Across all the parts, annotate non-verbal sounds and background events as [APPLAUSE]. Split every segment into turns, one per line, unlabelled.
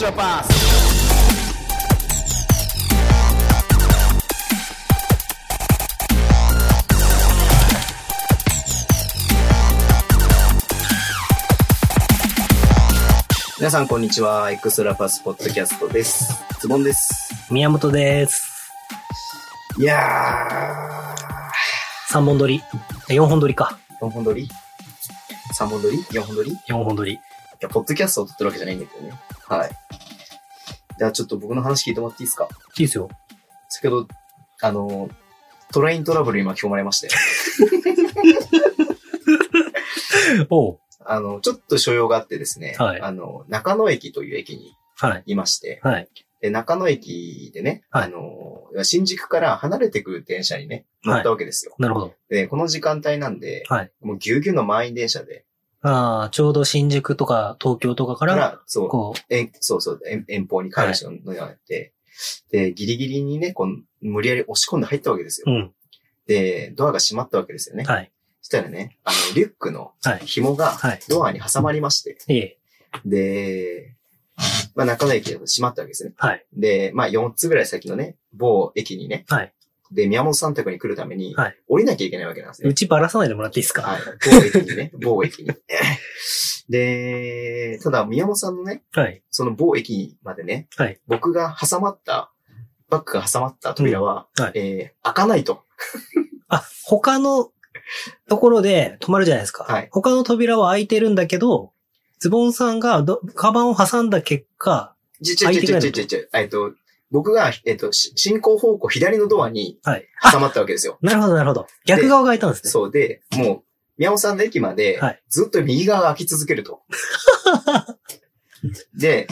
your pass.
皆さん、こんにちは。エクストラパスポッドキャストです。ズボンです。
宮本です。
いや
3本撮り。4本撮りか。
ー、4本撮り ?3 本撮り ?4 本撮りい
4本撮り。
や、ポッドキャストを撮ってるわけじゃないんだけどね。はい。じゃあ、ちょっと僕の話聞いてもらっていいですか
いいですよ。
先ほど、あのー、トレイントラブルに巻き込まれまして、 [LAUGHS]
おう。
あの、ちょっと所用があってですね、
はい
あの、中野駅という駅に
はい。
いまして、
はい。
で、中野駅でね、
はい
あのー、新宿から離れてくる電車にね、乗ったわけですよ。
なるほど。
で、この時間帯なんで、
はい。
もうぎゅうぎゅうの満員電車で、
ああ、ちょうど新宿とか東京とかか、
からら、そう、
こう、
遠そうそう、遠遠方に帰る人のようになって、で、ギリギリにね、こう、無理やり押し込んで入ったわけですよ。
うん。
で、ドアが閉まったわけですよね。
はい。
そしたらね、あの、リュックの
はい。
紐が
はい。
ドアに挟まりまして、
ええ。
で、まあ、中野駅だと閉まったわけですね。
はい。
で、まあ、4つぐらい先のね、某駅にね、
はい。
で、宮本さん宅に来るために
はい、
降りなきゃいけないわけなんですよ
う。ちばらさないでもらっていいですか
はい。某駅にね、 [LAUGHS] 某駅に。で、ただ、宮本さんのね、
はい。
その某駅までね、
はい
僕が挟まった、バッグが挟まった扉は、
うんはい
えー開かないと。
あ、他のところで止まるじゃないですか。
はい
他の扉は開いてるんだけど、ズボンさんがど、カバンを挟んだ結果、
ちょちょちょちょちょちょちょ、えっと、僕が、えっと、し進行方向左のドアに
はい。あ
挟まったわけですよ。
なるほど、なるほど。逆側が開いたんですね。
そうで、もう、宮本さんの駅まで
はい、
ずっと右側が開き続ける
[LAUGHS]
と。で、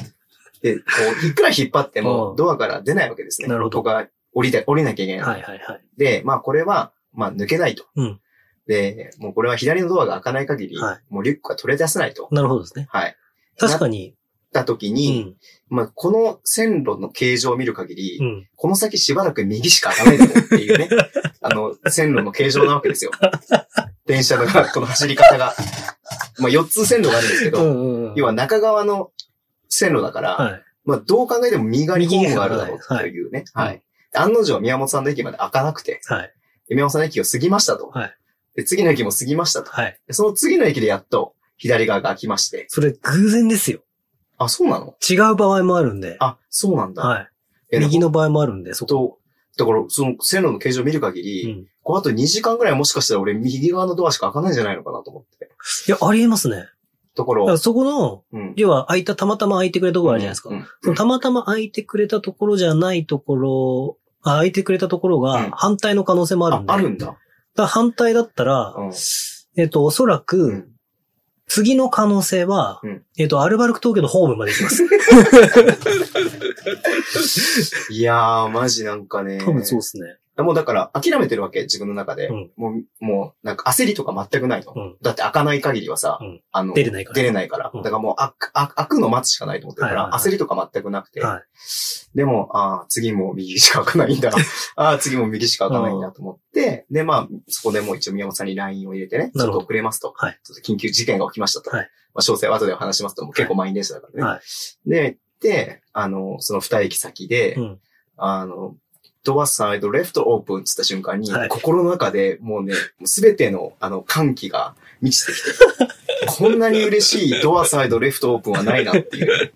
で、こう、いくら引っ張って
う
も
ん
ドアから出ないわけですね。
なるほど
僕が降りた、降りなきゃいけない。
はいはいはい。
で、まあこれは、まあ抜けないと。
うん
で、もうこれは左のドアが開かない限り、
はい
もうリュックが取れ出せないと。
なるほどですね。
はい。
確かに。
だ時
う
に、
ん。
まあこの線路の形状を見る限り、
うん。
この先しばらく右しか開かないだろうって
[LAUGHS]
いうね、あの、線路の形状なわけですよ。電車のこの走り方が。まあ4つ線路があるんですけ
う
ど、
んうんうん。
要は中側の線路だから、
はい。
まあどう考えても右側にホームがあるだろうというね。
はい
はい。案の定宮本さんの駅まで開かなくて、
はい。
で宮本さんの駅を過ぎましたと。
はい
で、次の駅も過ぎましたと。
はい。
でその次の駅でやっと左側が開きまして。
それ偶然ですよ。
あ、そうなの
違う場合もあるんで。
あ、そうなんだ。
はいい。
や
右。の場合もあるんで、そ
だ
こ。
と、だから、その線路の形状を見る限
う
り、
ん。
こうあと2時間ぐらいもしかしたら俺右側のドアしか開かないんじゃないのかなと思って。
いや、ありえますね。だ
とこ
から
ろ、
そこの、
うん。
要は、空いた、たまたま空いてくれたところあるじゃないですか。
うんうん
そのたまたま空いてくれたところじゃないところ、あ空いてくれたところ
うん
が反対の可能性もある
あ
ん、で。
あるんだ。
だから反対だったら、
うん
えっと、おそらく、
うん
次の可能性は、
うん
えっと、アルバルク東京のホームまで行きます。
いやー、マジなんかね。
多分そうですね。
もうだから諦めてるわけ、自分の中で。
うん
もう、もう、なんか焦りとか全くないの。
うん
だって開かない限りはさ、
うん
あの、
出れないから
出れないから。
うん
だからもう開く、開く開くの待つしかないと思ってるから、
はいはいはい
焦りとか全くなくて。
はい。
でも、ああ、次も右しか開かない
[LAUGHS]
んだ。ああ、次も右しか開かないんだと思って、で、まあ、そこでもう一応宮本さんに LINE を入れてね、ち
な
ょ
る
っ
ほど
と遅れますと。
はい
ちょっと緊急事件が起きましたと。
はい
まあ、詳細は後でお話しますと、もう結構満員電車だからね。
はいは
で、で、あの、その二駅先で、
うん。
あの、ドアサイドレフトオープンっつった瞬間に、
はい
心の中でもうね、すべてのあの歓喜が満ちてきて、 [LAUGHS] こんなに嬉しいドアサイドレフトオープンはないなっていう、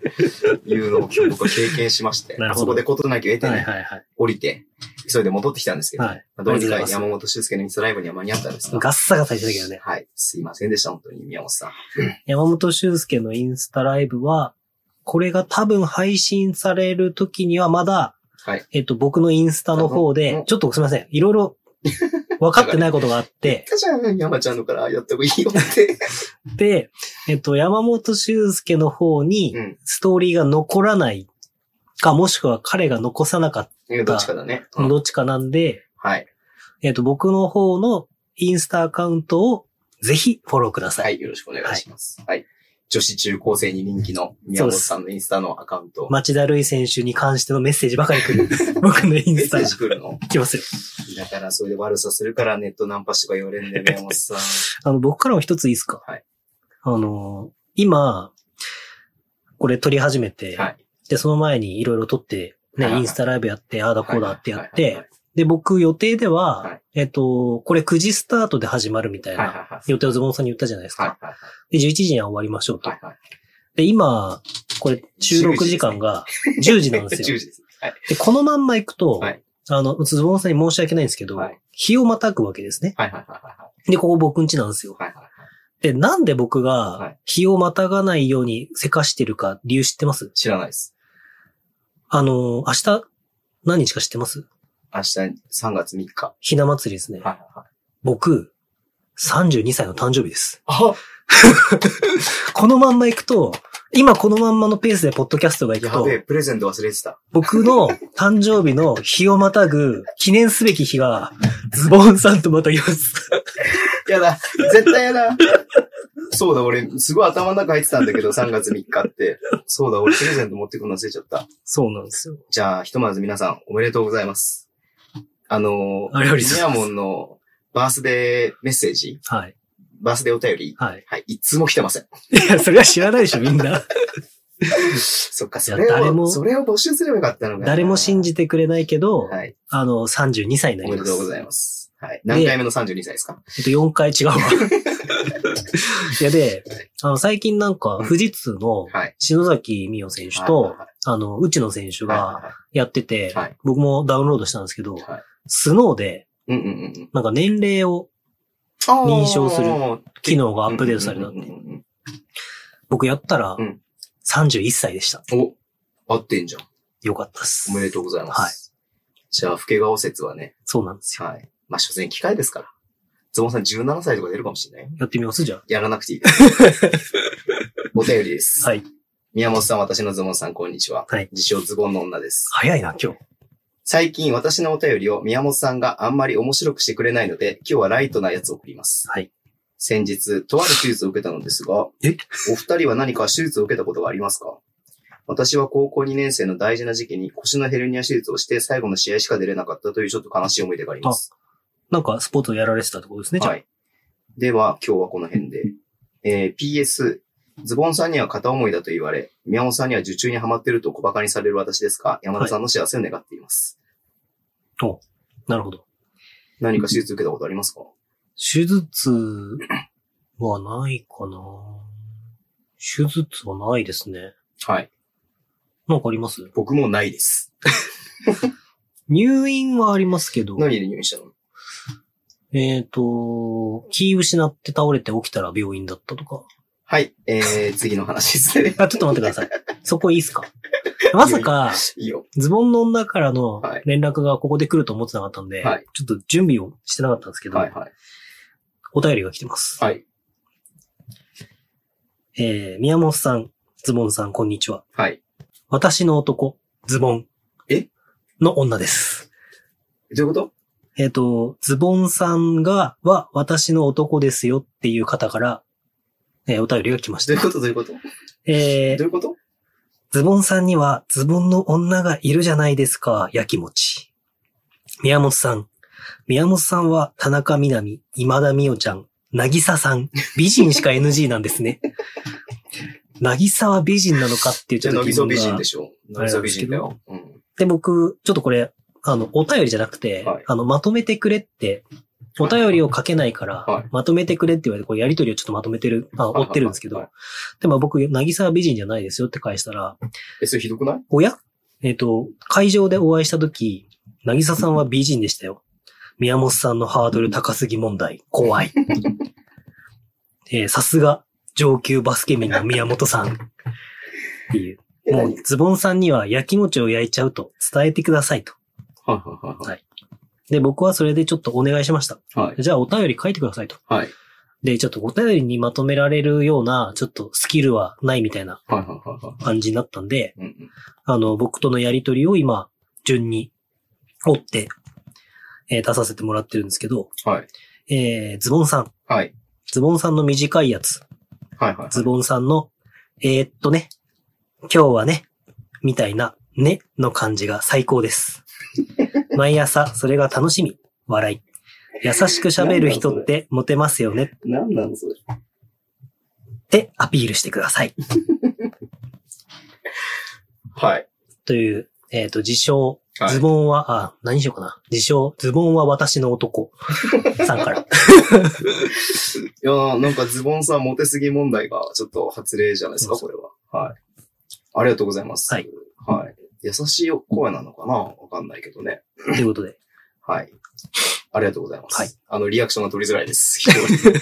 いうのを今日僕は経験しまして、
なるほど
そこで事なきを得てね、
はいはいはい。
降りて、急いで戻ってきたんですけど、
はい。
まあどうにか
ありがとうございます
山本修介のインスタライブには間に合ったんですが、
ガッサガサ言ってたけどね。
はい、すいませんでした、本当に宮本さん。
山本修介のインスタライブは、これが多分配信される時にはまだ、
はい
えっと、僕のインスタの方
うんう
で
ん、
ちょっとすいません。いろいろ分かってないことが
[LAUGHS]
あって、
じゃあ、山ちゃんのからやった方がいいよ
[LAUGHS]
って。
で、えっと、山本修介の方に
うん
ストーリーが残らないか、もしくは彼が残さなかっ
どっちかだね。
た
うん
のどっちかなんで、
はい。
えっと、僕の方のインスタアカウントをぜひフォローくださ。
はいい、よろしくお願いします。はい。女子中高生に人気の宮本さんのインスタのアカウント。
町田瑠唯選手に関してのメッセージばかり来る。僕のイン
メッ
ス
セ
タ
ー
に
ジ来るの
来ますよ。
だから、それで悪さするからネットナンパしか言われんで、宮本さん。
あの、僕からも一ついいですか
はい。
あの、今、これ撮り始めて、
はい。
で、その前にいろいろ撮って、ね、
はいはい
インスタライブやって、ああだこうだってやっ
はいはい
て、で、僕予定では、
はい
えっと、これ9時スタートで始まるみたい
はいはい
な
はい。
予定をズボンさんに言ったじゃないですか。
はいはい
で、11時には終わりましょうと。
はいはい。
で、今、これ収録時間が10時なんですよ。
10時です。はい。
で、このまんま行くと、
はい
あの、ズボンさんに申し訳ないんですけど、
はい
日をまたぐわけですね。
はいはいはいは
で、ここ僕ん家なんですよ。
いはい。はいはいはい
で、なんで僕
は
が
い
日をまたがないようにせかしてるか理由知ってます
知らないです。
あのー、明日、何日か知ってます
明日3月3日。
ひな祭りですね。
はいはいはい。
僕、32歳の誕生日です。
あ
このまんま行くと、今このまんまのペースでポッドキャストが行く
や
と
べ、え、プレゼント忘れてた。
僕の誕生日の日をまたぐ記念すべき日が、ズボンさんとまたぎます。
やだ、絶対やだ。そうだ、俺、すごい頭の中入ってたんだけど、3月3日って。そうだ、俺、プレゼント持ってくるの忘れちゃった。
そうなんですよ。
じゃあ、ひとまず皆さん、おめでとうございます。あの
ありがとうございます
ミヤモンのバースデーメッセージ
はい。
バースデーお便り
はい。
はい、いつも来てません。 [LAUGHS]
いや、それは知らないでしょ、みんな。
そっか、
い
そ
や
れ
誰
を、
も
それを募集すればよかったのかな。
誰も信じてくれないけど、
はい、
あの、32歳にな
お
り
め
ます。
でとうございます。はい。何回目の32歳ですか
えっと、4回
[LAUGHS]
違うわ。いや、で、あの、最近なんか、富士通の
はい。
篠崎美桜選手
はい
と
はい、
あの、内野選手が
は
やってて、
はい
僕もダウンロードしたんですけど
い。、はい。
スノーで、
うんうんうんうん。
なんか年齢を、
あー
認証する機能がアップデートされたって。
うんうんうんうん
僕やったら
うん、
31歳でした。
お、合ってんじゃん。
よかったっす。
おめでとうございます。はい。じゃあ、老け顔説はね、
そうなんですよ。
はい。まあ、所詮機械ですから。ズボンさん17歳とか出るかもしれないよ。
やってみますじゃ
やらなくていいです。お便りです。
あ。はい。
宮本さん、私のズボンさん、こんにちは。
はい
自称ズボンの女です。
早いな、今日。
最近私のお便りを宮本さんがあんまり面白くしてくれないので、今日はライトなやつを送ります。
はい。
先日、とある手術を受けたのですが、
え
お二人は何か手術を受けたことがありますか私は高校2年生の大事な時期に腰のヘルニア手術をして最後の試合しか出れなかったというちょっと悲しい思い出があります。
なんか、スポーツをやられてたところですね、じゃあ。
はい。では、今日はこの辺で。えー PS、ズボンさんには片思いだと言われ、宮本さんには受注にはまってると小馬鹿にされる私ですが、山田さんの幸せを願っています。
なるほど。
何か手術受けたことありますか
手術はないかな手術はないですね。
はい。
なんかあります
僕もないです。
入院はありますけど、
何で入院したの
えっ、と、気失って倒れて起きたら病院だったとか。。
はい。えー、次の話ですね
あ、ちょっと待ってください。そこいいっすか
[LAUGHS]
まさか、
いいよ。
ズボンの女からの
はい
連絡がここで来ると思ってなかったんで、
はい
ちょっと準備をしてなかったんですけ
[LAUGHS]
ど、
はいはい。
お便りが来てます。
はい。
えー、宮本さん、ズボンさん、こんにちは。
はい。
私の男、ズボン。
え
の女です。
どういうこと
えっ、と、ズボンさんが、は、私の男ですよっていう方から、えーお便りが来まし
どうい
た
う。ことどういうことど
え
うい
ー、
うこと
ズボンさんには、ズボンの女がいるじゃないですか、やきもち。宮本さん。宮本さんは、田中みなみ、今田美桜ちゃん、なぎささん。美人しか NG なんです
[LAUGHS]
ね。なぎさは美人なのかって言っ
じ
ち
ゃ
ゃ
あ、の
った
び
疑
そ
問
美人
が
で。しょのびそ美人だよ。うん。
で、僕、ちょっとこれ、あの、お便りじゃなくて、
はい
あの、まとめてくれって、お便りを書けないから、
はい
まとめてくれって言われて、これやりとりをちょっとまとめてる、あ追ってるんですけ
はい
ど
は、
でも僕、なぎさは美人じゃないですよって返したら、
え、それひどくない
おやえっ、と、会場でお会いしたとき、なぎささんは美人でしたよ。宮本さんのハードル高すぎ問題、怖い。 [LAUGHS] えーさすが、上級バスケ民の宮本さん。っていう。
え、
も
何
う、ズボンさんには焼き餅を焼いちゃうと伝えてくださいと。
はいはいはい
で、僕はそれでちょっとお願いしました。
はい。はい。
じゃあお便り書いてくださいと。
はい。
で、ちょっとお便りにまとめられるような、ちょっとスキルはないみたいな
はいはいはいは
感じになったんで、
い。うんうん。
あの、僕とのやりとりを今、順に追って、えー出させてもらってるんですけど、
はい。
えー、ズボンさん。
はい。
ズボンさんの短いやつ。
はいはい。
ズボンさんの、えーっとね、今日はね、みたいな、ねの感じが最高
[LAUGHS]
です。毎朝、それが楽しみ。笑い。優しく喋る人ってモテますよね
何なのそれ。
ってアピールしてください。
はい。
という、えっ、と、自称、
はい
ズボンは、あ、何しようかな。自称、ズボンは私の男さん
[LAUGHS]
から。
いやーなんかズボンさんモテすぎ問題がちょっと発令じゃないですか、こ
そ
れは。はい。ありがとうございます。
はい。
はい。優しい声なのかなわかんないけどね。
ということで。
はい。ありがとうございます。
はい
あの、リアクションが取りづらい
[LAUGHS]
です。非常に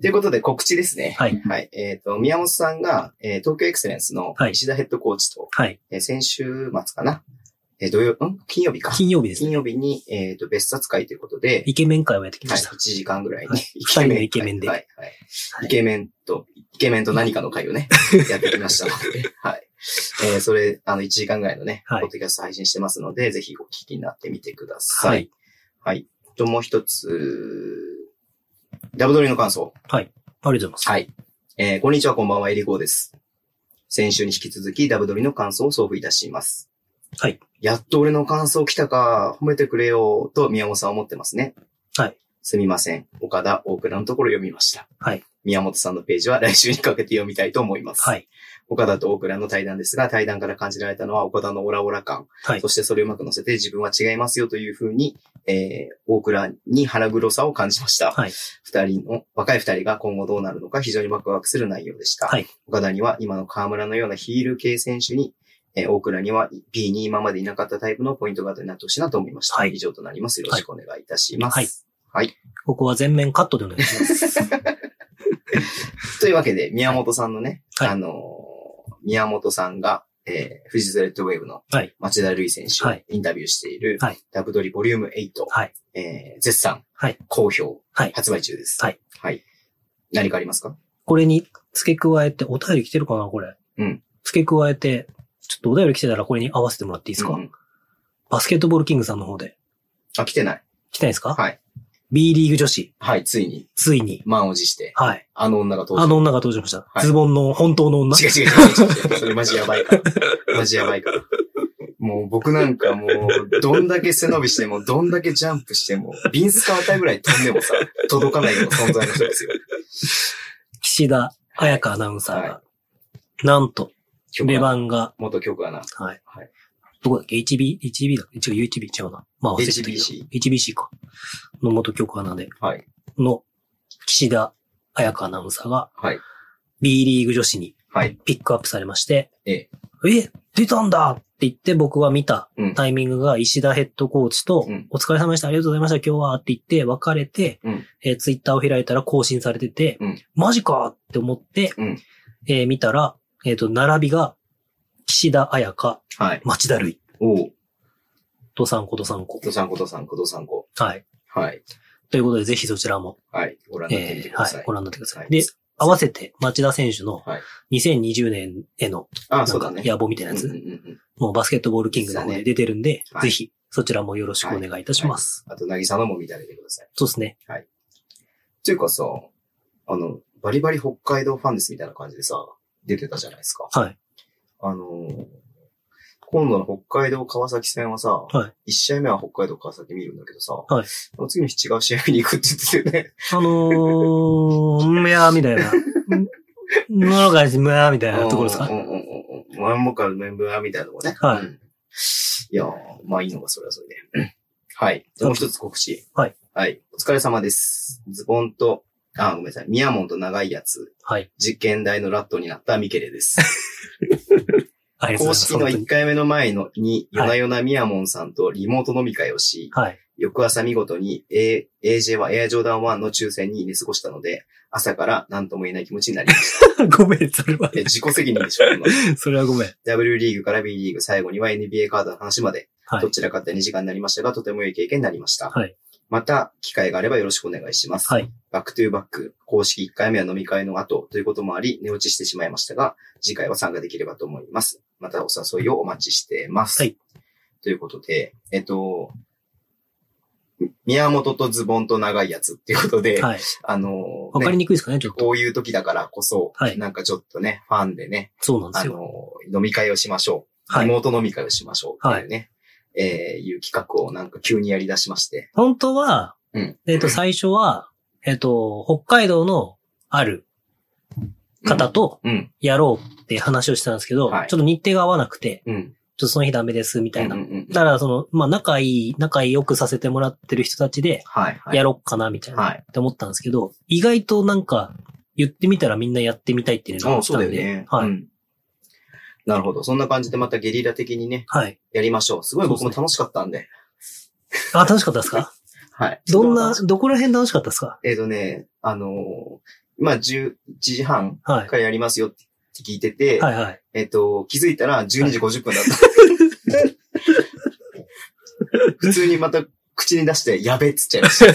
ということで、告知ですね。
はい。
はい。えっ、と、宮本さんが、えー東京エクセレンスの
はい
石田ヘッドコーチと、
はい。
えー先週末かなえー土曜、ん金曜日か。
金曜日です
金
ね。
曜日に、えっ、と、別冊会ということで、
イケメン会をやってき
は
ま
い、
した。
1時間ぐらい
は
に
い。人のイケメンで
はい、はい
はい
イケメンと、イケメンと何かの会をね、やってきましたの
[LAUGHS]
で、はい。えーそれ、あの、1時間ぐらいのね、
はい
ポッドキャスト配信してますので、ぜひお聞きになってみてくだ
は
さい。
い。
はい。と、もう一つ、ダブドリの感想。
ありがとうござい
はい。えーこんにちは、こんばんは、えりこうです。先週に引き続き、ダブドリの感想を送付いたします。
はい。
やっと俺の感想来たか、褒めてくれよ、と宮本さんは思ってますね。
はい。
すみません。岡田、大倉のところ読みました。
はい。
宮本さんのページは来週にかけて読みたいと思いま。
ますす。は。い。
岡田と大倉の対談ですが、対談から感じられたのは岡田のオラオラ感。
はい
そしてそれをうまく乗せて自分は違いますよというふうに、えー、大倉に腹黒さを感じました。
はい。
二人の、若い二人が今後どうなるのか非常にワクワクする内容でした。
はい
岡田には今の河村のようなヒール系選手に、えー大倉には B に今までいなかったタイプのポイントガードになってほしいなと思いました。
はい
以上となります。よろしくお願いいたします。
はいここは全面カットでお願いします。
[LAUGHS] というわけで、宮本さんのね、
はい
あのー宮本さんが、えー、富士ズレッドウェーブの
はい
町田瑠唯選手
は
を
い
インタビューしている、
はい
ダブドリボリューム8、
はい
えー、絶賛、
はい
好評、
はい
発売中です。
はい。
はい。何かありますか
これに付け加えて、お便り来てるかなこれ。
うん。
付け加えて、ちょっとお便り来てたらこれに合わせてもらっていいですか、
うんうん
バスケットボールキングさんの方で。
あ、来てない。
来てないですか
はい。
B リーグ女子、
はい、ついに
ついに。
満を持して、
はい。
あの女が登場。
あの女が登場しました。
はい
ズボンの本当の女。
違う違う違う違う。それマジやばいから。マジやばいから。もう僕なんかもう、どんだけ背伸びしても、どんだけジャンプしても、ビンスカータイぐらい飛んでもさ、届かないような存在の人ですよ。
岸田彩香アナウンサーが、
は
なんと、
曲
[LAUGHS] レ
が
バンが、
元曲がな。
はい。
はい
どこだっけ ?HB、HB だっけ違う、UHB 違うな。まあ、忘れてたけど
HBC
HBC か。の元局アナで、
はい。
の、岸田彩香アナウンサーが、
はい。
B リーグ女子に
はい。
ピックアップされまして、
ええ。
え、出たんだって言って僕は見た
うん
タイミングが石田ヘッドコーチと、
うん
お疲れ様でした、ありがとうございました、今日はって言って別れて、
うん
えツイッター Twitter を開いたら更新されてて、
うん
マジかって思って、
うん
えー見たら、えっ、と、並びが、岸田彩香、
はい。
町田類、
おう。
とさんことさんこ
こと。さんことさんことさんこ。
はい。
はい。
ということで、ぜひそちらも、
はい。ご覧になってみ
え
て
ー
くだ
は
さい。
い、ご覧になってください。
はい
で、合わせて、町田選手の
はい、
2020年への、
あ、
な
そう
ん
だ
か
ね。、
野望みたいなやつ、
うんうんうんうん
もうバスケットボールキングの方で出てるんで、
はい
ぜひそちらもよろしくお願いいたします。
あと、なぎさのも見てあげてください。
そうですね。
っていうかさ、あの、バリバリ北海道ファンですみたいな感じでさ、出てたじゃないですか。
はい。
あのー今度の北海道川崎戦はさ、
はい
1試合目は北海道川崎見るんだけどさ、
はい
次の日違う試合見に行くって言ってて
[LAUGHS]
ね、
あのー、 [LAUGHS] むやーみたいな。むやがです、むやーみたいなところですか
うんうんうんうん。ワンモカルメンバーみたいなとこね。
はい
うんいやー、まあいいのがそれはそれで。はい。もう一つ告知。
はい。
はい。お疲れ様です。ズボンと、あ、ごめんなさい。ミヤモンと長いやつ、
はい。
実験台のラットになったミケレです。
ありがと
公
うございます。
式の
本当
1
に
回目の前のに、夜
はい
な夜なミヤモンさんとリモート飲み会をし、
はい。 [LAUGHS]
翌朝見事に、A、AJ はエアジョーダン1の抽選に寝過ごしたので、朝から何とも言えない気持ちになりまし
ごめん、それは [LAUGHS]
た。。いや自己責任でしょ、今
それはごめん。
W リーグから B リーグ、最後には NBA カードの話まで、
は
ど
い。
ちらかって2時間になりましたが、とても良い経験になりました。
はい
また、機会があればよろしくお願いします。
はい。
バックトゥーバック、公式1回目は飲み会の後ということもあり、寝落ちしてしまいましたが、次回は参加できればと思います。またお誘いをお待ちしてます。
はい。
ということで、えっと、宮本とズボンと長いやつっていうことで、
はい。
あの、
わかり
ね
にくいですかね、ちょっと。
こういう時だからこそ、
はい
なんかちょっとね、ファンでね、
そうなんで
あ
すよ。
の、飲み会をしましょう。
はい。
妹飲み会をしましょうっていうね、えーいう企画をなんか急にやり出しまして。
本当は、
うん
えっと、最初は、えっと、北海道のある、方と
うん。
やろうって話をしてたんですけど、
はい
ちょっと日程が合わなくて、
うん。
ちょっとその日ダメです、みたいな。
うんうんうん
だから、その、まあ、仲いい、仲良くさせてもらってる人たちで、
はい。はい。
や
ろ
ろっかな、みたいな、
はい
って思ったんですけど、意外となんか、言ってみたらみんなやってみたいっていうのがあ
あ
っ
そ
た
うんだ
で、
よね。
はい、
うんなるほど。そんな感じでまたゲリラ的にね、
はい。
やりましょう。すごい僕も楽しかったんで。
あ、楽しかったです
[LAUGHS]
か
はい。
どんな、どこら辺楽しかったですか
えっ、とね、あのーまあ、11時半
はい。
からやりますよって聞いてて、
はいはい。
えっ、と、気づいたら12時50分だ
[LAUGHS]
った。普通にまた口に出して、やべっつっちゃいま
[LAUGHS]
した。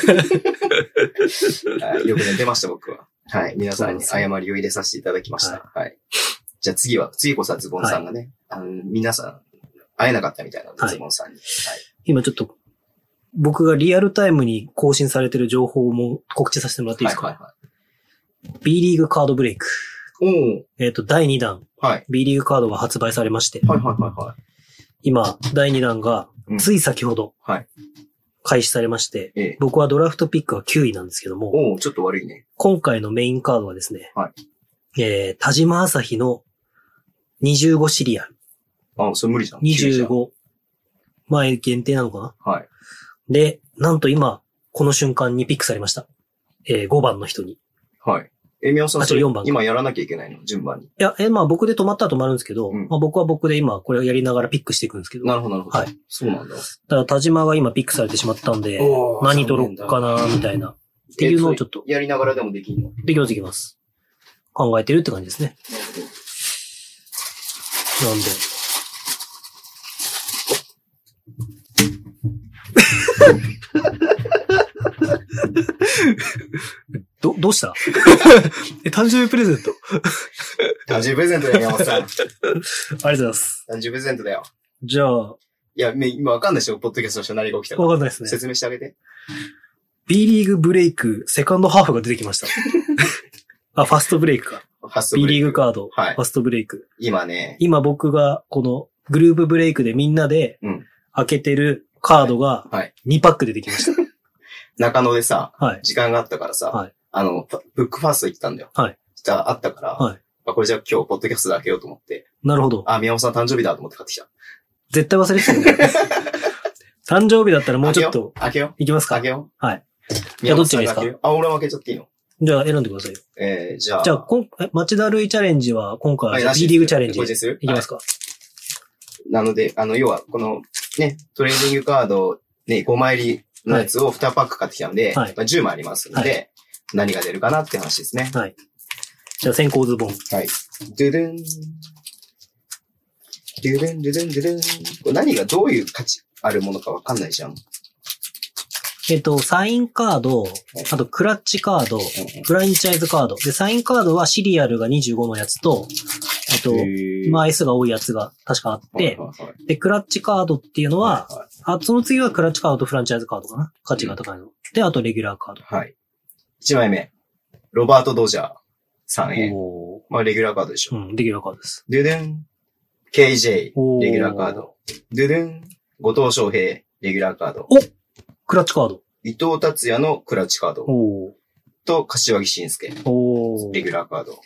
はいよくね、出ました、僕は。はい。皆さんに誤りを入れさせていただきました。はい。じゃあ次は、次こそはズボンさんがね、あの、皆さん、会えなかったみたいなので、
はい
ズボンさんに。
今ちょっと、僕がリアルタイムに更新されてる情報も告知させてもらっていい
は
で
い。
すか、
はい。は
?B リーグカードブレイク。
いはい。
えっ、と、第2弾、
おー。はい。
B リーグカードが発売されまして、
はいはいはいはい。
今、第2弾が
うん、
つい先ほど
はい、
開始されまして、
ええ。
僕はドラフトピックは9位なんですけども、
おー、ちょっと悪いね。
今回のメインカードはですね、
は
えー、田島朝日の25シリアル、
あ、それ無理じゃん。
25、前限定なのかな
はい。
で、なんと今、この瞬間にピックされました。えー、5番の人に。い
はい。え、みおさん、
あち
そ
ょ
れ
4番か
今やらなきゃいけないの順番に。
や、えー、まあ僕で止まったら止まるんですけど、
うん
まあ僕は僕で今これをやりながらピックしていくんですけど、
な
だ
るほど、なるほど。
はい。
そうなんだ。
から田島が今ピックされてしまったんで、
おー
何取ろっかな、みたいな。っていうのをちょっと、
やりながらでもできるの。
できますできます。考えてるって感じですね。なんで。 [LAUGHS] ど、どうした [LAUGHS] え、誕生日プレゼント
誕生日プレゼントだよ、山本 [LAUGHS] さん。誕
ありがとうございます。
生日プレゼントだよ。
じゃあ、わ
いや、ね今わかんないでしょ、ポッドキャストの人何が起きたか。
かんないですね。
説明してあげて。
B リーグブレイク、セカンドハーフが出てきました。 [LAUGHS] あ、ファストブレイクか。
発
B リーグカード、
はい
ファストブレイク。
今ね、
今僕がこのグループブレイクでみんなで
うん
開けてるカードが
はい
2パック出てきました。
中野でさ、
はい。
時間があったからさ、
はい
あの、パブックファースト行ったんだよ。
はい。
したらあったから、
はい
あこれじゃあ今日、ポッドキャストで開けようと思って、
なるほど。
あ、宮本さん誕生日だと思って買ってきた。
絶対忘れてたよ
[LAUGHS]
ね。誕生日だったらもうちょっと
開けよ
いきます
う。開
か
け。よう。
はい。
宮本さん
いやどっちがいいですか
開けようあ、俺は開けちゃっていいの
じゃあ選んでくださいよ。
えー、じゃあ。
じゃあ、こんえ町田るいチャレンジは今回
はいな
は
し
B リーグチャレンジ
こっち
い
にする
きますか。
なので、あの、要は、この、ね、トレーディングカード、ね、5枚入りのやつを2パック買ってきたんで、
はい
まあ、10枚ありますんで、
は
何が出るかなって話ですね。
じゃあ先行ズボン。
はい。ドゥドゥン。ドゥドゥン、ドゥドゥン、ドゥドゥン。これ何がどういう価値あるものかわかんないじゃん。
えっと、サインカード、あとクラッチカード、フランチャイズカード。で、サインカードはシリアルが25のやつと、えっと、まあ S が多いやつが確かあって、で、クラッチカードっていうのは、
は
あ、その次はクラッチカードとフランチャイズカードかな価値が高いの。で、あとレギュラーカード。
い。はい。1枚目。ロバート・ドジャーさんへ。
お
まあ、レギュラーカードでしょ。
ーうん、レギュラーカードです。
ドゥドゥン。KJ、
おー
レギュラーカード。ドゥドゥン。後藤翔平、レギュラーカード。
クラッチカード。
伊藤達也のクラッチカード
おー
と柏木慎介、
お
レギ
ー
ュラーカード。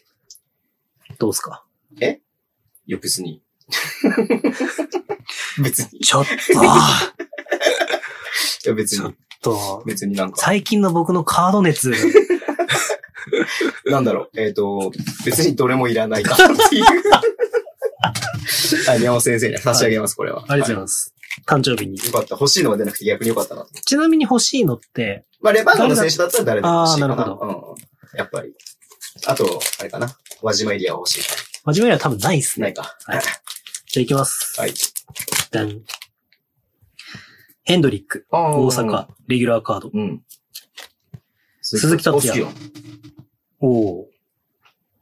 どうっすか
いや、別
[LAUGHS]
に。別に。い
ちょっと、
や、別
ちょっ
に。 [LAUGHS]
と、
別になんか、
最近の僕のカード熱。
なんだろう。えっ、と、別にどれもいらないかって
[LAUGHS]
いう。はい、宮本先生に差し上げます、これは。
ありがとうござい
は
ます。誕生日に。
いよかった。欲しいのが出なくて逆によかったな。
ちなみに欲しいのって、
まあ、レバンガの選手だったら誰でも欲しいかな。
あーなるほ
うん。やっぱり。あと、あれかな。輪島エリア欲しいか
真面目には多分ないっす
な。な
ね。
いか。
はいじゃあ行きます。
はい。
ダン。ヘンドリック、大
大
阪。、レギュラーカード。
うん。
鈴木達也
お好
お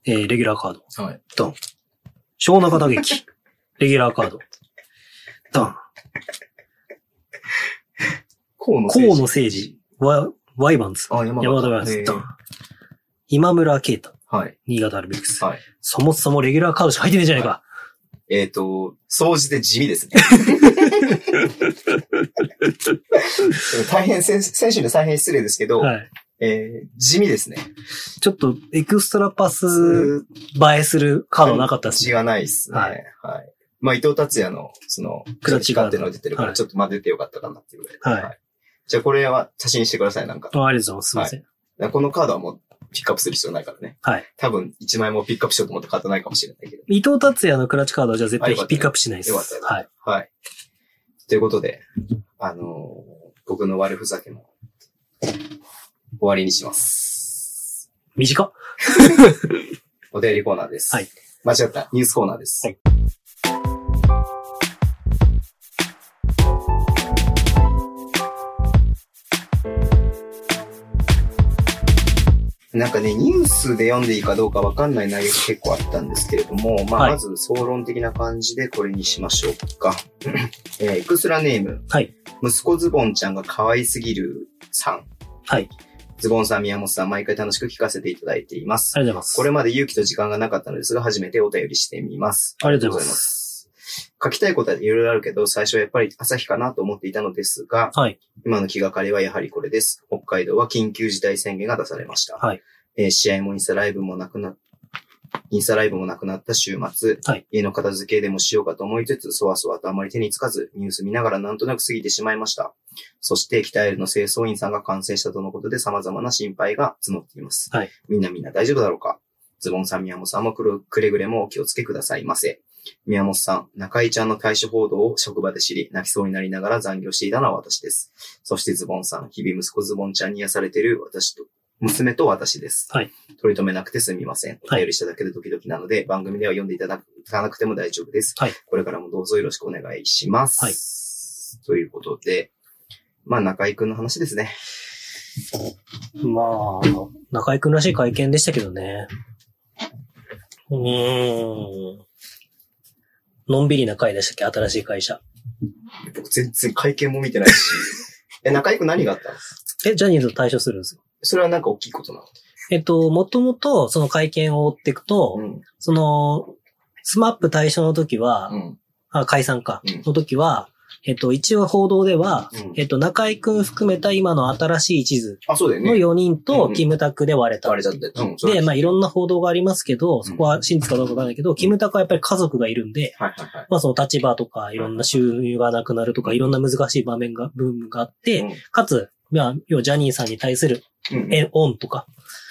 ーえー、レギュラーカード。
きよはい。
小中打撃。レギュラーカード。ドン。
河野誠司
河野誠司。ワワイバンズ。
あ、山
山形バイオ
へ
ンズ。
ー
ドン。今村啓太。
はい。
新潟アルビレックス。
はい。
そもそもレギュラーカードしか入ってないじゃないか。
えっ、と、掃除で地味ですね。
[LAUGHS]
でも大変、選選手には大変失礼ですけど、
はい。
えー、地味ですね。
ちょっとエクストラパス
普通
映えするカードなかったです
血
ね。
がないっすね。
は
はいい。まあ、伊藤達也の、その、
クラッチガ
っ
ード
ていうのが出てるか
は
ら、
い
ちょっとまあ出てよかったかなっていうぐらい。
はい
じゃあこれは写真してください、なんか。
あありがとうございます。すいません。
このカードはもうピックアップする必要ないからね。
はい。
多分1枚もピックアップしようと思ったカードないかもしれないけど。
伊藤達也のクラッチカードはじゃあ絶対
あよかった
ピックアップしないです。
よかったよ
はい。
はい。ということで、あのー僕の悪ふざけも終わりにします。
短っ
お便りコーナーです。
はい。
間違った。ニュースコーナーです。
はい
なんかね、ニュースで読んでいいかどうかわかんない内容が結構あったんですけれども、ま
は
あ、
い
まず総論的な感じでこれにしましょうか。 [CLEARS THROAT] えーエクストラネーム、
はい。
息子ズボンちゃんが可愛すぎるさん。
はい。
ズボンさん、宮本さん、毎回楽しく聞かせていただいています。
ありがとうございます。
これまで勇気と時間がなかったのですが、初めてお便りしてみます。。
ありがとうございます
書きたいことはいろいろあるけど、最初はやっぱり朝日かなと思っていたのですが、
はい。
今の気がかりはやはりこれです。北海道は緊急事態宣言が出されました。
はい
えー試合もインスタライブもなくなインスタライブもなくなった週末、
はい
家の片付けでもしようかと思いつつ、そわそわとあまり手につかず、ニュース見ながらなんとなく過ぎてしまいました。そして、北エルの清掃員さんが感染したとのことで様々な心配が募っています。
はい
みんなみんな大丈夫だろうかズボンさん、宮本さんもくるくれぐれもお気をつけくださいませ。宮本さん、中井ちゃんの対処報道を職場で知り、泣きそうになりながら残業していたのは私です。そしてズボンさん、日々息子ズボンちゃんに癒されてる私と、娘と私です。
はい
取り留めなくてすみません。お便りしただけで時々なので、番組では読んでいただかなくても大丈夫です。
はい
これからもどうぞよろしくお願いします。ということで、まあ、中井くんの話ですね。
まあ、中井くんらしい会見でしたけどね。うーん。のんびりな会でしたっけ新しい会社。
僕全然会見も見てないし。 [LAUGHS] え、中井くん何があったの
え、ジャニーズと対処するんですよ。
それはなんか大きいことなの
えっと、もともと、その会見を追っていくと、
うん。
その、スマップ対象の時は、
うん。
あ解散か
うん、
の時は、えっと、一応報道では、
うん
えっと、中井くん含めた今の新しい地図
あ、そうだよ
の
ね。
4人
う
と
ん
キムタクで割れた
あれだって。うん、それ
で、
は
まあいろんな報道がありますけど、そこは真実かどうかわからないけど、キムタクはやっぱり家族がいるんで、
はいはいはい。
まあその立場とか、いろんな収入がなくなるとか、いろんな難しい場面が、部分があって、かつ、まあ、要はジャニーさんに対する
うん、うん、
え恩とか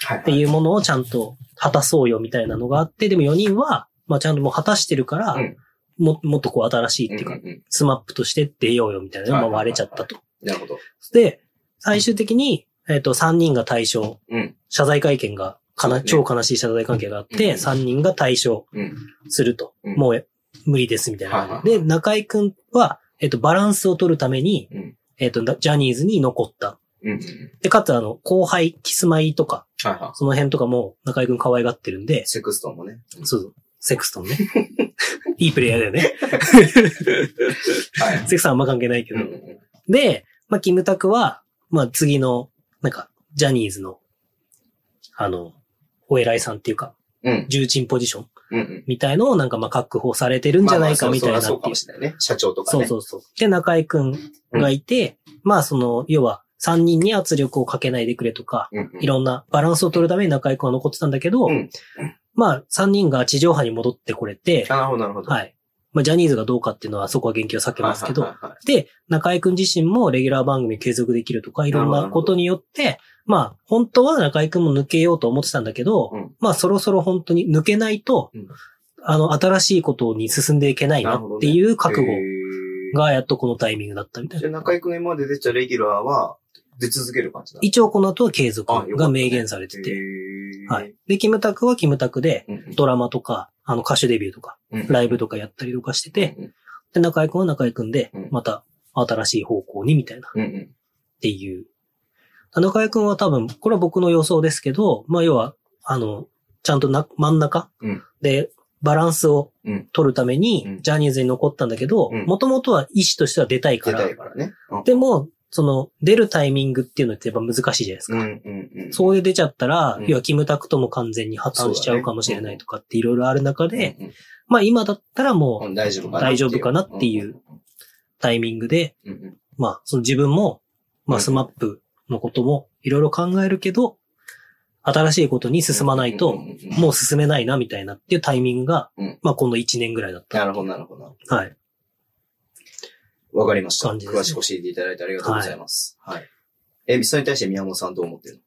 はい
って
はい
いうものをちゃんと果たそうよみたいなのがあって、でも4人は、まあちゃんともう果たしてるから
うん、
ももっとこう新しいっ
うん
ていう
う
か、
んうん
スマップとして出ようよみたいなのがまあ割れちゃったと。
なるほど。
で、最終的に、えっ、と、3人が対象、
うん。
謝罪会見が、かな、
そう
超悲しい謝罪関係があっ
うん
て、
うん
3人が対象
うん。
すると。
うん
もうえ無理ですみたい
はいはい
な
は。い
で、中井くんは、えっ、と、バランスを取るために、
うん。
えっ、と、ジャニーズに残った。
うん。うん
で、かつ、あの、後輩、キスマイとか、
はいはい。
その辺とかも中井くん可愛がってるんで、
セクストンもね。
そうそう、セクストンね。いいプレイヤーだよね。
はい。
セクストンあんま関係ないけ
うんう。
ど
んうん
で、まあ、キムタクは、まあ、次の、なんか、ジャニーズの、あの、お偉いさんっていうか、
うん。
重鎮ポジション
うんうん。
みたいのをなんかまあ確保されてるんじゃないかみたいなって
まあまあそうそうそうか
いう。
もしれないね。社長とか
そう
ね。
そうそう。で、中井くんがいて、まあその、要は、3人に圧力をかけないでくれとか、
うんうん
いろんなバランスを取るために中井くんは残ってたんだけど、
うん
まあ3人が地上波に戻ってこれて、
あなるほど、なるほど。い。
はい。まあジャニーズがどうかっていうのはそこは言及を避けますけど、
はいはいはい
で、中井くん自身もレギュラー番組継続できるとか、いろんなことによって、まあ、本当は中井くんも抜けようと思ってたんだけど、
うん
まあ、そろそろ本当に抜けないと、
うん
あの、新しいことに進んでいけないなっていう覚悟
へー
が、やっとこのタイミングだったみたい
じゃ
な。
あ中井くんが今まで出てたレギュラーは出続ける感じなの
一応この後は継続
あよか
が
った
明
ね
言されてて、
へー
はい。で、キムタクはキムタクで、
うんうん
ドラマとか、あの、歌手デビューとか、
うん
ライブとかやったりとかしてて、
うん
で、中井くんは中井くんで
うん、
また新しい方向にみたいな。
うんうん
っていう。中井くんは多分、これは僕の予想ですけど、まあ要は、あの、ちゃんとな、真ん中
うん
でバランスを
うん
取るために
う、ん
ジャニーズに残ったんだけど、
うん
もともとは意思としては出たいか
出
ら
た、いからね。うん
でも、その、出るタイミングっていうのってやっぱ難しいじゃないです
う
か。
んうんうん。
そこで出ちゃったら、
うん
要はキムタクとも完全に破綻しちゃうかもしれないとかっていろいろある中
うん
で、
うん
まあ今だったら
う、
もうん
大丈夫かな。
大丈夫かなっていう。タイミングで、
うんうんうんうん
まあその自分も、まあ
うん
スマップのこともいろいろ考えるけど、新しいことに進まないと、もう進めないな、みたいなっていうタイミングが、
うん
まあ、この1年ぐらいだっ
なるほど、なるほど。
た。はい。
わかりました。
感じですね
詳しく教えていただいてありがとうございます。はい。え、それに対して宮本さんはどう思ってる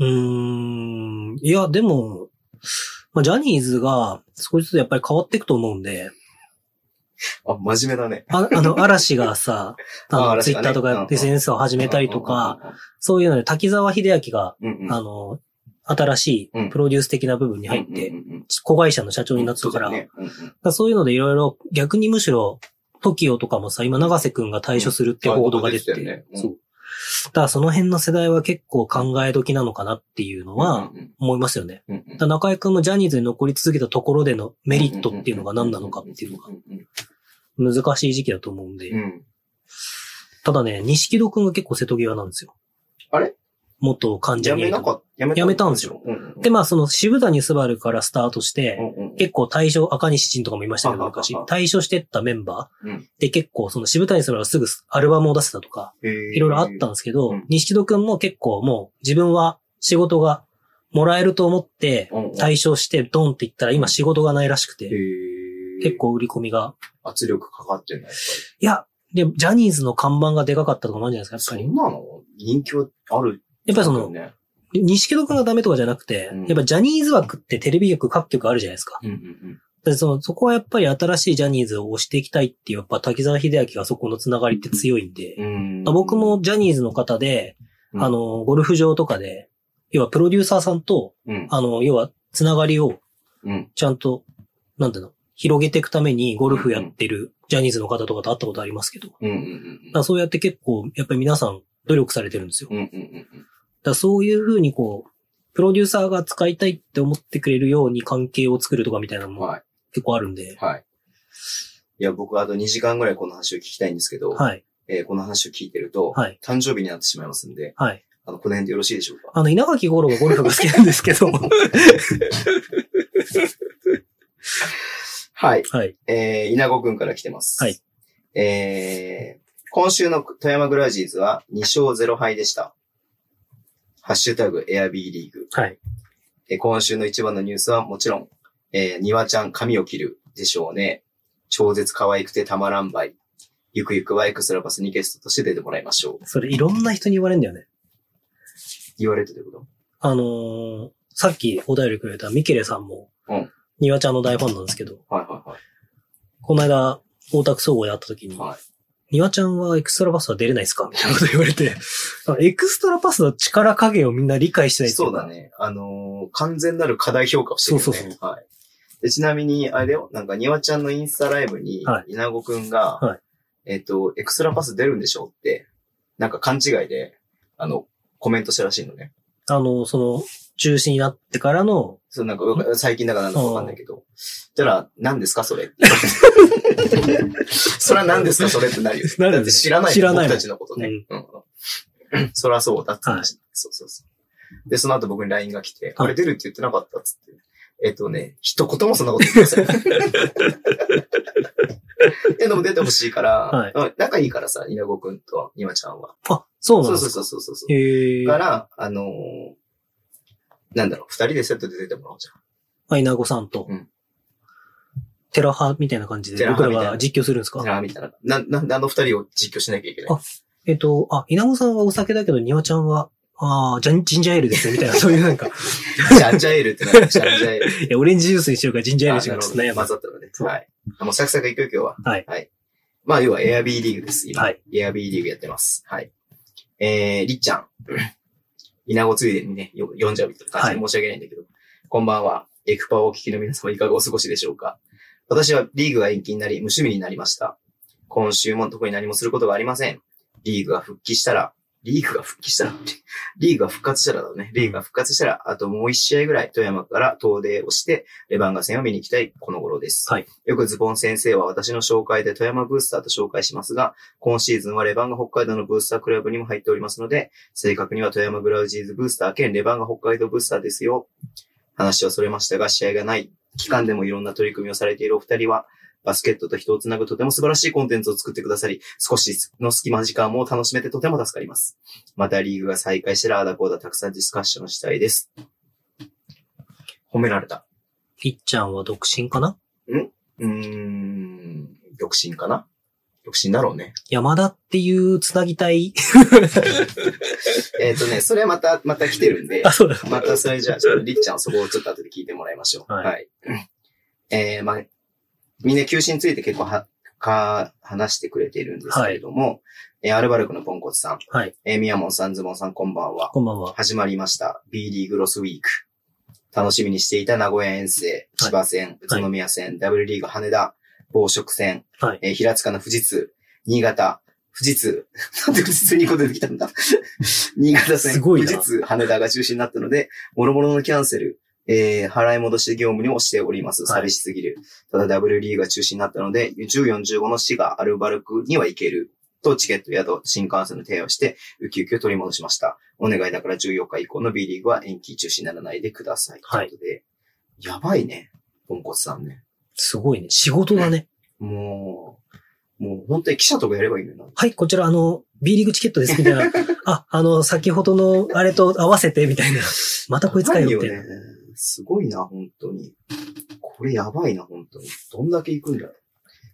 うーん。いや、でも、まあ、ジャニーズが少しずつやっぱり変わっていくと思うんで、
のあ、真面目だね。
あ
[LAUGHS]
あの、嵐がさ、
あ
あの、
嵐
ツイ
が
ッ
ね
ターと
うんう
か
ん
SNS を始めたりとか、そういうので、滝沢秀明が、
うんうん、うんうん。
あの、新し
うん
いプロデュース的な部分に入っ
う
て
ん、うんうん、
子会社の社長になったから、
そうだよねうんうん
だからそういうのでいろいろ、逆にむしろ、TOKIO とかもさ、今長瀬くんが退所するって報道が出て
うんあ報道出
て
て、たよねうん
そう。だからその辺の世代は結構考え時なのかなっていうのは
うんうん
思いますよね。
うんうん
だから中井くんもジャニーズに残り続けたところでのメリットっていうのが何なのかっていうのが
んんうん
難しい時期だと思うん
う
で。
んうん。
ただね、西木戸くんが結構瀬戸際なんですよ。
あれ
元関ジャ
や
ニ
め
ー
な
ト
かった。やめ
やめたんですよ。
うんうんうん
で、まあその渋谷スバルからスタートして、
うんうんうん
結構対象、赤西陣とかもいましたけど、
あああ
昔
あ。
対象してったメンバー、
うん
で結構、その渋谷さんはすぐアルバムを出せたとか、
へー
いろいろあったんですけど、
うん
西木戸くんも結構もう自分は仕事がもらえると思って
うんうん、
対象してドンって言ったら今仕事がないらしく
へ
て、
ー
結。構売り込みが。
圧力かかってるのやっ
いや、で、ジャニーズの看板がでかかったとかもあるんじゃない
ぱ
で
り。
すか、
そ
やっ
ん
ぱ
な
り。
の人気はある。
やっぱりその、
ね。
西木戸くんがダメとかじゃなくて
うん、
やっぱジャニーズ枠ってテレビ局各局あるじゃないですか。
うんうん
で、その、そこはやっぱり新しいジャニーズを推していきたいっていう、やっぱ滝沢秀明がそこのつながりって強いんで、
うん。うん
僕、もジャニーズの方で、
うん
あの、ゴルフ場とかで、要はプロデューサーさんと、
うん。
あの、要はつながりを
うん。
ちゃんと、なんていうの、広げていくためにゴルフやってるジャニーズの方とかと会ったことありますけど、だか
うんうんうん
らそうやって結構、やっぱり皆さん努力されてるんですよ。だ
うん。うんうん
からそういうふうにこう、プロデューサーが使いたいって思ってくれるように関係を作るとかみたいなの
うん。
も
はい。
結構あるんで、
はい。いや、僕はあと2時間ぐらいこの話を聞きたいんですけど、
はい、
えーこの話を聞いてると、
はい、
誕生日になってしまいますんで、
はい。
あの、この辺でよろしいでしょうか
あの、稲垣吾郎がゴルフが好きなんですけ [LAUGHS] ど。
はい。
はい。
えー、稲子くんから来てます。
はい。
えー、今週の富山グラウジーズは2勝0敗でした。ハッシュタグ、エアビーリーグ。
はい。
えー今週の一番のニュースはもちろん、えー、にわちゃん髪を切るでしょうね。超絶可愛くてたまらんばい。ゆくゆくはエクストラパスにゲストとして出てもらいましょう。
それいろんな人に言われるんだよね。
言われてること
あのーさっきお便りくれたミケレさんも、
うん。
ニワちゃんの大ファンなんですけど、
はいはいはい。
この間、大田区総合で会った時に、
はい
ニワちゃんはエクストラパスは出れないですかみたいなこと言われて、 [LAUGHS] あエクストラパスの力加減をみんな理解してないってい
そう
か
だ。ね。あのー完全なる過大評価をしてるよね。
そうそう
はい。でちなみに、あれだよ、なんか、にわちゃんのインスタライブに
は、
稲子くんが、
は
えっ、と、エクストラパス出るんでしょうって、なんか勘違いで、あの、コメントしたらしいのね。
あの、その、中止になってからの、
そう、なんかよく、最近だからなんだかわかんないけど。じゃら、何ですかそれって。それは何
[LAUGHS]
ですかそれってなるよね。
なるよね
だって知らない。
知らないも
僕
ん
たちのことね。うん [LAUGHS] そりゃそうだって話、そうそうそう。で、その後僕に LINE が来て、あれ出るって言ってなかったっつって。えっとね、一言もそんなこと言ってま
[LAUGHS]
せん。え、でも出てほしいから、
はい
うん仲いいからさ、稲子くんと稲ちゃんは。
あ、そうなん
そう
で
そう
す
そうそうそう。
か。へえ
か
ー。
ら、あのーなんだろう、二人でセットで出てもらおうじゃん。
アイナゴさんと、
うん
テラハみたいな感じ
テ
で
ラ
僕
ハ
ら
みたいな
が実況するんですか
ああ、みたいな。な、なんであの二人を実況しなきゃいけない
あえっと、あ、稲子さんはお酒だけど、庭ちゃんは、ああ、ジャンジンジャーエールですよ、みたいな、 [LAUGHS] そういうなんか、
ジャンジャエールってなんだジャンジャエール。
いや、オレンジジュースにしようか、ジンジャーエールにしようか、ちょっと
あなるほ
悩
ど混
ま
ざったのね。
そう
はい。あもうサクサク行くよ、今日は。
はい。
まあ、要はエアビーリーグです。今。
はい
エアビーリーグやってます。はい。えー、りっちゃん。稲子ついでにね、よ読んじゃうみたいな感じで
は
申し訳ないんだけど。こんばんは。エクパをお聞きの皆様いかがお過ごしでしょうか私はリーグが延期になり、無趣味になりました。今週も特に何もすることがありません。リーグが復帰したら、リーグが復帰したらって、リーグが復活したらだね。リーグが復活したら、あともう一試合ぐらい富山から遠出をして、レバンガ戦を見に行きたいこの頃です。
はい
よくズボン先生は私の紹介で富山ブースターと紹介しますが、今シーズンはレバンガ北海道のブースタークラブにも入っておりますので、正確には富山ブラウジーズブースター兼レバンガ北海道ブースターですよ。話はそれましたが、試合がない期間でもいろんな取り組みをされているお二人は、バスケットと人をつなぐとても素晴らしいコンテンツを作ってくださり、少しの隙間時間も楽しめてとても助かります。またリーグが再開したら、あだこうだたくさんディスカッションしたいです。褒められた。
いっちゃんは独身かな
うーん、独身かな独身だろうね。
山田っていうつなぎたい [LAUGHS]
えっ、とね、それはまた、また来てるんで
あ、、そうだ。
またそれじゃあ、ちょっとりっちゃんそこをちょっと後で聞いてもらいましょう。
はい
はい。えー、まあ、みんな休止について結構は、か、話してくれているんですけれども、えーアルバルクのポンコツさん、
はい。
えー、みやもんさん、ズボンさん、こんばんは。
こんばんは。
始まりました。B リーグロスウィーク。楽しみにしていた名古屋遠征、千葉戦、宇都宮戦、W リーグ羽田、暴食戦、
はい
えー平塚の富士通、新潟、富士通。 [LAUGHS] なんで富士通2個出てきたんだ [LAUGHS] 新潟戦、
すごいな
富士通、羽田が中止になったので、諸々のキャンセル、えー払い戻し業務にもしております。
はい
寂しすぎる。ただ W リーグが中止になったので、14、15の市がアルバルクには行ける。と、チケット、宿、新幹線の提案をして、ウキウキを取り戻しました。お願いだから14日以降の B リーグは延期中止にならないでください。
はい
ということで、やばいね。ポンコツさんね。
すごいね。仕事だね。
もう、もう本当に記者とかやればいいのにな。
はい、こちら、あの、B リーグチケットです、みた
[LAUGHS]
いな。あ、あの、先ほどの、あれと合わせて、みたいな。またこいつか
や
よ、み
ば
た
い
い
よね
な。。
すごいな、本当に。これやばいな、本当に。どんだけ行くんだろう。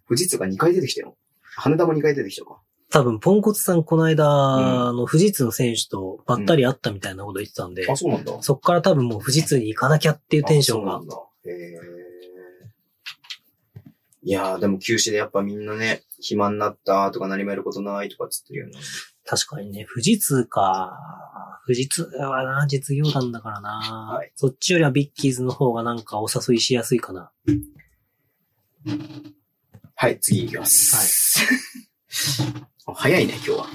富士通が2回出てきたよ。羽田も2回出てきたか。
多分、ポンコツさん、この間、
ん
あの、富士通の選手とばったり会ったみたいなこと言ってたんで、
あ、そうなんだ。
そっから多分もう富士通に行かなきゃっていうテンション
あ
が
そ。うなんだ。へーいやー、でも休止でやっぱみんなね、暇になったとか何もやることないとかっつってるよね。
確かにね、富士通か。富士通はな、実業団だからな。
はい
そっちよりはビッキーズの方がなんかお誘いしやすいかな。
はい、次行きます。はい。 [LAUGHS] 早いね、今日は。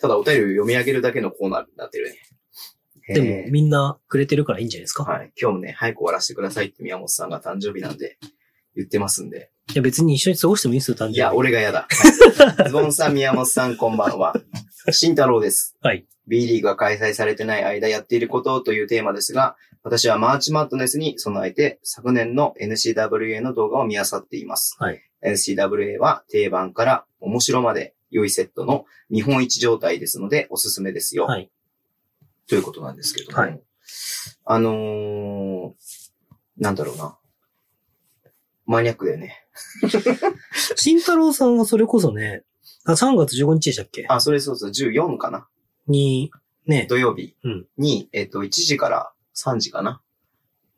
ただお便りを読み上げるだけのコーナーになってるね。
で
え
も、
ー
みんなくれてるからいいんじゃないですか。
はい。今日もね、早く終わらせてくださいって宮本さんが誕生日なんで、言ってますんで。
いや、別に一緒に過ごしてもいいですよ、単
い
純
や、
に。
俺が嫌だ。ズボンさん、宮本さん、こんば
[LAUGHS]
んは。慎太郎です。
はい。
B リーグが開催されてない間やっていることというテーマですが、私はマーチマットネスに備えて、昨年の NCWA の動画を見漁っています。
はい。
NCWA は定番から面白まで良いセットの見本市状態ですので、おすすめですよ。
はい。
ということなんですけども。
はい
あのー、なんだろうな。マニアックだよね。
慎太郎さんはそれこそね、あ3月15日でしたっけ
あ、それそうそう、14かな。
に、ね、
土曜日
うん
に、えっと、1時から3時かな。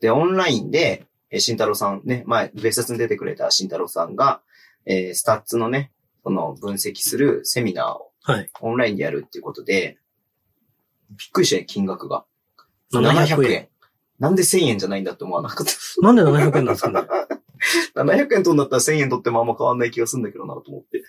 で、オンラインで、えー、慎太郎さんね、前、別冊に出てくれた慎太郎さんが、えースタッツのね、その分析するセミナーを
はい。
オンラインでやるっていうことで、びっくりしたね、金額が。
700
700
円。
円。なんで1000円じゃないんだって思わな [LAUGHS] かっ
なんで700円なんですか
[LAUGHS]
ね
た。700円とんだったら1000円取ってもあんま変わんない気がするんだけどなと思って。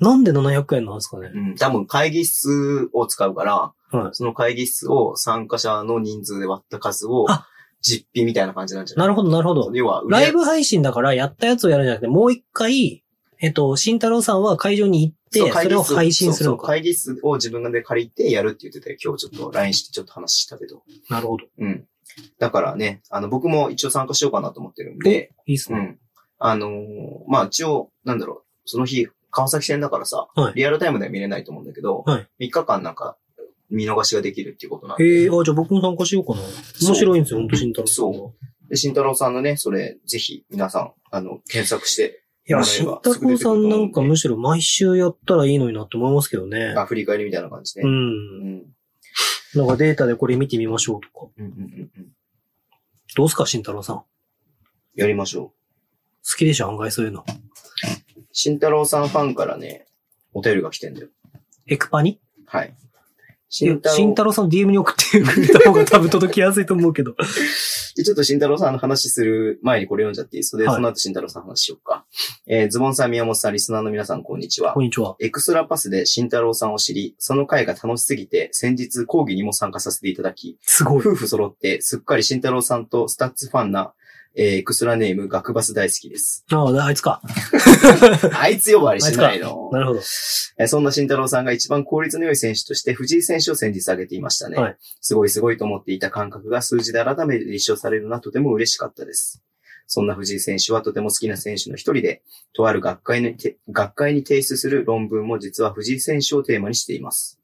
なんで700円なんですかね
うん、多分会議室を使うから、
はい
その会議室を参加者の人数で割った数を
あ、
実費みたいな感じなんじゃない
なるほど、なるほど。
要は、
ライブ配信だからやったやつをやるんじゃなくて、もう一回、えっと、慎太郎さんは会場に行って、
そう
それを配信する
そうそう
のか。
会議室を自分で借りてやるって言ってたよ。今日ちょっと LINE してちょっと話したけど。
なるほど。
うん。だからね、あの、僕も一応参加しようかなと思ってるんで、
いいっす
う
ね。
ん。あのーまあ、一応、なんだろう、その日、川崎戦だからさ、
はい
リアルタイムでは見れないと思うんだけど、
はい
3日間なんか、見逃しができるっていうことなんで
へえ、あ、じゃあ僕も参加しようかな。面白いんですよ、ほんと、慎太郎さんは。
そで、慎太郎さんのね、それ、ぜひ、皆さん、あの、検索して、
いや、
名
慎
前は
太郎さんなんかむしろ毎週やったらいいのになって思いますけどね。
あ、振り返りみたいな感じで。
う。
うんん。
なんかデータでこれ見てみましょうとか。
うんうんうんうん。
どうすか、慎太郎さん。好
やりましょ
きでしょ、案外そういうの。
う。慎太郎さんファンからね、お便りが来てんだよ。
エクパに
はい。
い
慎
や
太郎。
慎太郎さん DM に送ってくれた方が多分届きやすいと思うけ
[LAUGHS]
ど。
でちょっと慎太郎さんの話する前にこれ読んじゃっていいそれで、
はい
その後慎太郎さんの話しようか。えーズボンさん、宮本さん、リスナーの皆さん、こんにちは
こ。んにちは。
エクストラパスで慎太郎さんを知り、その回が楽しすぎて、先日講義にも参加させていただき、
すごい。
夫婦揃って、すっかり慎太郎さんとスタッツファンな、えーエクストラネーム、学バス大好きです。
ああ、あいつか。
あいつ呼ばわりしないの。
なるほど。
えーそんな慎太郎さんが一番効率の良い選手として、藤井選手を先日挙げていましたね。
はい
すごいすごいと思っていた感覚が数字で改めて立証されるのはとても嬉しかったです。そんな藤井選手はとても好きな選手の一人で、とある学会にて学会に提出する論文も実は藤井選手をテーマにしています。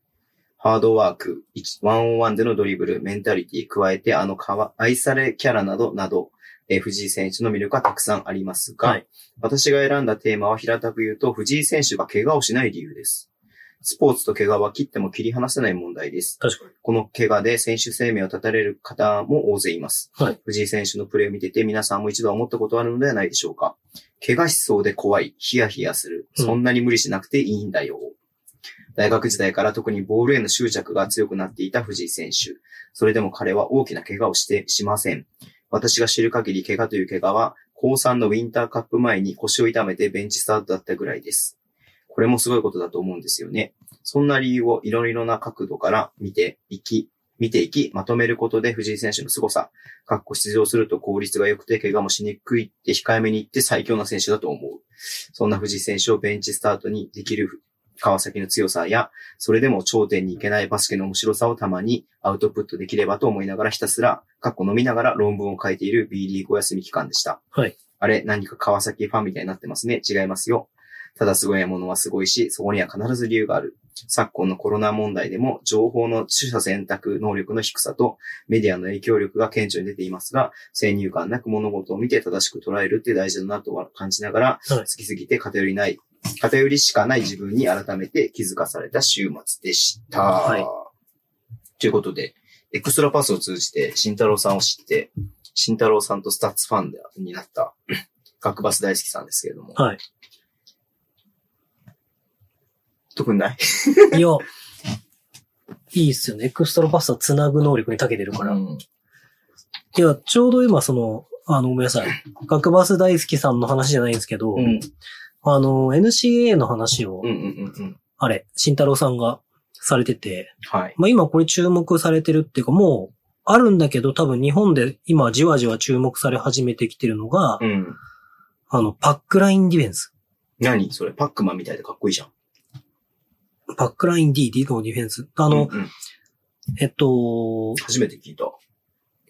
ハードワーク、一ワンオンワンでのドリブル、メンタリティ、加えてあのかわ愛されキャラなどなど、えー藤井選手の魅力はたくさんありますが、
はい
私が選んだテーマは平たく言うと藤井選手が怪我をしない理由です。スポーツと怪我は切っても切り離せない問題です。
確かに。
この怪我で選手生命を絶たれる方も大勢います。
はい
藤井選手のプレーを見てて皆さんも一度は思ったことあるのではないでしょうか。怪我しそうで怖い、ヒヤヒヤする、
うん
そんなに無理しなくていいんだよ。大学時代から特にボールへの執着が強くなっていた藤井選手。それでも彼は大きな怪我をしてしません。私が知る限り怪我という怪我は、高3のウィンターカップ前に腰を痛めてベンチスタートだったぐらいです。これもすごいことだと思うんですよね。そんな理由をいろいろな角度から見ていき、見ていき、まとめることで藤井選手の凄さ、かっこ出場すると効率が良くて怪我もしにくいって控えめに言って最強な選手だと思う。そんな藤井選手をベンチスタートにできる川崎の強さや、それでも頂点に行けないバスケの面白さをたまにアウトプットできればと思いながらひたすら、かっこ飲みながら論文を書いている B リーグお休み期間でした。
はい。
あれ、何か川崎ファンみたいになってますね。違いますよ。ただすごいものはすごいし、そこには必ず理由がある。昨今のコロナ問題でも、情報の取捨選択能力の低さと、メディアの影響力が顕著に出ていますが、先入観なく物事を見て正しく捉えるって大事だなとは感じなが [LAUGHS] ら、
はい
好きすぎて偏りない、偏りしかない自分に改めて気づかされた週末でした。
はい
ということで、エクストラパスを通じて慎太郎さんを知って、慎太郎さんとスタッツファンにな
[LAUGHS]
った、学バス大好きさんですけれども。
はい。
特にない
いや、いいっすよね。エクストラパスは繋ぐ能力に長けてるから。
うん
いや、ちょうど今、その、あの、ごめんなさい。学バス大好きさんの話じゃないんですけど、
うん。
あの、NCA の話を、
うんうんうんうん。
あれ、慎太郎さんがされてて、
はい。
まあ今これ注目されてるっていうか、もう、あるんだけど、多分日本で今じわじわ注目され始めてきてるのが、
うん。
あの、パックラインディフェンス。
何それパックマンみたいでかっこいいじゃん。
パックライン D、D のディフェンス。あの、
うんうん
えっと、
初めて聞いた。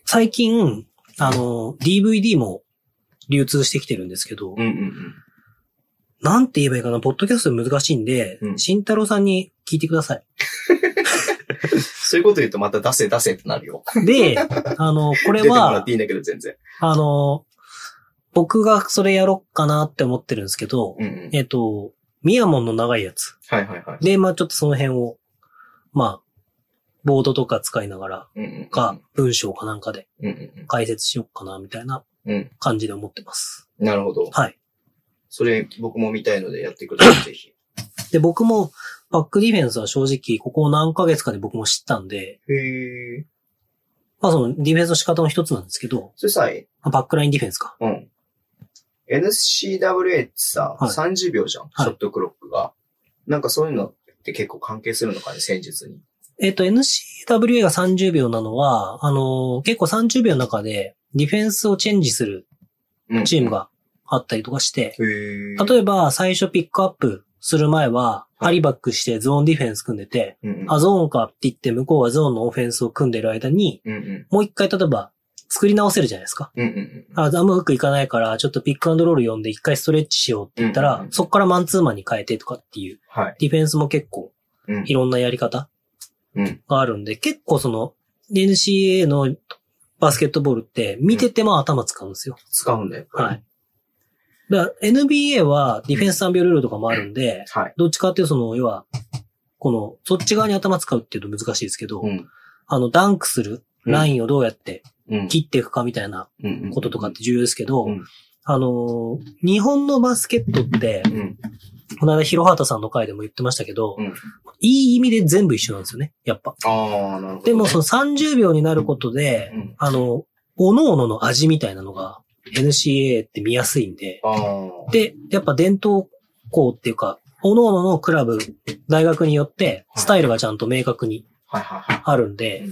最近、あの、DVD も流通してきてるんですけど、
うんうんうん。
なんて言えばいいかな、ポッドキャスト難しいんで、
うん
慎太郎さんに聞いてください。
そういうこと言うとまた出せ出せってなるよ。 [LAUGHS]
で、あの、こ
出
れ
てもらっ
は
て、いいんだけど全然。
あの、僕がそれやろっかなって思ってるんですけど、
うんうん。
えっと、ミヤモンの長いやつ。
はいはいはい。
で、まあちょっとその辺を、まあ、ボードとか使いながら
うんうん
か、文章かなんかで
うんうん
解説しよっかな、みたいな
うん。うん。
感じで思ってます。
なるほど。
はい。
それ僕も見たいのでやってくだ [COUGHS] さい、ぜひ。
で、僕も、バックディフェンスは正直、ここ何ヶ月かで僕も知ったんで、
へえ。
まあそのディフェンスの仕方の一つなんですけど、
それさ、
あバックラインディフェンスか。
うん。NCAA ってさ、
はい
30秒じゃん、
はい
ショットクロックが。なんかそういうのって結構関係するのかね、戦術に。
えっ、と、NCWA が30秒なのは、あのー結構30秒の中で、ディフェンスをチェンジする
うん
チーム。があったりとかして、
へえ。
例えば最初ピックアップする前は、ハリバックしてゾーンディフェンス組んでて、
うんうん
あ、ゾーンかって言って向こうはゾーンのオフェンスを組んでる間に、
うんうん。
もう一回例えば作り直せるじゃないですか。
うんうん
あ、ザムフックいかないから、ちょっとピックアンドロール読んで一回ストレッチしようって言った
う
ら、
んうんうん
そこからマンツーマンに変えてとかっていう、
はい。
ディフェンスも結構
うん
いろんなやり方
うん。
があるんで、結構その NCA のバスケットボールって見てても頭使うんですよ。
使うんだよ。
はい。。だから NBA はディフェンス3秒ルールとかもあるんで、
はい。
どっちかっていうとその、要は、この、そっち側に頭使うっていうと難しいですけど、
うん。
あの、ダンクするラインをどうやって
うん。
切っていくかみたいな
うん
こととかっ。て重要ですけど、
うん
あのー、日本のバスケットって
う、ん。
この間、広畑さんの回でも言ってましたけど、
うん
いい意味で全部一緒なんですよね、やっぱ。
ああ、なるほど。
でも、その30秒になることで、
うん。
あの、各々の味みたいなのが NCAA って見やすいんで、
ああ。
で、やっぱ伝統校っていうか、各々のクラブ、大学によって、スタイルがちゃんと明確に
はいはいはい。
あるんで、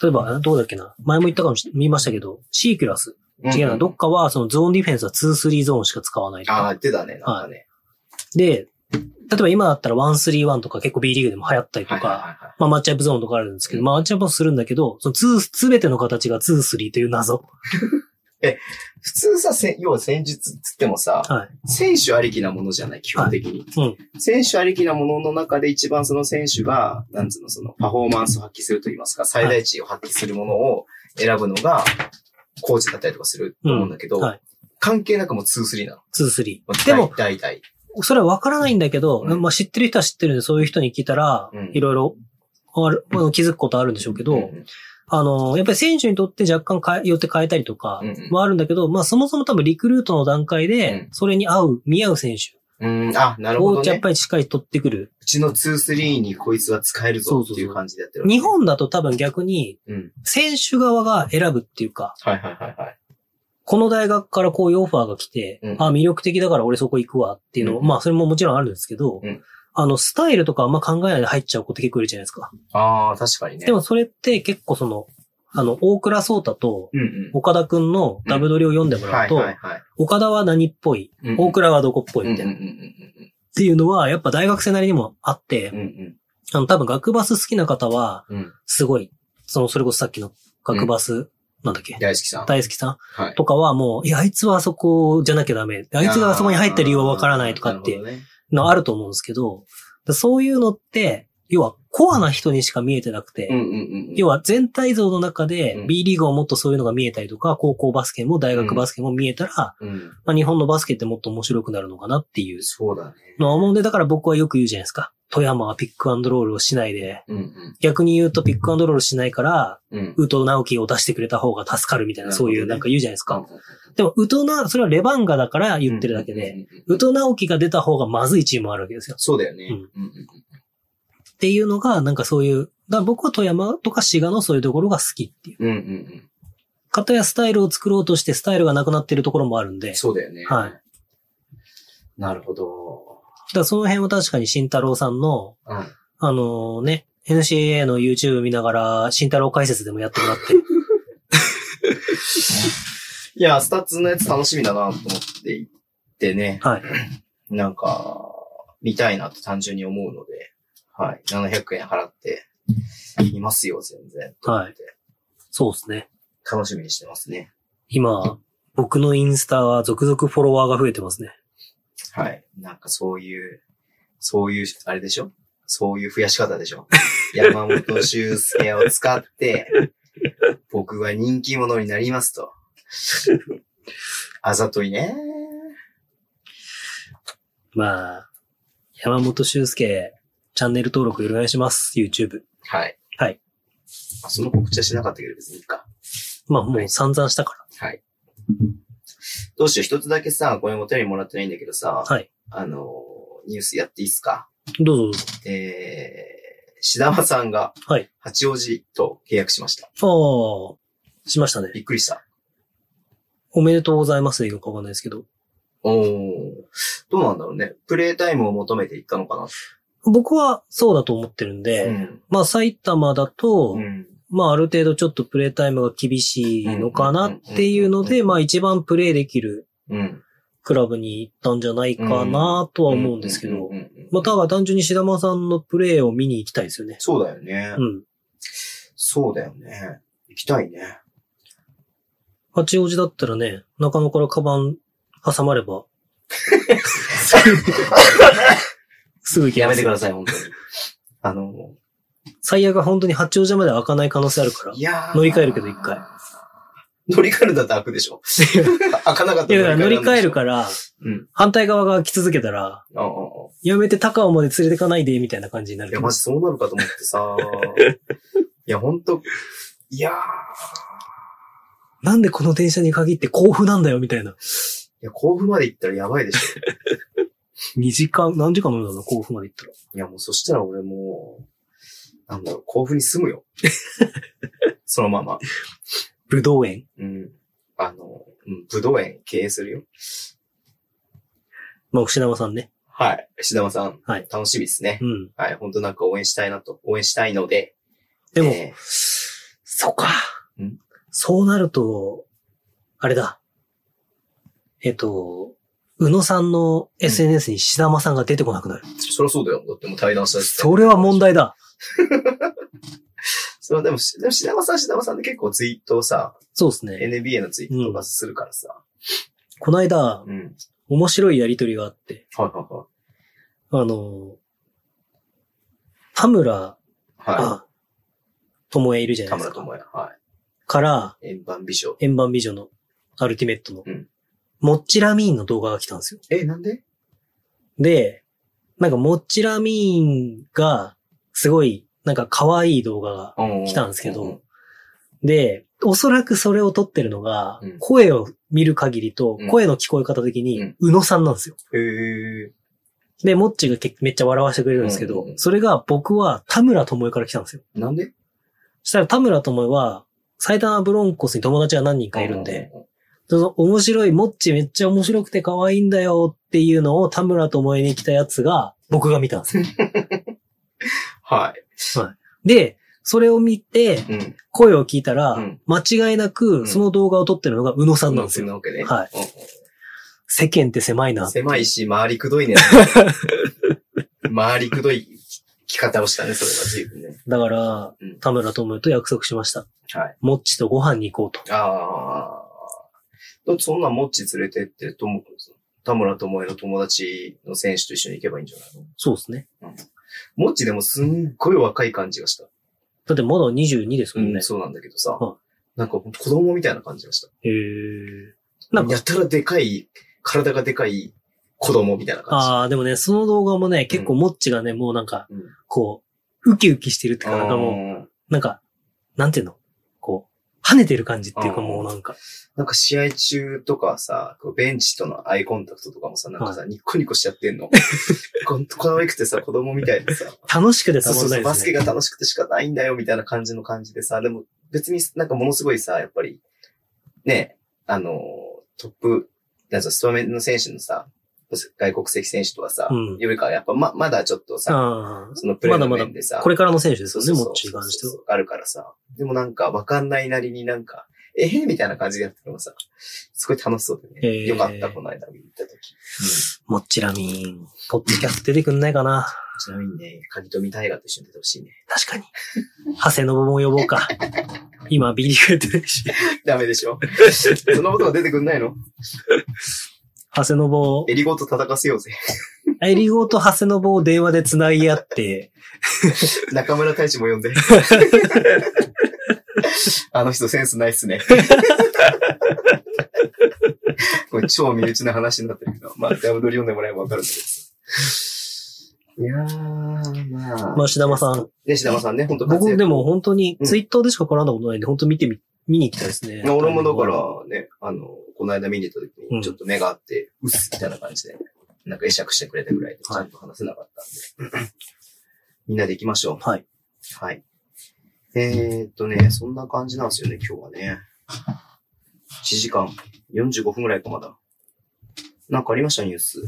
例えば、どうだっけな、前も言ったかもし見ましたけど、シーキュラス、違うな、どっかはそのゾーンディフェンスは2-3ゾーンしか使わないと
あ
か。
あ、出たね、なんかね。
で、例えば今だったら1-3-1とか結構 B リーグでも流行ったりと
はいはい
か、
はいはい。
まあマッチアップゾーンとかあるんですけど、
うん
まあマッチアップもするんだけど、その2、すべての形が2-3という謎。
普通さ、せ要は戦術っつってもさ、
はい
選手ありきなものじゃない、基本的に。
はい
選手ありきなものの中で一番その選手が、なんつうの、そのパフォーマンスを発揮するといいますか、最大値を発揮するものを選ぶのが、コーチだったりとかすると思うんだけど、
うんはい
関係なくもう2-3なの。
2、3
まあ。
でも、、
大体。
それはわからないんだけど、
うん
まあ知ってる人は知ってるんで、そういう人に聞いたら
うん、
いろいろ、あるあの気づくことあるんでしょうけど、
ん
あの、やっぱり選手にとって若干変え、寄って変えたりとか
うんうん
もあるんだけど、まあそもそも多分リクルートの段階
うん
で、それに合う、見合う選手
うん、うんあ、なるほど、
をやっ
ね。
ぱりしっかり取ってくる。
うちの2-3にこいつは使えるぞっていう感じでやってるわけ。
日本だと多分逆に、
うん。
選手側が選ぶっていうか、
はいはいはいはい。
この大学からこういうオファーが来て、
うん
あ、魅力的だから俺そこ行くわっていうのを、
うん
まあそれももちろんあるんですけど、
うん
あの、スタイルとかあんま考えないで入っちゃう子って結構いるじゃないですか。
ああ、確かにね。
でもそれって結構その、あの、大倉聡太と
うんうん。
岡田くんのダブドリを読んでもらうと、
はいはいはい
岡田は何っぽい、
うんうん。
大倉はどこっぽいみたいな。
うんうんうん
っていうのは、やっぱ大学生なりにもあって
うん、うん
あの、多分学バス好きな方は、
うんうん。
すごい、その、それこそさっきの学バス、なんだっけ、
大好きさん。
大好きさん
はい。
とかはもう、いや、あいつはあそこじゃなきゃダメ。あいつがあそこに入った理由はわからないとかっ
あー。な
て
るほどね
のあると思うんですけど、そういうのって、要はコアな人にしか見えてなくて、
うんうんうん。
要は全体像の中
う
で
ん
B リーグはもっとそういうのが見えたりとか、高校バスケも大学バスケも見えたら、
うん。
まあ、日本のバスケってもっと面白くなるのかなっていう
そうだね。
のは思うんで、だから僕はよく言うじゃないですか。富山はピックアンドロールをしないで、
うんうん
逆に言うとピックアンドロールしないから、
うん。
ウトナウキを出してくれた方が助かるみたい
な
な、
るほ
そ
ど
う
ね
いうなんか言うじゃないですか。
うんうん
でも、ウトナ、それはレバンガだから言ってるだけで、。
うん
ウトナウキが出た方がまずいチームもあるわけですよ。
そうだよね。
う
うんんうんうん。
っていうのが、なんかそういう、だから僕は富山とか滋賀のそういうところが好きっていう。
うんうん
片やスタイルを作ろうとしてスタイルがなくなってるところもあるん
う
で、
ん。そうだよね。。
はい
なるほど。
だからその辺は確かに慎太郎さんの、
うん。
あのね、NCAA の YouTube 見ながら、慎太郎解説でもやってもらって。
[LAUGHS] いや、スタッツのやつ楽しみだなと思っていってね、
はい。
なんか、見たいなと単純に思うので、はい。700円払って、いますよ、全然。
はい。そうですね。
楽しみにしてますね。
今、僕のインスタは続々フォロワーが増えてますね。
はい。なんかそういう、そういう、あれでしょそういう増やし方で
[LAUGHS]
しょ山本修介を使って、僕は人気者になりますと。あざといね。
まあ、山本修介、チャンネル登録お願いします。YouTube。
はい。
はい。
その告知はしなかったけど別にいいか。
まあも
は
う
い
散々したか
はい。どうしよう、一つだけさ、これもお便りもらってないんだけどさ、
ら。はい。
あの、ニュースやっていいっすか
どうぞどうぞ。
えー、志田さんが
はい、
八王子と契約しました。
ああ、しましたね。
びっくりした。
おめでとうございますでいいのかわかんないですけど。
おーどうなんだろうね。プレイタイムを求めていったのかな。
僕はそうだと思ってるんで、
ん。
まあ埼玉だと、
うん。
まあある程度ちょっとプレイタイムが厳しいのかなっていうので、
うん
まあ一番プレイできる
うん。
クラブに行ったんじゃないかなとは思うんですけど、
うんうんうん
まあただ単純に白間さんのプレイを見に行きたいですよね。
そうだよね。
うん。
そうだよね。行きたい
[LAUGHS]
ね。
八王子だったらね、中野からカバン挟まれば、すぐ行け
や
ま
め
す
て
よ
ください、本当に。 [LAUGHS] あの、
最悪は本当に八王子まで開かない可能性あるから。
いやー
乗り換えるけど一回。
乗り換えるんだったら開くでし
[LAUGHS]
ょ。開かなかった
いや、だから
ら
乗り換える
ら。
から、
うん。
反対側が開き続けたら、
ああああ
やめて高尾まで連れてかないで、みたいな感じになる
い
け
や、
ど。
マジそうなるかと思って
[LAUGHS]
さ。いや、ほんと、いやー。
なんでこの電車に限って甲府なんだよ、みたいな。
いや、甲府まで行ったらやばいでしょ。
2時間、何時間乗るんだろうな、甲府まで行ったら。
いや、もうそしたら俺もう、なんだろう、甲府に住む
[LAUGHS]
よ。そのまま。
武道園。
うん。あの、うん、武道園経営するよ。
まあ、串山さんね。
はい。石田さん。
はい
楽しみですね
う。ん。
はい。本当なんか応援したいなと。応援したいので。
でも、
え
そうか
うん。
そうなると、あれだ。えっと、宇野さんの SNS に志田さんが出てこなくなる。
ーそりゃそうだよ。だってもう対談したし。
それは問題だ。
そう、でも、しでも、品山さん、品山さんって結構ツイートをさ、
そうですね。
NBA のツイートとかするからさ、
この間、
うん。
面白いやりとりがあって、
はいは
あの、田村、
いはい。は
あ、友えいるじゃ
い。
な
田
いです
村智
か。
也。は
から、
い。円盤美女。
円盤美女のアルティメットの、
うん
もっちらみーンの動画が来たんですよ。
え、なんで
で、なんかもっちらみーンが、すごい、なんか可愛い動画が来
来
たんですけど、で、おそらくそれを撮ってるのが、
うん
声を見る限りと
うん、
声の聞こえ方的
う
に
ん、
宇野さんなんですよ。
へえ。
で、モッチがけめっちゃ笑わせてくれるんですけ
う
ど
んうんう、ん
それが僕は田村智恵から来たんですよ。
なんで
そしたら田村智恵は、埼玉ブロンコスに友達が何人かいるんで、。その面白い、モッチめっちゃ面白くて可愛いんだよっていうのを田村智恵に来たやつが、僕が見たんですよ。
はい。 [LAUGHS]
で、それを見て、
うん。
声を聞いたら、
うん
間違いな
うん
くその動画を撮ってるのが宇野さんなんです
そん
よ。
なわけね。
はい
うんうん。
世間って狭いな。
狭いし、回りく
[LAUGHS]
どいね。回りくどい聞き方をしたね、それは随分ね。
だから
うん、
田村智恵と約束しました。
はい。
モッチとご飯に行こうと。
ああ。そんなもっち連れてって、とも、田村智恵の友達の選手と一緒に行けばいいんじゃないの
そうですね。
もっちでもすんごい若い感じがした。
だってまだ22ですもん
う
ね
ん。そうなんだけどさ
は。
なんか子供みたいな感じがした。
へえ。なんか
や、たらでかい、体がでかい子供みたいな感
ああ、でもね、その動画もね、結構モッチがね、もうなんか、
じ。うん。
こう、ウキウキしてるっていうか、なんかも
うん
う、なんか、なんていうのこう、跳ねてる感じっていうか
あー
もうなんか、
なんか試合中とかさ、こうベンチとのアイコンタクトとかもさ、なんかさ、ニッコニコしちゃってんの。 [LAUGHS] こ可愛くてさ、子供みたいでさ、
楽しくて
そ
た
う
ま
そ
ん
うそ
な
う、
いで
バス
す
ケ
ね。
が楽しくて仕方ないんだよ、みたいな感じの感じでさ、でも別になんかものすごいさ、やっぱり、ね、あのー、トップ、なんかストメの選手のさ、外国籍選手とはさ、
うん
よりかはやっぱま、まだちょっとさ、
あ
そのプレーの
まだまだ
面でさ、
あ、これからの選手で
そ
す
う
よ
そ
ね、
う
モ
そう
ッチに関して
そう
は。
そうあるからさ。でもなんか、わかんないなりになんか、えへみたいな感じでやっててもさ、すごい楽しそうで
へ
ね。
ー
よかった、この間見た時。
モッチラミン、ポッドキャスト出てくんないかな。
ちなみにね、カニとミタイガと一緒に出てほしいね。 [LAUGHS]
確かに。長谷信も呼ぼうか。今、B リーグやってるし。
ダメで
[LAUGHS]
しょそんなことが出てくんないの
長谷信を
エリゴと戦わせよう
[LAUGHS]
ぜ。
エリゴと長谷信を電話で繋い合って、
中村大志も呼
[LAUGHS]
んで。あの人センスないっす
[LAUGHS]
ね。これ超身内な話になってるけど、まあ、ダブドリ読んでもらえばわかるんですけど。いやー、まあ。
まあ、志田間さん。
ね、シダマさんね、本当
僕でも本当に
うん
ツイッターでしか絡んだことないんで、本当見てみ、見に行きたいですね。
俺もだからね、あの、この間見に行った時
うん
に、ちょっと目があって、うっすみたいな感じで、なんか会釈してくれたぐらいで、ちゃんと話せなかったんで。みんなで行きましょ
はい。
う。はい。えーっとね、そんな感じなんですよね、今日はね。1時間45分ぐらいか、まだ。なんかありました、ニュース。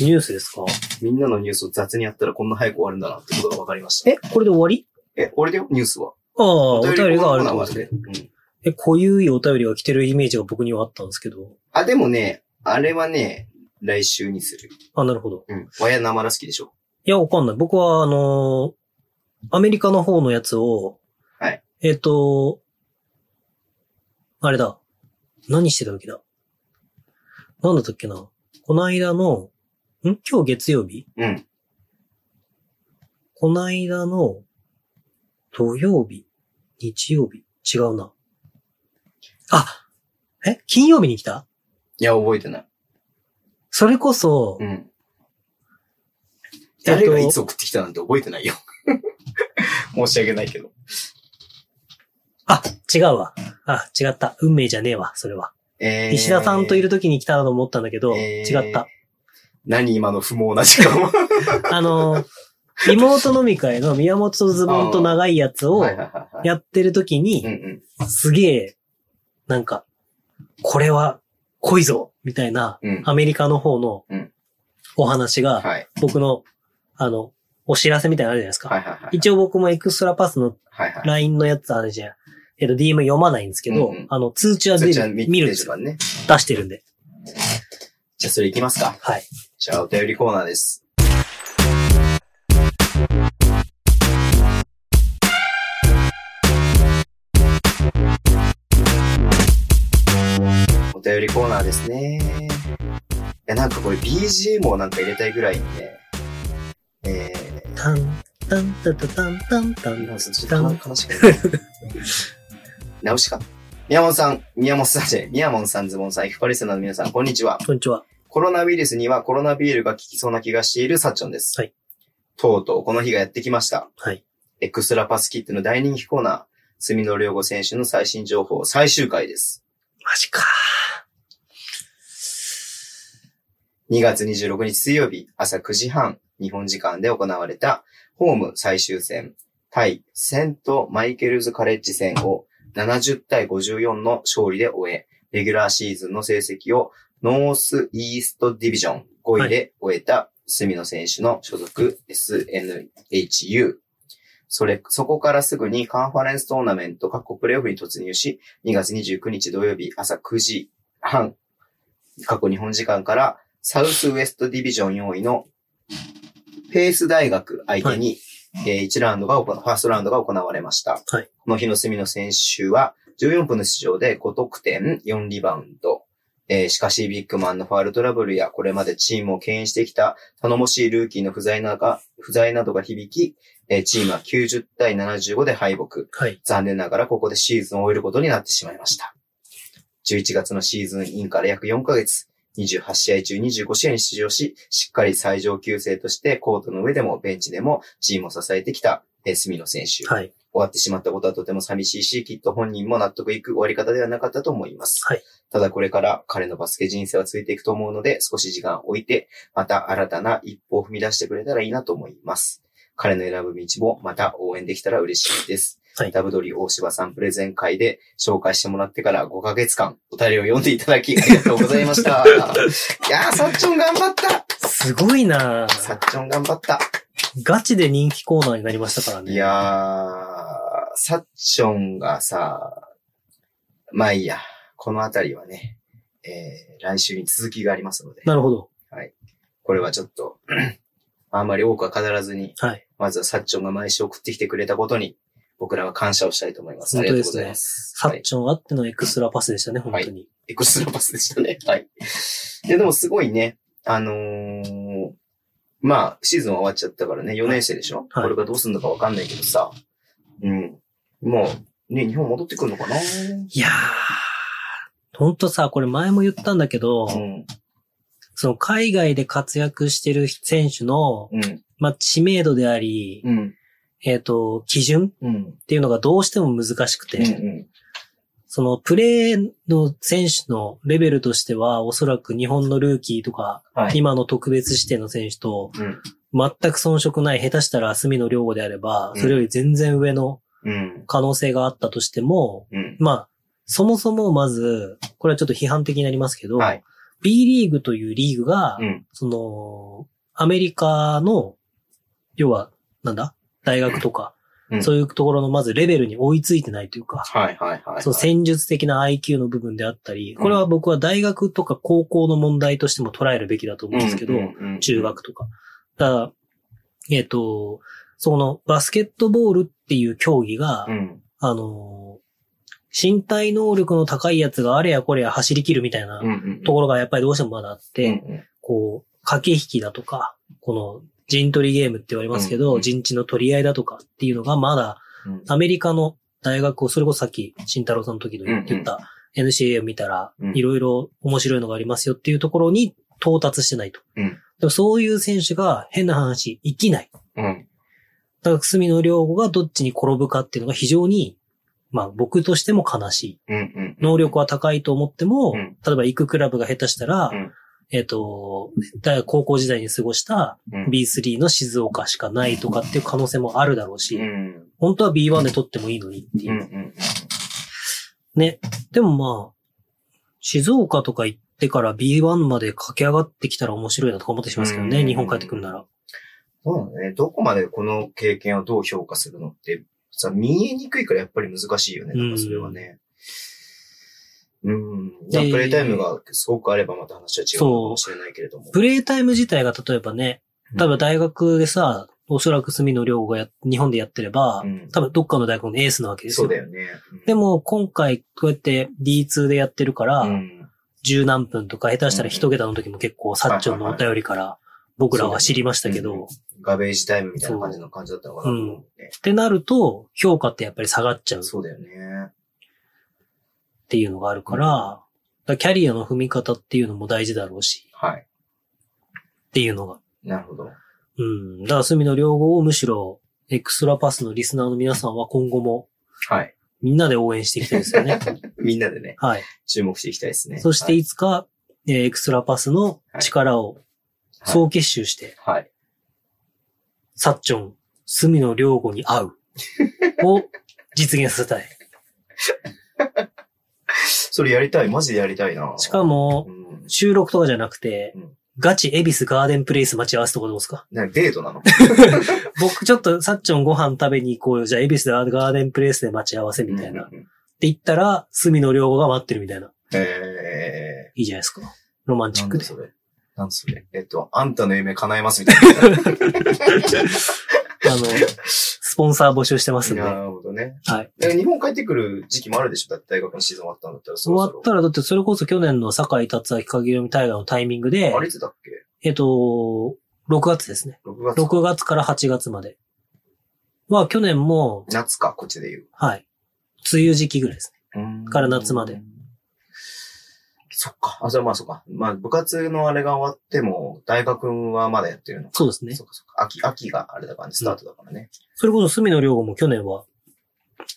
ニュースですか
みんなのニュースを雑にやったらこんな早く終わるんだなってことが分かりました。
え、これで終わり
え、俺だよ、ニュースは。
ああ、お便りがあるってこと
ま
で
です
ね
ね。。うん
え、こういうお便りが来てるイメージが僕にはあったんですけど。
あ、でもね、あれはね、来週にする。
あ、なるほど。
うん。親生ら好きでしょ。
いや、わかんない。僕は、あのーアメリカの方のやつを、
はい。
えっ、と、あれだ。何してた時だなんだったっけなこの間の、ん今日月曜日
うん。
こないだの土曜日、日曜日、違うな。あ、え金曜日に来た
いや、覚えてない。
それこそ、
ん。
えっと
誰がいつ送ってきたなんて覚えて
[LAUGHS]
ないよ。申し訳ないけど。
あ、違うわ。あ、違った。運命じゃねえわ、それは。
え
石田さんとい
る。
る時に来たなと思ったんだけど、
えー
違った。
何今の不毛な時
[LAUGHS]
間は。
あの、リモート飲み会の宮本とズボンと長いやつを
はいはいはいはい
やってる時
うん
に、
うん。
すげえ、なんか、これは濃いぞみたいな
うん、
アメリカの方の
うん
お話が、
はい。
僕の、あの、お知らせみたいなのあるじゃないですか。
はいはいはい。
一応僕もエクストラパスの
はいはい。
LINE のやつあるじゃん。えっと、DM 読まないんですけど、
うんうん
あの、通知は出
じゃあ
る、
見
見るん
て
で
時
すよ。
間ね。
出してるんで。
じゃあそれ行きますか。
はい。
じゃあお便りコーナーです。便りコーナーですね。いや、なんかこれ BGM をなんか入れたいぐらいにね、え
タン、タン、タタタン、タン、タ
ー、な
ン
ん、かちょっと悲しくなる [LAUGHS] 直しか。宮本さん、宮本さんじゃない、宮本さん、ズボンさん、エクパリスナーの皆さん、こんにちは。
こんにちは。
コロナウイルスにはコロナビールが効きそうな気がしているサッチョンです。
はい。
とうとうこの日がやってきました。
はい。
エクストラパスキットの大人気コーナー、住野良吾選手の最新情報最終回です。
マジか。
2月26日水曜日朝9時半、日本時間で行われたホーム最終戦、対セントマイケルズカレッジ戦を70対54の勝利で終え、レギュラーシーズンの成績をノースイーストディビジョン5位で終えた隅野選手の所属 SNHU。それ、そこからすぐにカンファレンストーナメント各国プレイオフに突入し、2月29日土曜日朝9時半、過去日本時間からサウスウエストディビジョン4位のペース大学相手に、え1ラウンドが行、ファーストラウンドが行われました。
はい
この日の隅野選手は14分の出場で5得点、4リバウンド。えーしかしビッグマンのファールトラブルやこれまでチームを牽引してきた頼もしいルーキーの不在なが不在などが響き、えーチームは90対75で敗北。
はい。
残念ながらここでシーズンを終えることになってしまいました。11月のシーズンインから約4ヶ月、28試合中25試合に出場し、しっかり最上級生としてコートの上でもベンチでもチームを支えてきた、えー、隅野選手。終
はい。
わってしまったことはとても寂しいし、きっと本人も納得いく終わり方ではなかったと思います。
はい
ただこれから彼のバスケ人生は続いていくと思うので、少し時間を置いて、また新たな一歩を踏み出してくれたらいいなと思います。彼の選ぶ道もまた応援できたら嬉しいです。
はい。
ダブドリ大柴さんプレゼン会で紹介してもらってから5ヶ月間お便りを読んでいただきありがとうございま
[LAUGHS]
した。いやー、サッチョン頑張った
すごいな
サッチョン頑張った。
ガチで人気コーナーになりましたからね。
いやー、サッチョンがさ、まあいいや、このあたりはね、えー、来週に続きがありますので、
なるほど。
これはちょっと、 [CLEARS THROAT] あんまり多くは語らずに、
はい。
まずはサッチョンが毎週送ってきてくれたことに、僕らは感謝をしたいと思います。あ
本
り
当
がとうご
です
ざ
ね
います。
サ
はい
ッチョンあってのエクストラパスでしたね、本当に。
エクストラパスでしたね。はい。で、でもすごいね、あのーまあ、シーズンは終わっちゃったからね、4年生でしょ、
はい
これからどうするのかわかんないけどさ、うん。もう、ね、日本戻ってくるのかない
やー。ほんとさ、これ前も言ったんだけど、
うん、
その海外で活躍してる選手の、
うん、
まあ、知名度であり、
うん、
えっ、と、基準
うん、うん、
っていうのがどうしても難しくて、
うん、
そのプレーの選手のレベルとしては、おそらく日本のルーキーとか、
はい。
今の特別指定の選手と、
うん、
全く遜色ない、下手したら隅野良吾であれば、
うん
それより全然上の
うん、
可能性があったとしても、
うん。
まあ、そもそもまず、これはちょっと批判的になりますけど、
はい。
B リーグというリーグが、
うん、
その、アメリカの、要は、なんだ大学とか、
うん
そういうところのまずレベルに追いついてないというか、
はい、はい、はい。
そう、戦術的な IQ の部分であったり、これは僕は大学とか高校の問題としても捉えるべきだと思うんですけど、
うん
中。学とか。ただ、えっ、と、そのバスケットボールっていう競技が、
うん、
あのー、身体能力の高いやつがあれやこれや走り切るみたいな
うん、うん。
ところがやっぱりどうしてもまだあって、
うん、
こう、駆け引きだとか、この陣取りゲームって言われますけど、
うんうん
陣地の取り合いだとかっていうのがまだ
うん、
アメリカの大学を、それこそさっき、慎太郎さんの時の言ってた NCA を見たら
う、ん
いろいろ面白いのがありますよっていうところに到達してないと。
うん
でもそういう選手が変な話、生きない。
うん、
だから、隅野良吾がどっちに転ぶかっていうのが非常に、まあ僕としても悲しい。
うん、うん。
能力は高いと思っても、
うん
例えば行くクラブが下手したら、
うん
えっ、と、だ高校時代に過ごした
うん、
B3 の静岡しかないとかっていう可能性もあるだろうし、
うん、
本当は B1 で取ってもいいのにっていう
うん、う。ん。
ね。でもまあ、静岡とか行ってから B1 まで駆け上がってきたら面白いなとか思ってしますけど
う
ね。
ん
日本帰ってくるなら。
そうだね。どこまでこの経験をどう評価するのって、さ、見えにくいからやっぱり難しいよね。なんかそれはね。うん。じゃあ
で
プレイタイムがすごくあればまた話は違うのかもしれないけれども。
プレイタイム自体が例えばね、多分大学でさ、おそらく隅野良がや日本でやってれば、
うん
多分どっかの大学のエースなわけです
そ
よ。
うだよね。うん
で、も今回こうやって D2 でやってるから、
うん。
十何分とか、下手したら一桁の時も結構、サッチョンのお便りから僕らは知りましたけ
うん
ど、っ
ガベージタイムみたいな感じの感じだったのかなと思って。
てなると、評価ってやっぱり下がっちゃうっ
そうだよね。
ていうのがあるから、だからキャリアの踏み方っていうのも大事だろうし、
はい。
っていうのが。
なるほど。
うん。だから、隅の両語をむしろ、エクストラパスのリスナーの皆さんは今後も
はい。
みんなで応援していきたいです
[LAUGHS]
よね。
みんなでね、
はい。
注目していきたいですね。
そし
は
て
い、
いつか、えーエクストラパスの力を総結集して、
はい。
サッチョン、隅の両語に会うを実現させたい。
それやりたい。マジでやりたいな。
しか
う
も、
ん、
収録とかじゃなくて
うん、
ガチ恵比寿ガーデンプレイス待ち合わせとかどうですか
なんかデートなの
僕ちょっとサッチョンご飯食べに行こうよ。じゃあ恵比寿ガーデンプレイスで待ち合わ [LAUGHS] せみたいな。っ
う
て
んうんうん
言ったら、隅の両語が待ってるみたいな。
え
いいじゃないですか。ロマン
ー、
チ
な
ッ
ん
ク
だ
で。
それ。なんだそれ。えっと、あんたの夢叶えますみ
[LAUGHS]
たいな。
あの、スポンサー募集してますんで。は
なるほどね。
い。
え日本帰ってくる時期もあるでしょだって大学のシーズン終わったんだったらそ
終
ろ
わ
そろ。
ったら、だってそれこそ去年の坂井達明影読み大河のタイミングで
あ、れいつだっけ
えっと、6月ですね。
?6 月。
6月から8月まで。は、去年も、
夏か、こっちで言う。
はい。梅雨時期ぐらいですね。から夏まで。
そっか。あ、それはまあそっか。まあ部活のあれが終わっても、大学はまだやってるのか。
そうですね。
そっかそっか。秋、秋があれだからね、スタートだからね。
それこそ隅野良吾も去年は、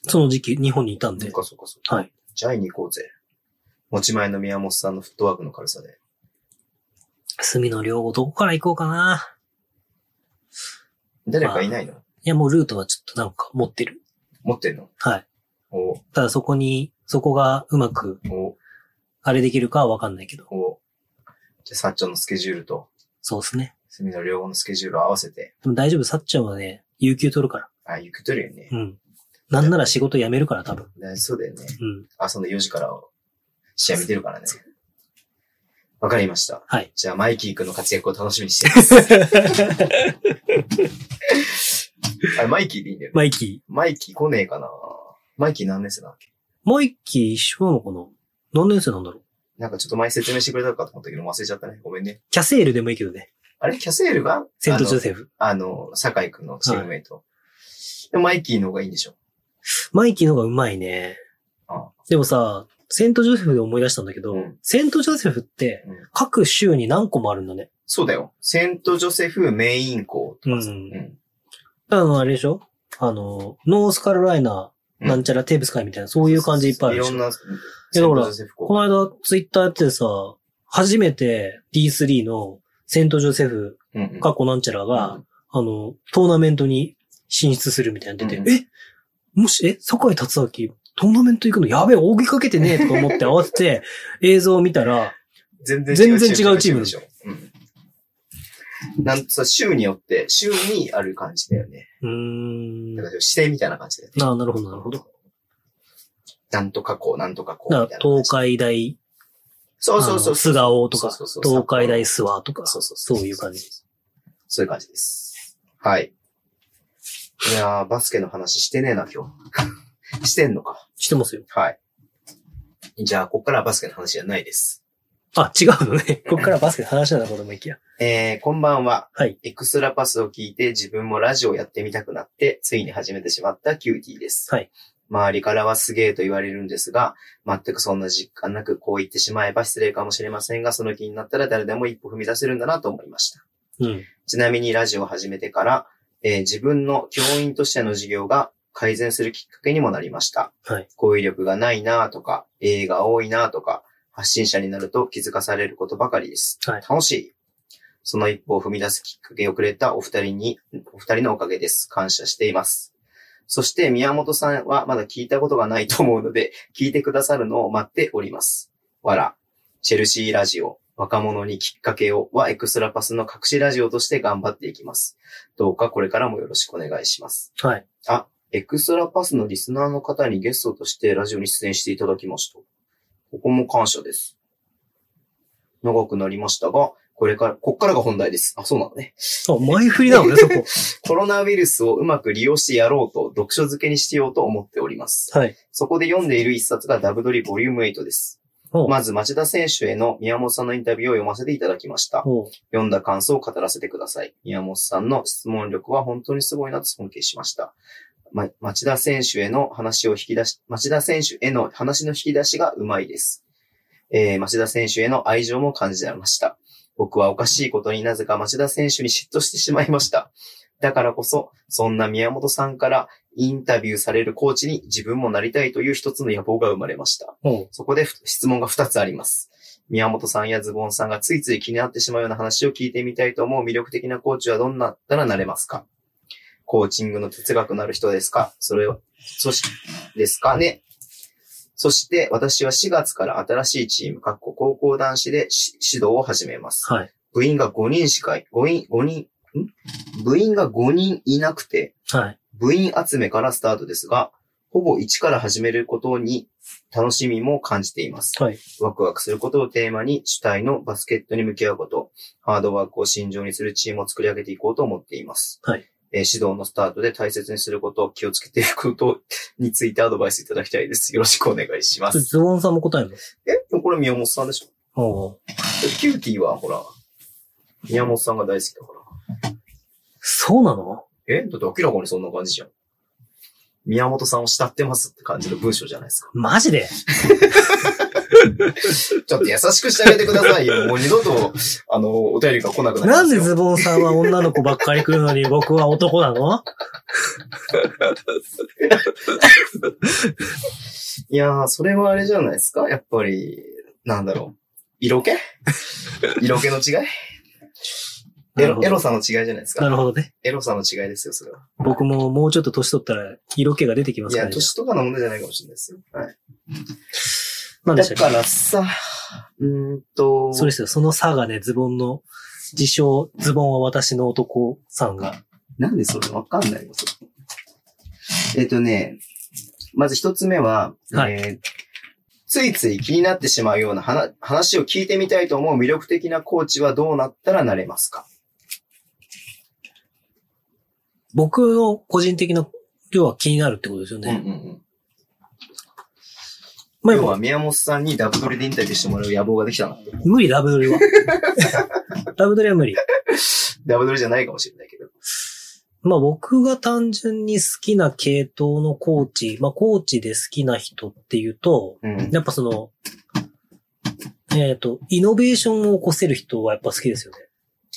その時期日本にいたん
そっ
で、
かそっかそっか。
はい。
じゃあ会いに行こうぜ。持ち前の宮本さんのフットワークの軽さで。
隅野良吾どこから行こうかな。
誰かいないの
いや、もうルートはちょっとなんか持ってる。
持ってんの
はい。
お
ただそこに、そこがうまく、
お
あれできるかはわかんないけど。
おじゃあ、サッチョンのスケジュールと、
そうですね。
スミの両方のスケジュールを合わせて、
でも大丈夫、さっちゃんはね、有給取るから。
あ、行くとるよね
う。ん。なんなら仕事辞めるから、多分。
ねそうだよね。
うん。
朝の4時から試合見てるからね。わかりました。 [LAUGHS]
はい。
じゃあ、マイキー君の活躍を楽しみにしてい [LAUGHS] ます。あれ、マイキーでいいんだよね。
マイキー。
マイキー来ねえかなマイキー何年生なんだっけ
マイキー一緒なのかな何年生なんだろう
なんかちょっと前説明してくれたかと思ったけど忘れちゃったね。ごめんね。
キャセールでもいいけどね。
あれキャセールが
セントジョセフ。
あの、あの酒井君のチームメイト。でもマイキーの方がいいんでしょ
マイキーの方がうまいね。
あ
でもさ、セントジョセフで思い出したんだけど、
うん
セントジョセフって
うん
各州に何個もあるんだね。
そうだよ。セントジョセフメイン校とかさ。
う
うんん。
あの、あれでしょあの、ノースカロライナ、
うん
なんちゃらテーブス会みたいな、そういう感じいっぱいあるでしょ
いろんな、
い
セ
や
ン
だ
ト
から
ジョセフ
こ
校。
の間、ツイッターやっててさ、初めて D3 のセントジョセフ、
うんうん
過去なんちゃらが、
うん
あの、トーナメントに進出するみたいなの出て、
うん
えもし、え酒井達明、トーナメント行くのやべえ、大食いかけてねえとか思って慌てて [LAUGHS] 映像を見たら、
全然
全然違うチーム
でしょ。うん。なんそう、州によって、州にある感じだよね。
うーん。
だから指定みたいな感じだよね。
ああ、なるほど、なるほど。だ。
なんとかこう、なんとかこう。
から
みたいな感
東
じ
海大、
そうそうそ
あの
うそう。
菅生とか、
そうそうそう
東海大諏訪とか、
そうそう
そういう感じ。。
そういう感じです。はい。いやー、バスケの話してねえな、今日。 [LAUGHS] してんのか。
してますよ。
はい。じゃあ、ここからはバスケの話じゃないです。
あ、違う
[LAUGHS]
のね。こっからバスケの話なんだ、子供行きや。
えー、こんばんは。
はい。
エクストラパスを聞いて自分もラジオやってみたくなって、ついに始めてしまったキューティーです。
はい。
周りからはすげえと言われるんですが、全くそんな実感なくこう言ってしまえば失礼かもしれませんが、その気になったら誰でも一歩踏み出せるんだなと思いました。
うん。
ちなみにラジオを始めてから、えー自分の教員としての授業が改善するきっかけにもなりました。
はい
語彙力がないなとか、映画多いなとか、発信者になると気づかされることばかりです。
はい
楽しい。その一歩を踏み出すきっかけをくれたお二人に、お二人のおかげです。感謝しています。そして宮本さんはまだ聞いたことがないと思うので、聞いてくださるのを待っております。わら。チェルシーラジオ、若者にきっかけをはエクストラパスの隠しラジオとして頑張っていきます。どうかこれからもよろしくお願いします。
はい。
あ、エクストラパスのリスナーの方にゲストとしてラジオに出演していただきました。ここも感謝です。長くなりましたが、これから、こっからが本題です。あ、そうなのね。
あ、前振りなの
[LAUGHS]
ね、そこ。
コロナウイルスをうまく利用してやろうと、読書漬けにしてようと思っております。
はい。
そこで読んでいる一冊がダブドリボリューム8です。
ほう
まず町田選手への宮本さんのインタビューを読ませていただきました。
ほう
読んだ感想を語らせてください。宮本さんの質問力は本当にすごいなと尊敬しました。ま、町田選手への話を引き出し、町田選手への話の引き出しがうまいです。えー、町田選手への愛情も感じられました。僕はおかしいことになぜか町田選手に嫉妬してしまいました。だからこそ、そんな宮本さんからインタビューされるコーチに自分もなりたいという一つの野望が生まれました。
ほ
そこでふ質問が2つあります。宮本さんやズボンさんがついつい気になってしまうような話を聞いてみたいと思う魅力的なコーチはどんなならなれますかコーチングの哲学のある人ですかそれは、そし、ですかねそして、私は4月から新しいチーム、かっこ高校男子でし指導を始めます。
う。はい。
部員が5人しかい、5人、5人、ん部員が5人いなくて、
はい。
部員集めからスタートですが、ほぼ一から始めることに楽しみも感じています。
はい
ワクワクすることをテーマに主体のバスケットに向き合うこと、ハードワークを心情にするチームを作り上げていこうと思っています。
はい
えー指導のスタートで大切にすること、気をつけていくことについてアドバイスいただきたいです。よろしくお願いしま
それ
す。
ズボンさんも答えるの
え、でもこれ宮本さんでしょ
ほう
キューティーはほら、宮本さんが大好きだから。
そうなの
えだって明らかにそんな感じじゃん。宮本さんを慕ってますって感じの文章じゃないですか。
マジで
ちょっと優しくしてあげてください
[LAUGHS]
よ。もう二度と、あの、お便りが来なくなります
なんで
よ
ズボンさんは女の子ばっかり来るのに僕は男な
[LAUGHS]
の
いやー、それはあれじゃないですか。やっぱり、なんだろう。色
[LAUGHS]
気色気の違いエロ、エロさの違いじゃないです
な
か。
るほどね。
エロさの違いですよ、それは。
僕ももうちょっと年取ったら色気が出てきま
い
すか
や、
らね。
年とかの問題じゃないかもしれないですよ。はい。
なんでし
だ
た
か
っ
らさ、うーんと
け、そうですよ。その差がね、ズボンの、自称、ズボンは私の男さんが。
なんでそれわかんないのそれえっ、とね、まず一つ目は、
はい
えーついつい気になってしまうような話話を聞いてみたいと思う魅力的なコーチはどうなったらなれますか
僕の個人的な、要は気になるってことですよね。
うん
まあやっ
要
ぱ
は宮本さんにダブドリでインタビューしてもらう野望ができたなって。
無理、ラブド
[LAUGHS]
リは。ラブドリは無理。
ダブドリじゃないかもしれないけど。
まあ僕が単純に好きな系統のコーチ、まあコーチで好きな人っていうと、
うん。
やっぱその、えっ、と、イノベーションを起こせる人はやっぱ好きですよね。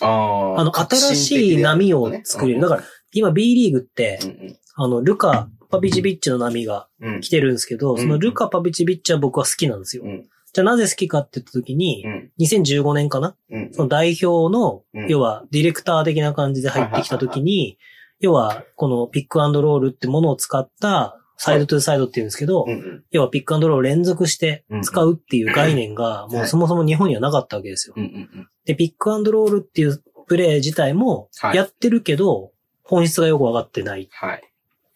ああ
あの、新しい波を作れる。だから、今 B リーグって、
うん
あの、ルカ・パビチビッチの波が
うん。
来てるんですけど、
ん
そのルカ・パビチビッチは僕は好きなんですよ
う。ん。
じゃあなぜ好きかって言った時に
う、ん。
2015年かな
うん。
その代表の
うん、
要はディレクター的な感じで入ってきた時に、要はこのピックアンドロールってものを使った、サイドトゥサイドって言うんですけど
う、ん。
要はピックアンドロールを連続して使うっていう概念が、もうそもそも日本にはなかったわけですよ
うん。う。ん。
で、ピックアンドロールっていうプレイ自体も
はい
やってるけど、本質がよくわかってない。
はい。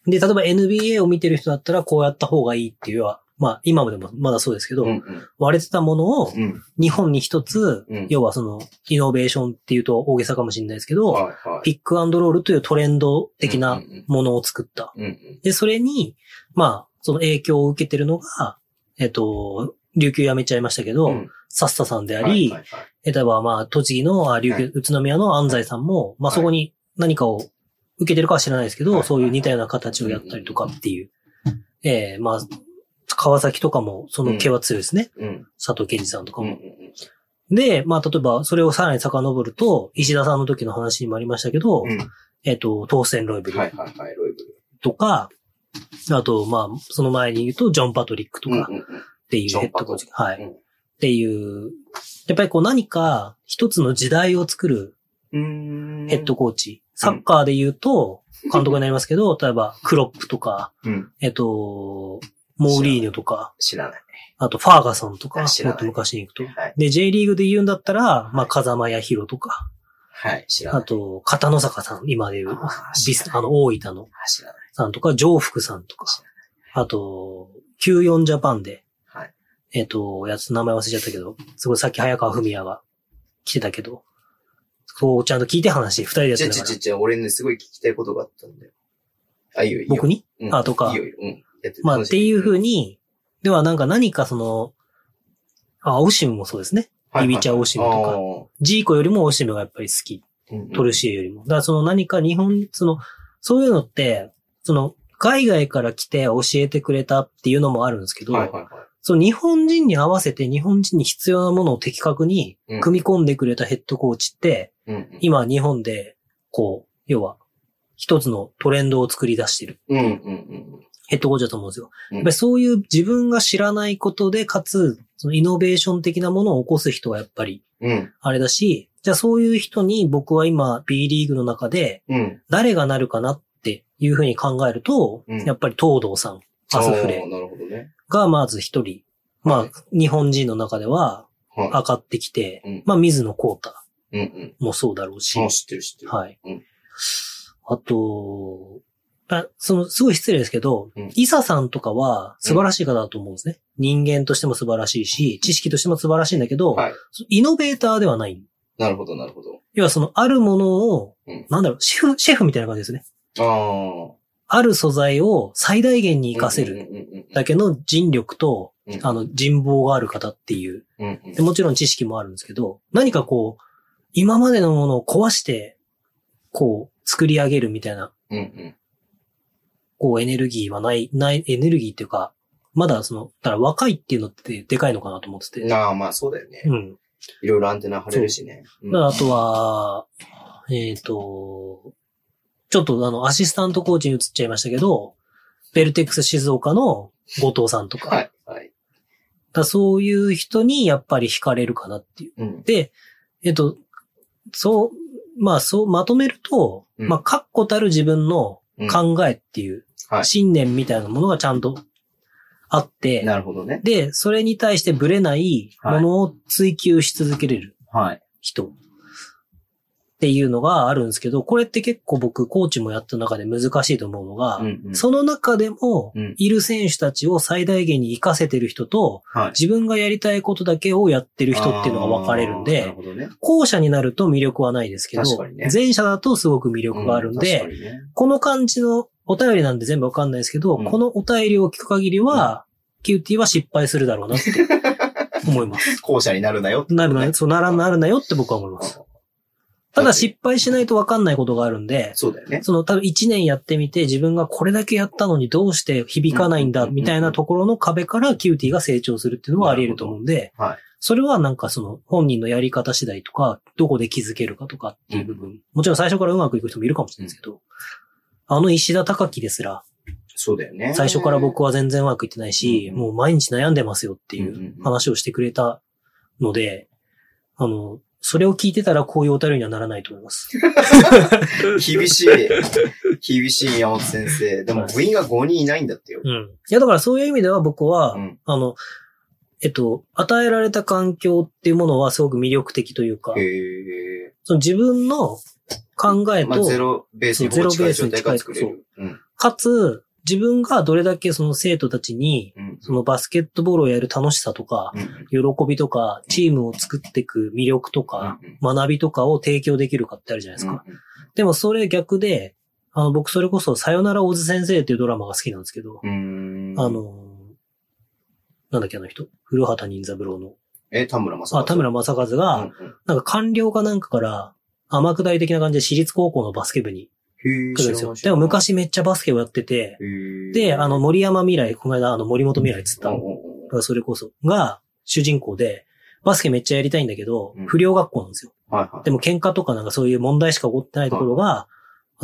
で、例えば NBA を見てる人だったらこうやった方がいいっていう、要はまあ今までもまだそうですけど、
うん。
割れてたもの
う
を
ん。
日本に一つ、
うん
要はそのイノベーションっていうと大げさかもしれないですけど、
はい。はい。
ピックアンドロールというトレンド的
う
なんものを作った。
うん。うん
で、それに、まあ、その影響を受けてるのが、えっと、琉球やめちゃいましたけ
う
ど、
ん。
サッサさんであ
はい
り、
はいはい
例えばまあ、栃木の、あ琉
はい
球、宇都宮の安西さんも、まあ
はい
そこに何かを受けてるかは知らないですけど、
はい
そういう似たような形をやったりとかっていう。ええまあ、川崎とかもその気は強いですね。
うん。
佐藤健二さんとか
うんう
も。
ん
で、まあ、例えば、それをさらに遡ると、石田さんの時の話にもありましたけど、
うん。うん
えっ、と、当選ロイブル
はいはいはい、ロイブル。
とか、あと、まあ、その前に言うと、ジョン・パトリックと
うんう
か
ん
っていう
ジョン
ヘッドコーチ。は
う
い。
ん
っていう、やっぱりこう何か一つの時代を作る
うん。うーん
ヘッドコーチ。サッカーで言うと、監督になりますけど、例えば、クロップとか、
うん。
えっと、モーリーニョとか、
知らない。
あと、ファーガソンとか、も
知らない
っと昔に行くと。
はい。
で、J リーグで言うんだったら、まあ、風間彌弘とか、
はい、知らな
あ
い。
と、片野坂さん、今で言う、
あー
ビス、あの、大分の
知らない。
さんとか、上福さんとか、あと、94ジャパンで、
はい。
えっ、と、やつ名前忘れちゃったけど、すごいさっき早川文也が来てたけど、そうちゃんと聞いて話、二人でやっ
ちょ
てた
ちょ
か
ち
ら
ょ、ちょ、俺ね、すごい聞きたいことがあったんだよ。あ、いいよ、いいよ。
僕に
うん
あとか
いいよ、いいようん。やって
まあ、っていうふう
に。
に、ではなんか何かその、あ、オシムもそうですね。
はい
イビチャオシムとか。ジーコよりもオシムがやっぱり好き。
か
トルシエよりも。だからその何か日本、その、そういうのって、その、海外から来て教えてくれたっていうのもあるんですけど、
はいはいはい。
その日本人に合わせて日本人に必要なものを的確に
うん
組み込んでくれたヘッドコーチって、
うんうん
今日本で、こう、要は、一つのトレンドを作り出してる
うんうん
ヘッドコーチだと思うんですよ。
うん。
やっぱりそういう自分が知らないことで、かつ、そのイノベーション的なものを起こす人がやっぱり、
うん
あれだし、じゃあそういう人に僕は今 B リーグの中で
うん。
誰がなるかなっていうふうに考えると、
うん
やっぱり東堂さん、アスフ
あ
レ
ーなるほどね。
がまず一人、まあ日本人の中では
はい。
上がってきて、
うん
まあ水野幸太
うんうん。
もそうだろうし、
あ知ってる知ってる。
はい。
うん
あと、あその、すごい失礼ですけど、
うん
イサさんとかは素晴らしい方だと思うんですね。人間としても素晴らしいし、知識としても素晴らしいんだけど、
はい
イノベーターではない。
なるほどなるほど。
要はその、あるものを、
うん
なんだろう、シェフ、シェフみたいな感じですね。
あ
ある素材を最大限に
あ。
活かせ
うんう
る
んうんうん。
だけの人力と、
うん
あの、人望がある方っていう。
うんうん
でもちろん知識もあるんですけど、何かこう、今までのものを壊して、こう、作り上げるみたいな
うんうん。
こうエネルギーはない、ない、エネルギーっていうか、まだその、だから若いっていうのってでかいのかなと思ってて。
ああ、まあそうだよね。
うん。
いろいろアンテナ張れるしね。う
だ
ん
からあとは、えっ、と、ちょっとあの、アシスタントコーチに移っちゃいましたけど、ベルテックス静岡の後藤さんとか、
は
だ
い。
か
はい。
らそういう人にやっぱり惹かれるかなっていう。
うん。
で、えっ、と、そう、まあそう、まとめると、
うん
まあ、確固たる自分の
うん
考えっていう
は、い
信念みたいなものがちゃんとあって、
なるほどね。
で、それに対してブレないものを追求し続けれる
はい。
人っていうのがあるんですけど、これって結構僕、コーチもやった中で難しいと思うのが、
うんうん。
その中でも
うん、
いる選手たちを最大限に活かせてる人と、
はい。
自分がやりたいことだけをやってる人っていうのが分かれるん
あーなる
で、
ほどね。
後者になると魅力はないですけど
確かにね、
前者だとすごく魅力があるんで、
う確かにね
この感じのお便りなんで全部わかんないですけど、
うん
このお便りを聞く限りは、キューティーは失敗するだろう
[LAUGHS]
なって思います。
後者になるなよってことね。
なるなよ、そうならなるなよって僕は思います。ただ失敗しないとわかんないことがあるんで、
そうだよね。
その多分1年やってみて自分がこれだけやったのにどうして響かないんだ
うん
みたいなところの壁からキューティーが成長するっていうのはあり得ると思うんで、
はい。
それはなんかその本人のやり方次第とか、どこで気づけるかとかっていう部分、もちろん最初からうまくいく人もいるかもしれないですけど、あの石田隆樹ですら、
そうだよね。
最初から僕は全然うまくいってないし、
うん
もう毎日悩んでますよってい
んうん
う
うん
話をしてくれたので、あの、それを聞いてたらこういうお便りにはならないと思います。
厳しい。厳しい宮本先生。でも部員が5人いないんだってよ。
うん。いや、だからそういう意味では僕は、
うん
あの、えっと、与えられた環境っていうものはすごく魅力的というか、
へえ。
その自分の考え
まあ、
と、
ゼロベースにほぼ近い状態が作れる。うん。
かつ、自分がどれだけその生徒たちに、
うん。
そのバスケットボールをやる楽しさとか、
うん。
喜びとか、チームを作っていく魅力とか、
うん
学びとかを提供できるかってあるじゃないですか。でもそれ逆で、あの、僕それこそ、さよなら大津先生っていうドラマが好きなんですけど、
うん。うん
あ、の、なんだっけあの人、古畑任三郎の、
え、田村正和。
あ、田村正和
う
が
ん、うん
なんか官僚かなんかから、天下り的な感じで私立高校のバスケ部に
へえ。
来るんですよ。でも昔めっちゃバスケをやってて、
昔
で、あ
の、
の、森山未来、この間、あの、森本未来っつった、
うんうんうん
それこそ、が、主人公で、バスケめっちゃやりたいんだけど
うん、
不良学校なんですよ。
はいはい。
でも喧嘩とかなんかそういう問題しか起こってないところが、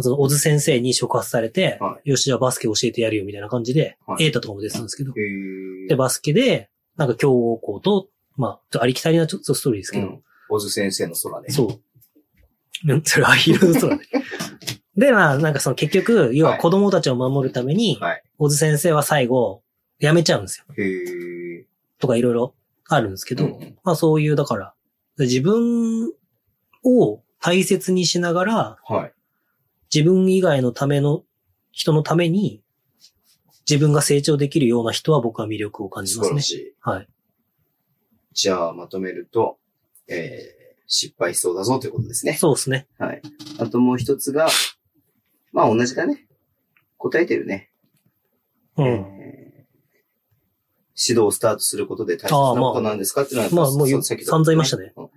その、小津先生に触発されて、
は
よし、じゃあバスケ教えてやるよ、みたいな感じで、
はい
エータとかも出てたんですけ
へ
ど、
え。
で、バスケで、なんか強豪校と、まあ、ちょっとありきたりなちょっとストーリーですけど、
うん小津先生の空で。
そう。うんそれは色々そ
[LAUGHS]
うだね。で、まあ、なんかその結局、要は子供たちを守るために、
はい
小津先生は最後、辞めちゃうんですよ。
へえ。
とかいろいろあるんですけど、
うんうん
まあそういう、だから、自分を大切にしながら、
はい。
自分以外のための、人のために、自分が成長できるような人は僕は魅力を感じ
素
ます
晴
ね
ら。しい。
はい。
じゃあ、まとめると、えー、失敗しそうだぞということですね。
そうですね。
はい。あともう一つが、まあ同じだね。答えてるね。
うん。
えー指導をスタートすることで大切なことなんですかっていうのは、
まあもう言う
さっき
散々言いましたね。
うん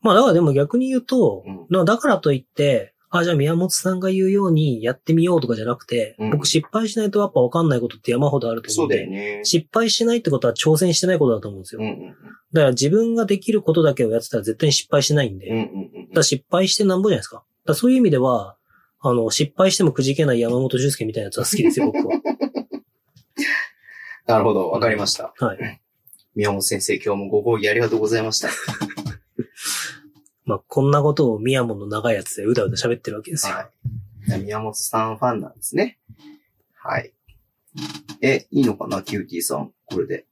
まあだからでも逆に言うと、
うん
なだからといって、あ、じゃあ宮本さんが言うようにやってみようとかじゃなくて、
うん
僕失敗しないとやっぱわかんないことって山ほどあると思
そううんだ
で、
よね。
失敗しないってことは挑戦してないことだと思うんですよ。
うんうん
だから自分ができることだけをやってたら絶対に失敗しないんで、
うん。うん
だ
うんうん
から失敗してなんぼじゃないですか。だからそういう意味では、あの、失敗してもくじけない山本俊介みたいなやつは好きですよ、僕は。
なるほど、わかりました。
はい。
[LAUGHS] 宮本先生、今日もご講義ありがとうございま
[LAUGHS]
した。
まあ、こんなことを宮本の長いやつでうだうだ喋ってるわけですよ。
はい。宮本さんファンなんですね。はい。え、いいのかな、キューティーさん。これで。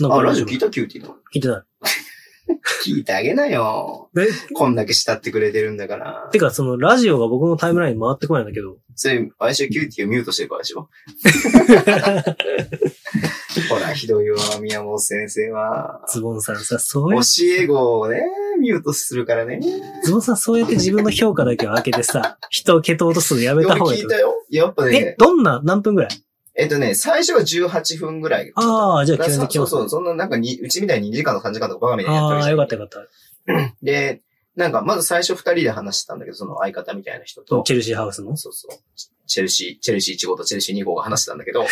なん
あ、
か
ラジオ聞いたキューティーの。
聞いてな
聞いてあげなよ。
い。え
こんだけ慕ってくれてるんだから。
てか、その、ラジオが僕のタイムラインに回ってこないんだけど。
それ、毎週キューティーをミュートしてるからでし
[LAUGHS]
ょほら、ひどいわ、宮本先生は。
ズボンさんさ、そう
教
や、
え子をね、ミュートするからね。
ズボンさんそうやって自分の評価だけを開けて
[LAUGHS]
さ、人を蹴と落とすのやめ
俺
た方がいい
聞い
と
た。よ。やっぱ
え
ね、、
どんな、何分ぐらい
えっとね、最初は18分ぐらい。
ああ、じゃあ急
そ
に
うそ
来ま
う
す。
そう、そんななんかに、うちみたいに2時間とか3時間とかバカみたいにやった
あ
り
あ、よかった
よ
よかった。
で、なんかまず最初2人で話してたんだけど、その相方みたいな人と、
チェルシーハウ
[LAUGHS]
スの。
そうそう、チェルシー、チェルシー1号とチェルシー2号が話してたんだけど、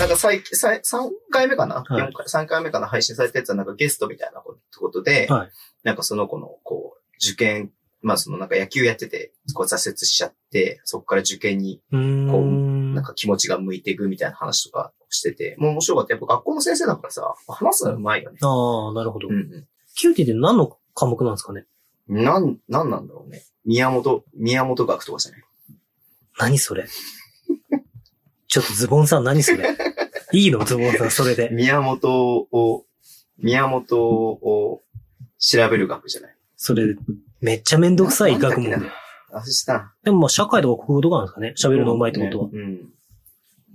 なんか最、最、3回目かな、
はい
四回 ?3 回目かな配信されたやつはなんかゲストみたいなことで、
はい
なんかその子の、こう、受験、まあそのなんか野球やってて、こう挫折しちゃって、そこから受験に
うーん。
なんか気持ちが向いていくみたいな話とかしてて、もう面白かった。やっぱ学校の先生だからさ、話すのうまいよね。
ああ、なるほど
うん。う
キューティーって何の科目なんですかね
ん。なん、なんなんだろうね。宮本、宮本学とかじゃない。
何それちょっとズボンさん何それいいのズボンさん、それで。
宮本を、宮本を調べる学じゃない。
それ、めっちゃめんどくさい学問
なんだっけなあ、そした。
でもまあ、社会とか国語とかなんですかね喋るの上手いってことは。
うん。うん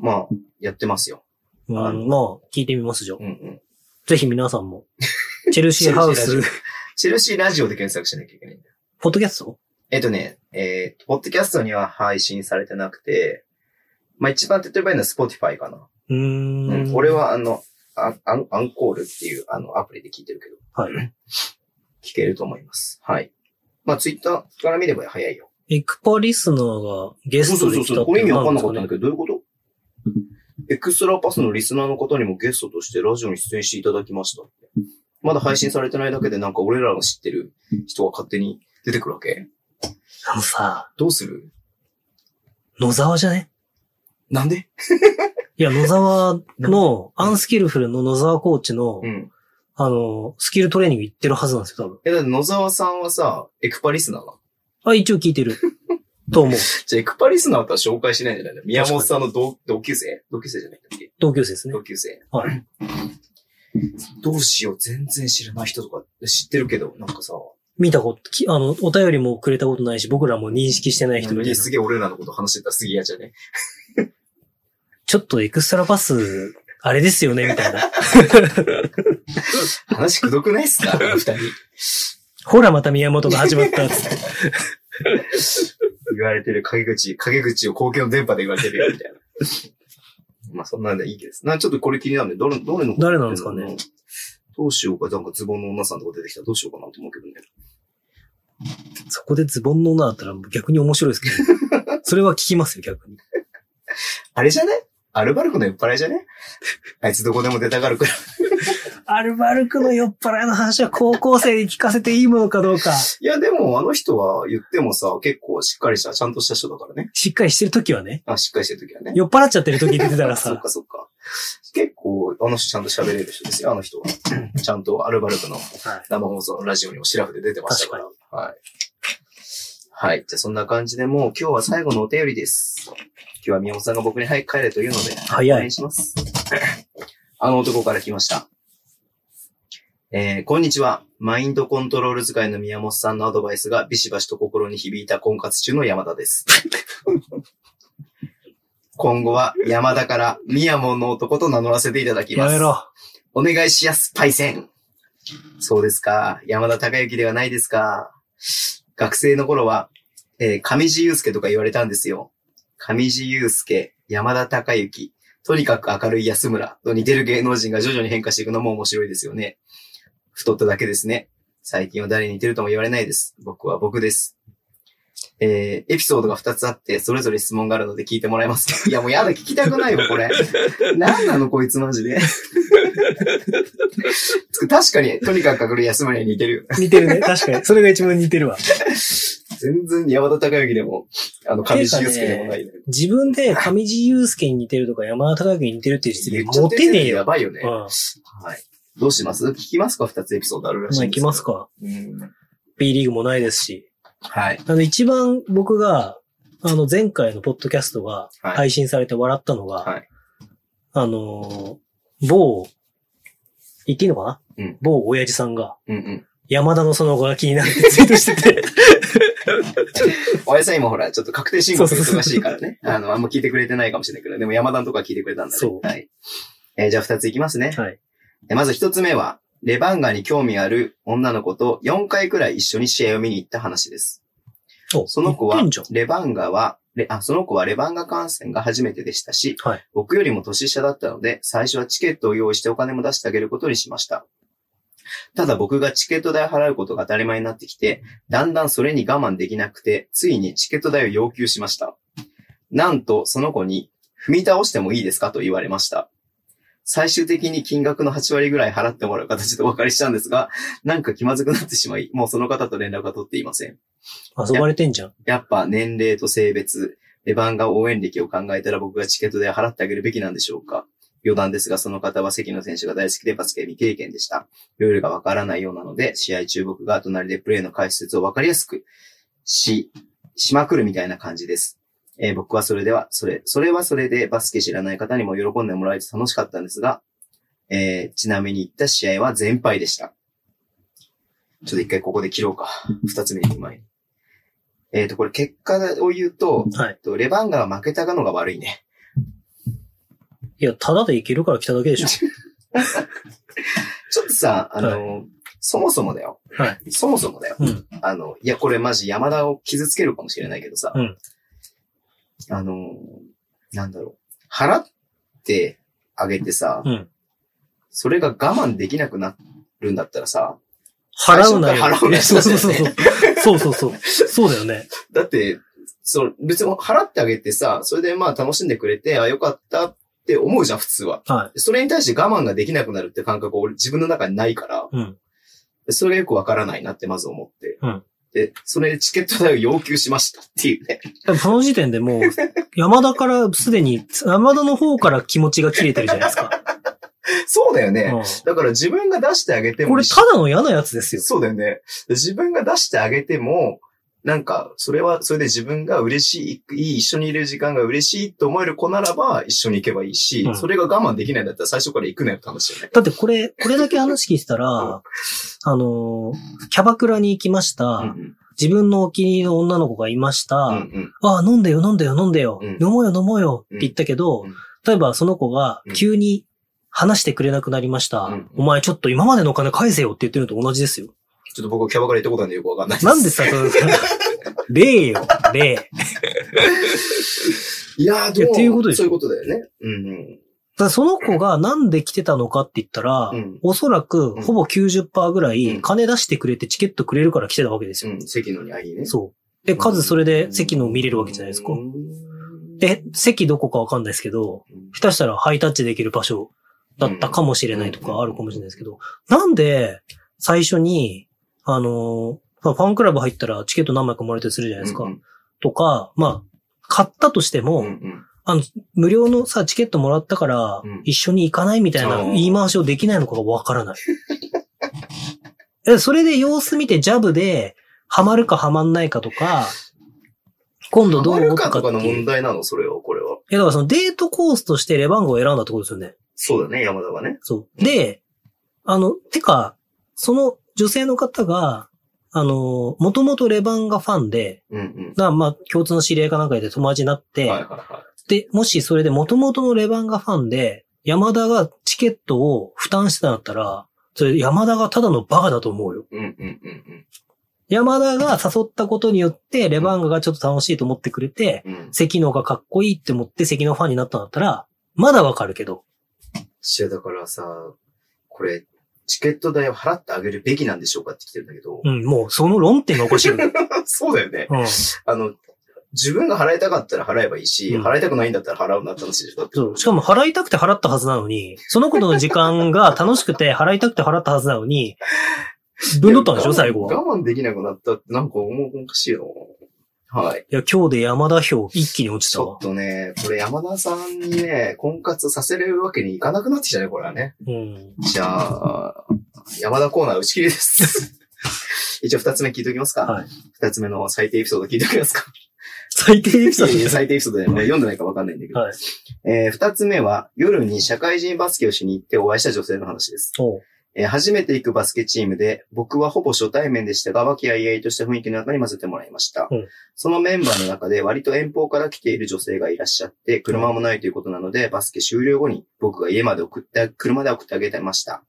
まあ、やってますよ。
う
うん
ん、まあ、聞いてみますじゃあ
うんうん。
ぜひ皆さん
[LAUGHS]
も、チェルシーハウス、
チェルシーラジオで検索しなきゃいけないんだよ。
ポッドキャスト
えっとね、えー、ポッドキャストには配信されてなくて、まあ一番手っ取り早いのは Spotify かな。
うーん。
俺。はあの、あアンアンコールっていうあのアプリで聞いてるけど、
はい。
聞けると思います。はい。まあ、ツイッターから見れば早いよ。
エクパリスナーがゲストで来たって
これ意味わかんな
で
か
す
ったん
ね
だけど、どういうことエクストラパスのリスナーの方にもゲストとしてラジオに出演していただきました。まだ配信されてないだけでなんか俺らの知ってる人が勝手に出てくるわけ
あのさ、
どうする
野沢じゃね
なんで
いや、
[LAUGHS]
野沢の、アンスキルフルの野沢コーチの、
うん。
あの、スキルトレーニング行ってるはずなんですよ、多分。
え、だって野沢さんはさ、エクパリスナーなの
あ、一応聞
[LAUGHS]
いてる。と思う。
じゃ [LAUGHS] あエクパリスナーとは紹介しないんじゃないの宮本さんの同同級生同級生じゃないんだっけ
同級生ですね。
同級生。
は
どうしよう、全然知らない人とか知ってるけど、なんかさ、
見たこと、きあの、お便りもくれたことないし、僕らも認識してない人みたいな。
すげえ俺らのこと話してたらすげえ嫌じゃね。
ちょっとエクストラパス、あれですよね、みたいな。 [LAUGHS]
話くどくないっすか二人。
ほら、また宮本が始まったっつ
[LAUGHS]
って。
言われてる陰口、陰口を公共の電波で言われてるよ、みたいな。 [LAUGHS] まあそんなんでいいけどなんかちょっとこれ気になるんで、どれ、どれのこと
誰なんですかね
うんどうしようか、なんかズボンの女さんとか出てきたらどうしようかなと思うけどね。
そこでズボンの女だったら逆に面白いですけ
[LAUGHS]
ど。それは聞きますよ、逆に。
あれじゃねアルバルクの酔っ払いじゃ [LAUGHS] ねあいつどこでも出たがるから。
アルバルクの酔っ払いの話は高校生に聞かせていいものかどうか。
いや、でもあの人は言ってもさ、結構しっかりした、ちゃんとした人だからね。
しっかりしてる時はね。
あ、しっかりしてるときはね。
酔っ払っちゃってる時出てたら
そっ
さ。
かそっか。結構、あの人ちゃんと喋れる人ですよ、あの人は。 [CLEARS THROAT] ちゃんとアルバルクの
はい
生放送のラジオにもシラフで出てましたから。はい。はい。じゃあそんな感じでもう今日は最後のお便りです。今日は宮本さんが僕に早く帰れというので、お
早
願
い
い。します。 [LAUGHS] あの男から来ました。えー、こんにちは。マインドコントロール使いの宮本さんのアドバイスがビシバシと心に響いた婚活中の山田
[LAUGHS]
です。今後は山田から宮本の男と名乗らせていただきます。
やめろ。
お願いしやす、パイセン。そうですか。山田孝之ではないですか。学生の頃は、えー上地雄介とか言われたんですよ。上地雄介、山田孝之、とにかく明るい安村と似てる芸能人が徐々に変化していくのも面白いですよね。太っただけですね。最近は誰に似てるとも言われないです。僕は僕です。えー、エピソードが2つあって、それぞれ質問があるので聞いてもらえますかいや、もうやだ、聞きたくないわ、これ。なんなの、こいつマジで。確かに、とにかく明るい安村に似てるよ。
似て
[LAUGHS]
るね。確かに。それが一番似てるわ。
全然山田孝之でも、あの、上地雄介でもない、ね。
自分で上地雄介に似てるとか山田孝之に似てるっていう質
言
問
っちゃ
モ
ってる
テねえ
や
よ。
ばいよね
うん。。ま
はい。どうします聞きますか二つエピソードあるらしい
あ
んで
行
すけ
き
ど
ます。か。
うん。
B リーグもないですし。
はい。
あの、一番僕が、あの、前回のポッドキャストが
はい
配信されて笑ったのが、
はい
あのー某、言っていいのかな、
うん
某親父さんが、
うんうん。
山田のその後が気になるってツイートしてて、
おやさん今ほら、ちょっと確定申告
そうそうそう
忙しいからね。あの、あんま聞いてくれてないかもしれないけど、でも山田のとか聞いてくれたんだね。
そう
はい。えーじゃあ二ついきます [LAUGHS] ね。
はい。
えまず一つ目は、レバンガに興味ある女の子と4回くらい一緒に試合を見に行った話です。
お
その子は
言ってんじゃん、
レバンガは、レあその子はレバンガ観戦が初めてでしたし、
はい
僕よりも年下だったので、最初はチケットを用意してお金も出してあげることにしました。ただ僕がチケット代を払うことが当たり前になってきて、だんだんそれに我慢できなくて、ついにチケット代を要求しました。なんと、その子に、踏み倒してもいいですかと言われました。最終的に金額の8割ぐらい払ってもらう形でお別れしたんですが、なんか気まずくなってしまい、もうその方と連絡が取っていません。
遊ばれてんじゃん。
やっぱ年齢と性別、レバンガ応援歴を考えたら僕がチケットで払ってあげるべきなんでしょうか余談ですが、その方は関野選手が大好きでバスケ未経験でした。ルールがわからないようなので、試合中僕が隣でプレーの解説をわかりやすくし、しまくるみたいな感じです。えー僕はそれでは、それ、それはそれでバスケ知らない方にも喜んでもらえて楽しかったんですが、えーちなみに行った試合は全敗でした。ちょっと一回ここで切ろうか。二つ目に行く前に。えっ、と、これ結果を言うと、
はい。
とレバンガが負けたのが悪いね。
いや、ただでいけるから来ただけでし
[LAUGHS]
ょ。
ちょっとさ、あの、そもそもだよ。
はい。
そもそもだよ。
うん。
あの、いや、これマジ山田を傷つけるかもしれないけどさ。
うん
あの、なんだろう。払ってあげてさ、
うん。
それが我慢できなくなるんだったらさ、
払うなよ。
最初から払うなよ
そうそうそうそう。そうそうそう。そうだよね。
だって、そう、別に払ってあげてさ、それでまあ楽しんでくれて、あ、よかったって思うじゃん、普通は。
は
それに対して我慢ができなくなるって感覚俺自分の中にないから、
い。うん。
それがよくわからないなってまず思って。
うん
で、それでチケット代を要求しましたっていう
[LAUGHS]
ね。
でもその時点でもう、山田からすでに、山田の方から気持ちが切れてるじゃないです
[LAUGHS]
か。
そうだよね。
う
だから自分が出してあげて
ん、
も。
これただの嫌なやつですよ。
そうだよね。自分が出してあげても、なんか、それは、それで自分が嬉しい、いい、一緒にいる時間が嬉しいと思える子ならば、一緒に行けばいいし、
うん
それが我慢できないんだったら最初から行くなよって話よね。
だってこれ、これだけ話聞いてたら、あのー、キャバクラに行きました、
うん
自分のお気に入りの女の子がいました。
うん。うんうん。
ああ、飲んでよ、飲んでよ、飲んでよ、
うん
飲もうよ、飲もうよって言ったけど、
うん
例えばその子が
うん
急に話してくれなくなりました、
うん
お前ちょっと今までのお金返せよって言ってるのと同じですよ。
ちょっと僕キャバクラ行ったことなんでよくわかんない
なんでさ、その [LAUGHS] 礼よ、礼。
いやー、
い
で
や
も、
っていうことでし
そ
ょ
ういうことだよね。うんうん。
ただその子がなんで来てたのかって言ったら、
うん
おそらく
うん
ほぼ90%ぐら
う
い
ん
金出してくれてチケットくれるから来てたわけですよ。
うん、関野に会いにね。
そう。で、数それで席の見れるわけじゃないですか
う。ん。
で、席どこかわかんないですけど、
うん
下手したらハイタッチできる場所だったかもしれないと
うん
かあるかもしれないですけど、なんで最初に、あの、まあファンクラブ入ったらチケット何枚かもらえたりするじゃないですか
うんう。ん
とか、まあ、買ったとしても、
うんうん
無料のさ、チケットもらったから
うん、
一緒に行かないみたいな
うん
言い回しをできないのかがわからない。えそれで様子見てジャブで、ハマるかハマんないかとか、今度ど
ハマる
うと
か
か
とか
っ
の
てい
問
う。
題なの、それは、これは。
え、だからそのデートコースとしてレバンガを選んだってことですよね。
そうだね、山田がね。
そう。で、あの、てか、その女性の方が、あの、もともとレバンガファンで、
うん
なまあ、共通の知り合いかなんかで友達になっ
う
て、
ん。はいはいは
で、もしそれで元々のレバンガファンで、山田がチケットを負担してたんだったら、それ山田がただのバカだと思うよ。
い。うんうんうん
山田が誘ったことによって、レバンガがちょっと楽しいと思ってくれて、
うんうん。
関野がかっこいいって思って関野ファンになったんだったら、まだわかるけど。
いや、だからさ、これ、チケット代を払ってあげるべきなんでしょうかって来てるんだけど。
うん、もうその論点がおかしいんだよ。
[LAUGHS] そうだよね。
うん。
あの、自分が払いたかったら払えばいいし、
うん
払いたくないんだったら払うなって話でしょ。だって
そう。しかも払いたくて払ったはずなのに、その子との時間が楽しくて払いたくて払ったはずなのに、ぶんどったんでしょ
いや
最後は。
我慢我慢できなくなったってなんか思うおかしいよな。はい。
いや、今日で山田票一気に落ち
ち
た
ょ
わ
っ。とね、これ山田さんにね、婚活させるわけにいかなくなってきたね、これはね。
うん。
じゃあ、山田コーナー打ち切りです。 [LAUGHS] 一応二つ目聞いておきますか。
はい。
二つ目の最低エピソード聞いておきますか。
最低エピソ
いやいや
ー
最低エピソードで、ね、読んでないかわかんないんだけ
ド。
ど。
はい。
えー二つ目は、夜に社会人バスケをしに行ってお会いした女性の話です。
おう
えー初めて行くバスケチームで、僕はほぼ初対面でしたが、和気あいあいとした雰囲気の中に混ぜてもらいました。
うん
そのメンバーの中で、割と遠方から来ている女性がいらっしゃって、車もないということなので、バスケ終了後に僕が家まで送って、車で送ってあげてました。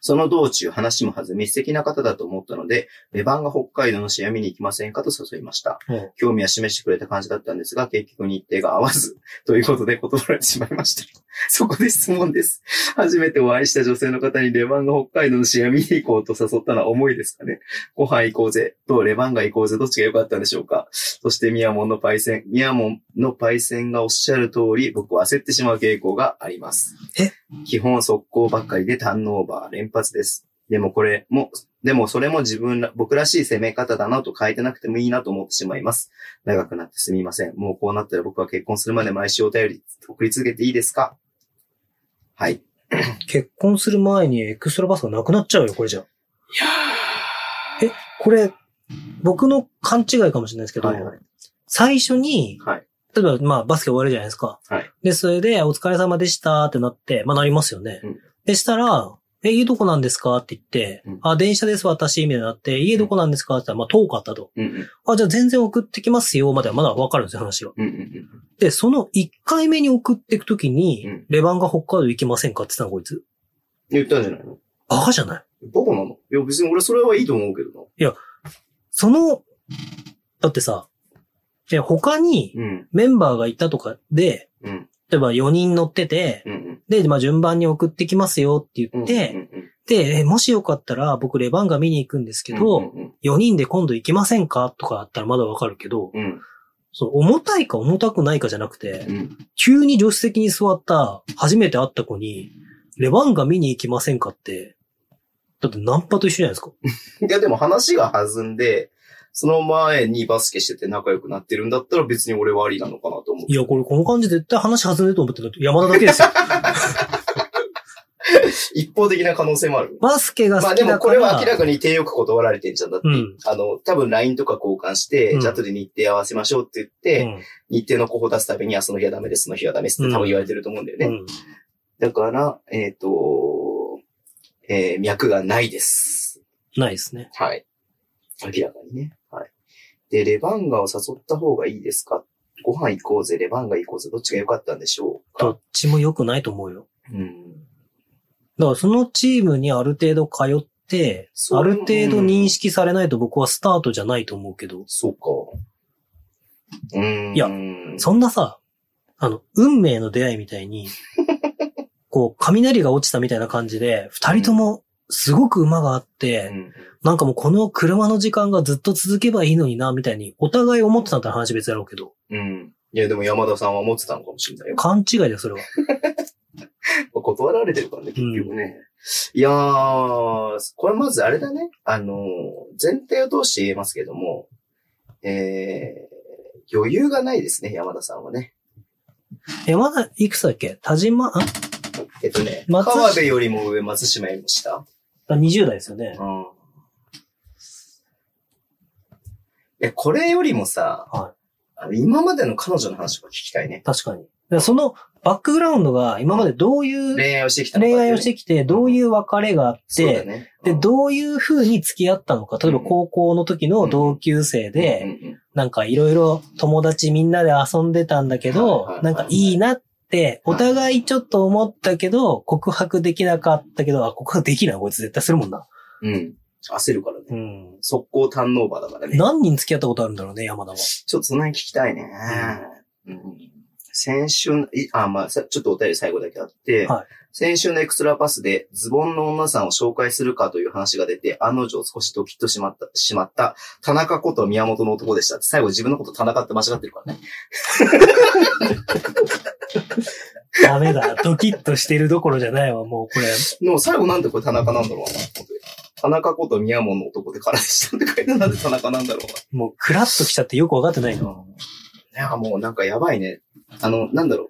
その道中、話も弾み、素敵な方だと思ったので、レバンが北海道の試合見に行きませんかと誘いました。
うん
興味は示してくれた感じだったんですが、結局日程が合わず、ということで断られてしまいました。そこで質問です。 [LAUGHS] 初めてお会いした女性の方にレバンが北海道の試合見に行こうと誘ったのは重いですかねご飯行こうぜとレバンが行こうぜどっちが良かったんでしょうかそしてミヤモンのパイセン、ミヤモンのパイセンがおっしゃる通り、僕は焦ってしまう傾向があります。
え
基本速攻ばっかりでターンオーバー連発です。でもこれも、でもそれも自分ら、僕らしい攻め方だなと変えてなくてもいいなと思ってしまいます。長くなってすみません。もうこうなったら僕は結婚するまで毎週お便り送り続けていいですかはい。
結婚する前にエクストラバスがなくなっちゃうよ、これじゃ。え、これ、僕の勘違いかもしれないですけど、
はいはい
最初に、
はい。
例えば、まあ、バスケ終わるじゃないですか。
はい
で、それで、お疲れ様でしたってなって、まあ、なりますよね。
うん
でしたら、え、家どこなんですかって言って、
うん
あ、電車です、私、みたいになって、家どこなんですかって言ったら、まあ、遠かったと。
うんうん。
あ、じゃあ全然送ってきますよ、まではまだわかるんですよ、話が。
うんうんうん。
で、その1回目に送っていくときに、
うん
レバンが北海道行きませんかって言ったの、こいつ。
言ったんじゃないの
バカじゃない
バカなのいや、別に俺それはいいと思うけど
その、だってさ、で他に
な。うん。
メンバーがいたとかで、
うん。
例えば4人乗ってて、
うんうん。
で、まあ順番に送ってきますよって
うんう
言っ
ん
て、
うん
で、えもしよかったら僕レバンガ見に行くんですけど、
うんうん
4人で今度行きませんかとかあったらまだわかるけど、
うん。
その重たいか重たくないかじゃなくて
う、ん。
急に助手席に座った初めて会った子に、レバンガ見に行きませんかって、だってナンパと一緒じゃないですか。
いや、でも話が弾んで、その前にバスケしてて仲良くなってるんだったら別に俺はありなのかなと思う
い。や、これこの感じ絶対話弾んでると思ってるの山田だけですよ。
一方的な可能性もある。
バスケが
ま
好
あ
き
で
だ
も
か
こ
ら。
れは明らかに手よく断られてんじゃん。だって、
うん
あの、多分 LINE とか交換して、
うん
じゃあ後で日程合わせましょうって言って、
うん
日程の候補出すたびに、あ、その日はダメです、その日はダメですって多分言われてると思うんだよね。
うん
だから、えっ、と、えー脈がないです。
ないですね。
はい。明らかにね。はい。で、レバンガを誘った方がいいですかご飯行こうぜ、レバンガ行こうぜ、どっちが良かったんでしょう
ど
か
っちも良くないと思うよ。
うん。
だからそのチームにある程度通って、
そ
あ
う
る程度認識されないと僕はスタートじゃないと思うけど、
そうか。うん。
いやそんなさ、あの、運命の出会いみた
[LAUGHS]
いに、こう、雷が落ちたみたいな感じで、二人ともすごく馬があっ
う
て、
ん。
なんかもうこの車の時間がずっと続けばいいのにな、みたいに、お互い思ってたって話別だろうけど、
うん。いや、でも山田さんは持ってたのかもしれないよ。
勘違いだよ、それは。
断られてるからね、結局ね。いやー、これまずあれだね。あのー、前提を通して言えますけども、えー、余裕がないですね、山田さんはね。
え、まだいくつだっけ田島、あ、
えっとね、
松
川辺よりも上、松島よりも下。
あ20代ですよね。
うん。いや、これよりもさ、
は
あの今までの彼女の話を聞きたいね。
確かに。だからそのバックグラウンドが今までどういう
恋愛をしてきたのかっ
恋
ていうね
愛をしてきて、どういう別れがあっ
そうだ
て、
ね。
で、どういう風に付き合ったのか、例えば
うん
高校の時の同級生
うん
で、
うんうん
なんかいろいろ友達みんなで遊んでたんだけ
はいはい
ど
は、い
なんかいいなって、
はい
お互いちょっと思ったけど、告白できなかったけど、あ、告白できないこいつ絶対するもんな。
うん。焦るからね。
うん。
速攻ターンオーバーだからね。
何人付き合ったことあるんだろうね、山田は。
ちょっとその辺聞きたいね。うん。先週の、いあ、まあ、さちょっとお便り最後だけあって、
はい
先週のエクストラパスでズボンの女さんを紹介するかという話が出て、案の定少しドキッとしまった、しまった、田中こと宮本の男でした。最後自分のこと田中って間違ってるからね。
ダメだ。ドキッとしてるどころじゃないわ、もうこれ。
でも最後なんでこれ田中なんだろうな、と思って。田中こと宮本の男でからでしたって書いてなんで田中なんだろうな。
もうクラッときちゃってよくわかってないの。
いや、もうなんかやばいね。あの、なんだろう。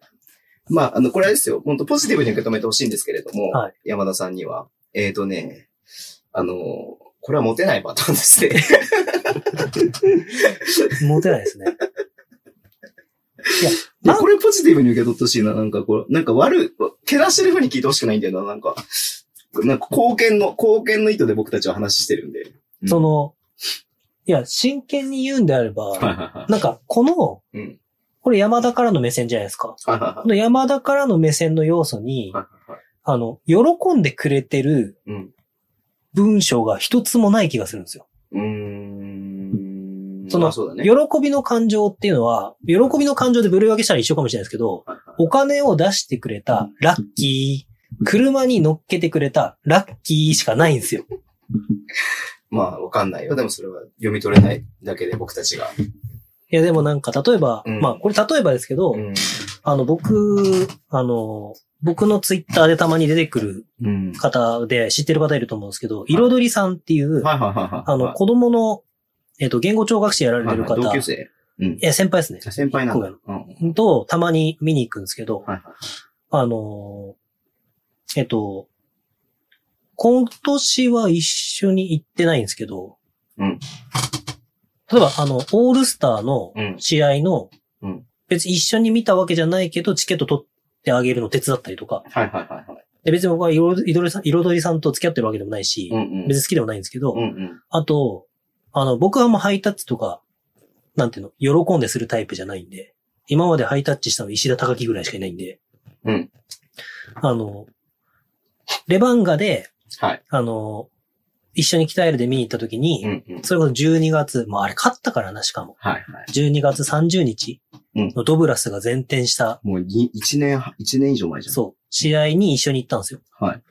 まあ、あの、これあれですよ。本当ポジティブに受け止めてほしいんですけれども、
はい
山田さんには。えーとね、あの、これはモテないパターンです [LAUGHS] ね。
モテないですね。
いやこれポジティブに受け取ってほしいな。なんかこう、なんか悪い、けなしてる風に聞いてほしくないんだよな。なんか、なんか貢献の、貢献の意図で僕たちは話してるんで。 [LAUGHS] うん
その、いや、真剣に言うんであれば、
はいはいは
なんか、この、
い。うん。
これ山田からの目線じゃないですか。
はいはいは
この山田からの目線の要素に
い。、はいはいはい
あの、喜んでくれてる
うん。
文章が一つもない気がするんですよ。
うーん。
その
まあそうだね。
喜びの感情っていうのは、喜びの感情でブルー分けしたら一緒かもしれないですけど、
はいはい
お金を出してくれたラッキー、車に乗っけてくれたラッキーしかないんですよ。
まあ、わかんないよ。でもそれは読み取れないだけで僕たちが。
いや、でもなんか、例えば、
うん
まあ、これ例えばですけど、
うん。
あの、僕、あの、僕のツイッターでたまに出てくる
うん。
方で知ってる方いると思うんですけど、彩りさんっていう、
はいはいはいはい。
あの、
はい
子供の、えっ、と、言語聴覚士やられてる
はい
方、
はい同級
え
生。うん。
先輩ですね。
先輩なんだ。
こ
うん。はい
と、たまに見に行くんですけど、
はい。
あのーえっと、今年は一緒に行ってないんですけど、
うん
例えば、あの、オールスターの
うん
試合の、
うん
別に一緒に見たわけじゃないけど、チケット取ってあげるの手伝ったりとか、
はいはいはいはい。
で別に僕は彩りさん、彩りさんと付き合ってるわけでもないし、
うんうん。
別に好きでもないんですけど、
うんうん。
あと、あの、僕はもうハイタッチとか、なんていうの、喜んでするタイプじゃないんで、今までハイタッチしたの石田隆樹ぐらいしかいないんで、
うん。
あの、レバンガで、
はい。
あの、一緒に鍛えるで見に行った時に、
うんうん。
それこそ12月、まああれ勝ったからな、しかも。
はいはい。
12月30日
うん
のドブラスが前転した、
もうに一年、一年以上前じゃん。
そう、試合に一緒に行ったんですよ。
う。はい。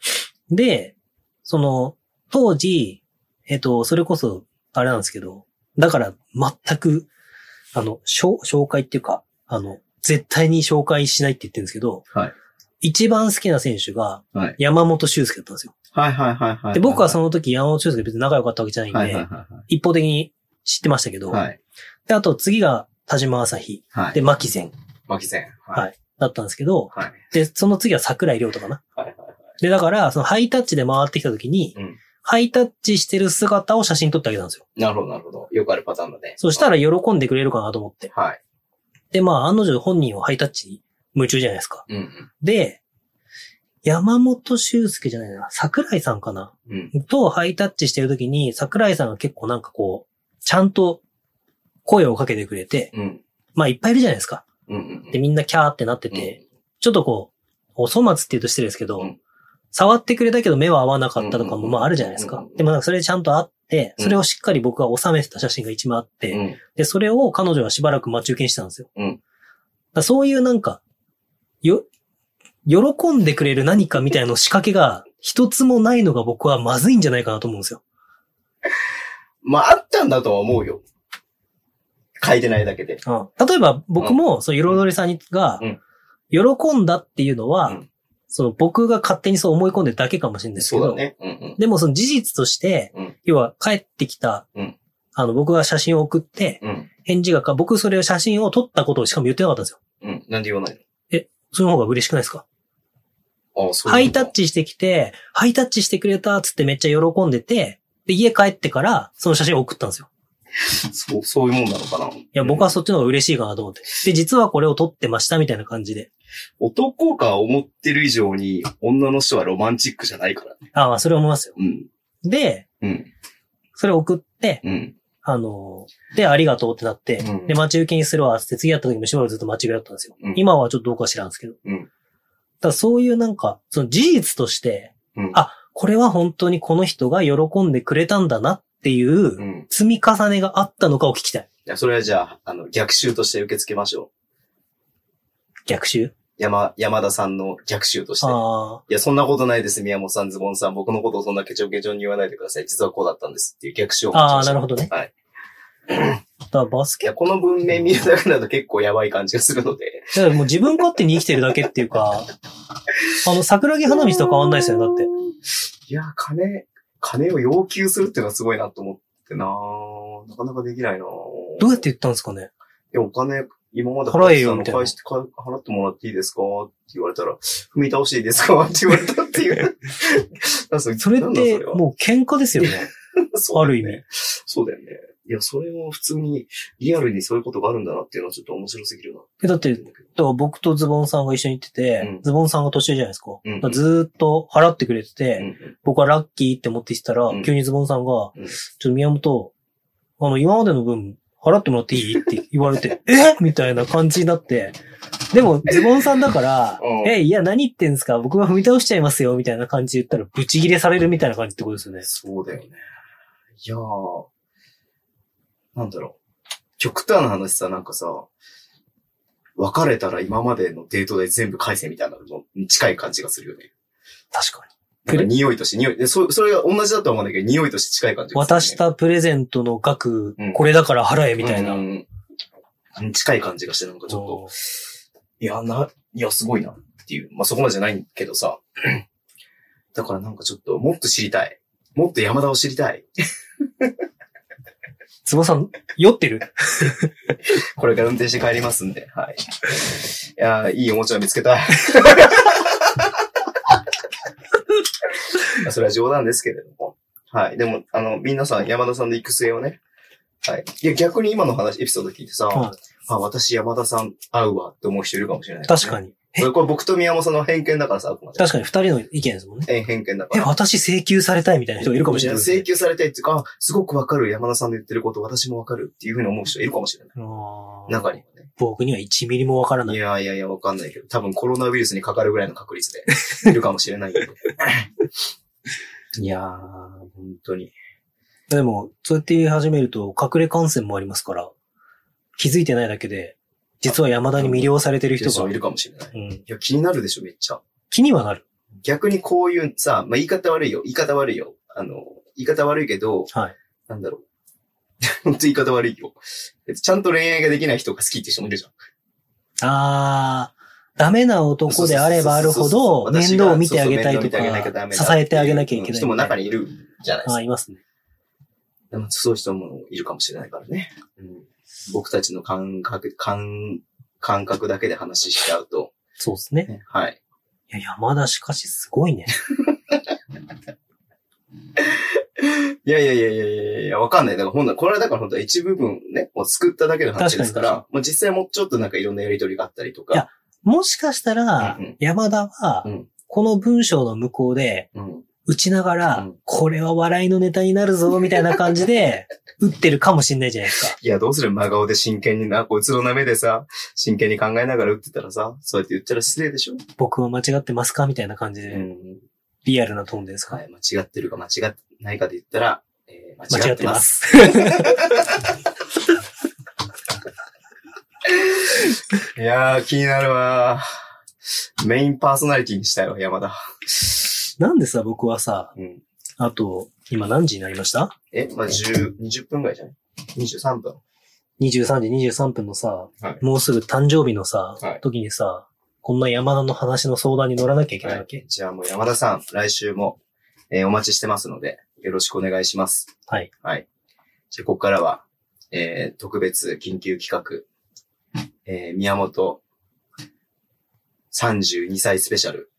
で、その、当時、えっと、それこそ、あれなんですけど、だから全く、あの、紹紹介っていうか、あの、絶対に紹介しないって言ってるんですけど、
はい。
一番好きな選手が
はい、
山本修介だったんですよ。
はいはいはいはい。
で、僕はそ
の、
の時山本修介別に仲良かったわけじゃないんで、
はいはいはい
一方的に知ってましたけど、
はい。はい。
で、あと次が田島朝日、
はい。
で、、牧前
巻き線。
はいだったんですけど、
はい。
で、その次は桜井亮とかな。
はいはい。
で、だから、そのハイタッチで回ってきた時に、
うん
ハイタッチしてる姿を写真撮ってあげたんですよ。
なるほどなるほど。よくあるパターンだね。
そしたら喜んでくれるかなと思って。
ら、はい。
で、まあ、案の定本人はハイタッチに夢中じゃないですか。
うん
で、山本修介じゃないな、桜井さんかな
うん。うん。
とハイタッチしてる時に、桜井さんが結構なんかこう、ちゃんと声をかけてくれて、
うん。
まあ、いっぱいいるじゃないですか。
うんうん。
で、みんなキャーってなってて、ちょっとこう、お粗末って言うと失礼ですけど、
うん
触ってくれたけど目は合わなかったとかもまああるじゃないで
う
すか
んうん。
でもなんかそれちゃんとあって、
うん
それをしっかり僕が収めてた写真が一枚あっ
う
て、
ん。
で、それを彼女はしばらく待ち受けにしてたんですよ。
うん
だからそういうなんか、よ、喜んでくれる何かみたいなの仕掛けが一つもないのが僕はまずいんじゃないかなと思うんですよ。
まあ、あったんだとは思うよ。書いてないだけで。
例えば僕も、そう、彩りさんにが
うん、
喜んだっていうのは、
うん
その僕が勝手にそう思い込んでるだけかもしれないですけ
そう
ど、
だね。うんうん。
でもその事実として、
うん
要は帰ってきた、
うん
あの僕が写真を送って、
うん。
返事がか、僕それを写真を撮ったことをしかも言ってなかったんですよ。
うん。なんで言わない
その方が嬉しくないですか
のああ、そうな
ハ
んだ。
イタッチしてきて、ハイタッチしてくれたっつってめっちゃ喜んでて、で、家帰ってから、その写真を送ったんですよ。
そう、そういうもんなのかな。い
いや、僕は、そっちの方が嬉しいかなと思って。で、実はこれを撮ってましたみたいな感じで。
男が思ってる以上に、女の人はロマンチックじゃないからね。
ああ、それ思いますよ。
うん。
で、
うん。
それ送って、
うん。
あのー、で、ありがとうってなって、
うん
で、待ち受けにするわっつって、次やった時もしばらくずっと待ち受けだったんですよ。
うん
今はちょっとどうか知らんすけど。
うん
だからそういうなんか、その事実として、
うん
あ、これは本当にこの人が喜んでくれたんだなっていうう、
ん。い
積み重ねがあったのかを聞きたい。
や、それはじゃあ、あの、逆襲として受け付けましょ
逆襲
山、山田さんの逆襲として。
あ
いや、そんなことないです、宮本さん、ズボンさん。僕のことをそんなケチョンケチョンに言わないでください。実はこうだったんですっていう逆襲を
あ。あ
持
あ、
ち
な
ま
るほどね
し。た。はい。
だからバス
い
ケ
や、この文面見るだけだと結構やばい感じがするので。
だからもう自分勝手に生きてるだけってい
[LAUGHS]
うか、あの、桜木花道と変わんないですよね、だって。
いや、金、金を要求するっていうのはすごいなと思ってなぁなかなかできないなぁ
どうやって言ったんですかね
いや、お金、今まで
払えよ
払っ
み
て
た
た
い
の返
な
して、か払ってもらっていいですかって言われたら、踏み倒していいですかって言われたって
[LAUGHS]
いう。なんか
それって、
う、
もう喧
[LAUGHS]
嘩ですよね。
そうだよね
ある意味。
そうだよね。いや、それも普通に、リアルにそういうことがあるんだなっていうのはちょっと面白すぎるな。
えだって、だから僕とズボンさんが一緒に行ってて、
うん
ズボンさんが年上じゃないですか。
うん
だからずーっと払ってくれてて、
うん
僕はラッキーって持ってきたら、
うん
急にズボンさんが、
うん
ちょっと宮本、あの、今までの分、払ってもらっていいって言わ
[LAUGHS]
れて、えみたいな感じになって、でも、ズボンさんだから
う、ん
え、いや、何言ってんすか僕が踏み倒しちゃいますよ、みたいな感じで言ったら、ブチギレされるみたいな感じってことですよね。
そうだよね。いやー、なんだろう。極端な話さ、なんかさ、別れたら今までのデートで全部返せみたいなのに近い感じがするよね。
確かに。
なん
く
か
れ
匂いとして、匂い。でそそれが同じだとは思うんだけど、匂いとして近い感じがする、
渡したプレゼントの額
うん、
これだから払え、みたいな。
うんうん近い感じがして、なんかちょっと、
おー
いや、な、いや、すごいなっていう。まあ、そこまでじゃないけどさ。だからなんかちょっと、もっと知りたい。もっと山田を知りたい。
ズボンさん、酔ってる
これから運転して帰りますんで、はい。いやー、いいおもちゃを見つけたい。まあそれは冗談ですけれども。はい。でも、あの、皆さん、山田さんの育成をね。はい。いや、逆に今の話、エピソード聞いてさ、
は
あ、私山田さん合うわって思う人いるかもしれない、
確か
に。
に。
それこれ僕と宮本さんの偏見だからさ、あくまで。
確かに、二人の意見ですもんね。
え偏見だか
え、
ら。
私請求されたいみたいな人がいるかもしれないですね。
請求されたいっていうか、あすごくわかる山田さんの言ってること、私もわかるっていうふうに思う人いるかもしれない。
あー
中にはね。
僕には1ミリもわからないい。
やいやいや、わかんないけど、多分コロナウイルスにかかるぐらいの確率で [LAUGHS] いるかもしれない
[LAUGHS]
よ。いやー、本当に。
でも、そうやって言い始めると、隠れ感染もありますから、気づいてないだけで、実は山田に魅了されてる人
そう
が
い、るかもしれない。い
うん、
や、気になるでしょ、めっちゃ。
気にはなる。
逆にこういうさ、まあ、言い方悪いよ、言い方悪いよ。あの、言い方悪いけど、
はい。
なんだろう。 [LAUGHS] 本当言い方悪いよ。ちゃんと恋愛ができない人が好きって人もいるじゃん。
あー、ダメな男であればあるほど、面倒を見てあげたいとか
そうそう面倒見てあげなきゃダ、メだ
支えてあげなきゃいけない。
人も中にいるじゃないですか
あー、いますね。
でもそういう人もいるかもしれないからね。うん、僕たちの感覚、感、感覚だけで話しちゃうと、
そうですね。
ね、はい。
いや、山田しかしすごいね。
いやいやいやいやいやいや、わかんない。だから本来、これはだから本当は一部分ね、を作っただけの話ですから、
確
もう実際もうちょっとなんかいろんなやりとりがあったりとか。
いやもしかしたら
うんうん、
山田は
うん、
この文章の向こうで、
うん。
打ちながら、
うん
これは笑いのネタになる
[LAUGHS]
ぞ、みたいな感じで、打ってるかもしんないじゃないですか。
いや、どうする真顔で真剣にな、こいつのな目でさ、真剣に考えながら打ってたらさ、そうやって言ったら失礼でしょ、
僕は間違ってますかみたいな感じで、
ん。
リアルなトーンでですか、
はい、間違ってるか間違ってないかで言ったら、えー
間
間
違
違
っ
ってて
ま
ます。
す。
いやー、気になるわー。メインパーソナリティにしたいわ、山田。
[LAUGHS] なんでさ、僕はさ、
うん。
あと、今何時になりました
え、まあ、10、20分ぐらいじゃない ?23 分。
?23 時23分のさ、
はい
もうすぐ誕生日のさ、
はい
時にさ、こんな山田の話の相談に乗らなきゃいけないわけ、
じゃあもう山田さん、来週も、えーお待ちしてますので、よろしくお願いします。
はい。
はい。じゃあ、ここからは、えー特別緊急企画、えー宮本32歳スペシャル、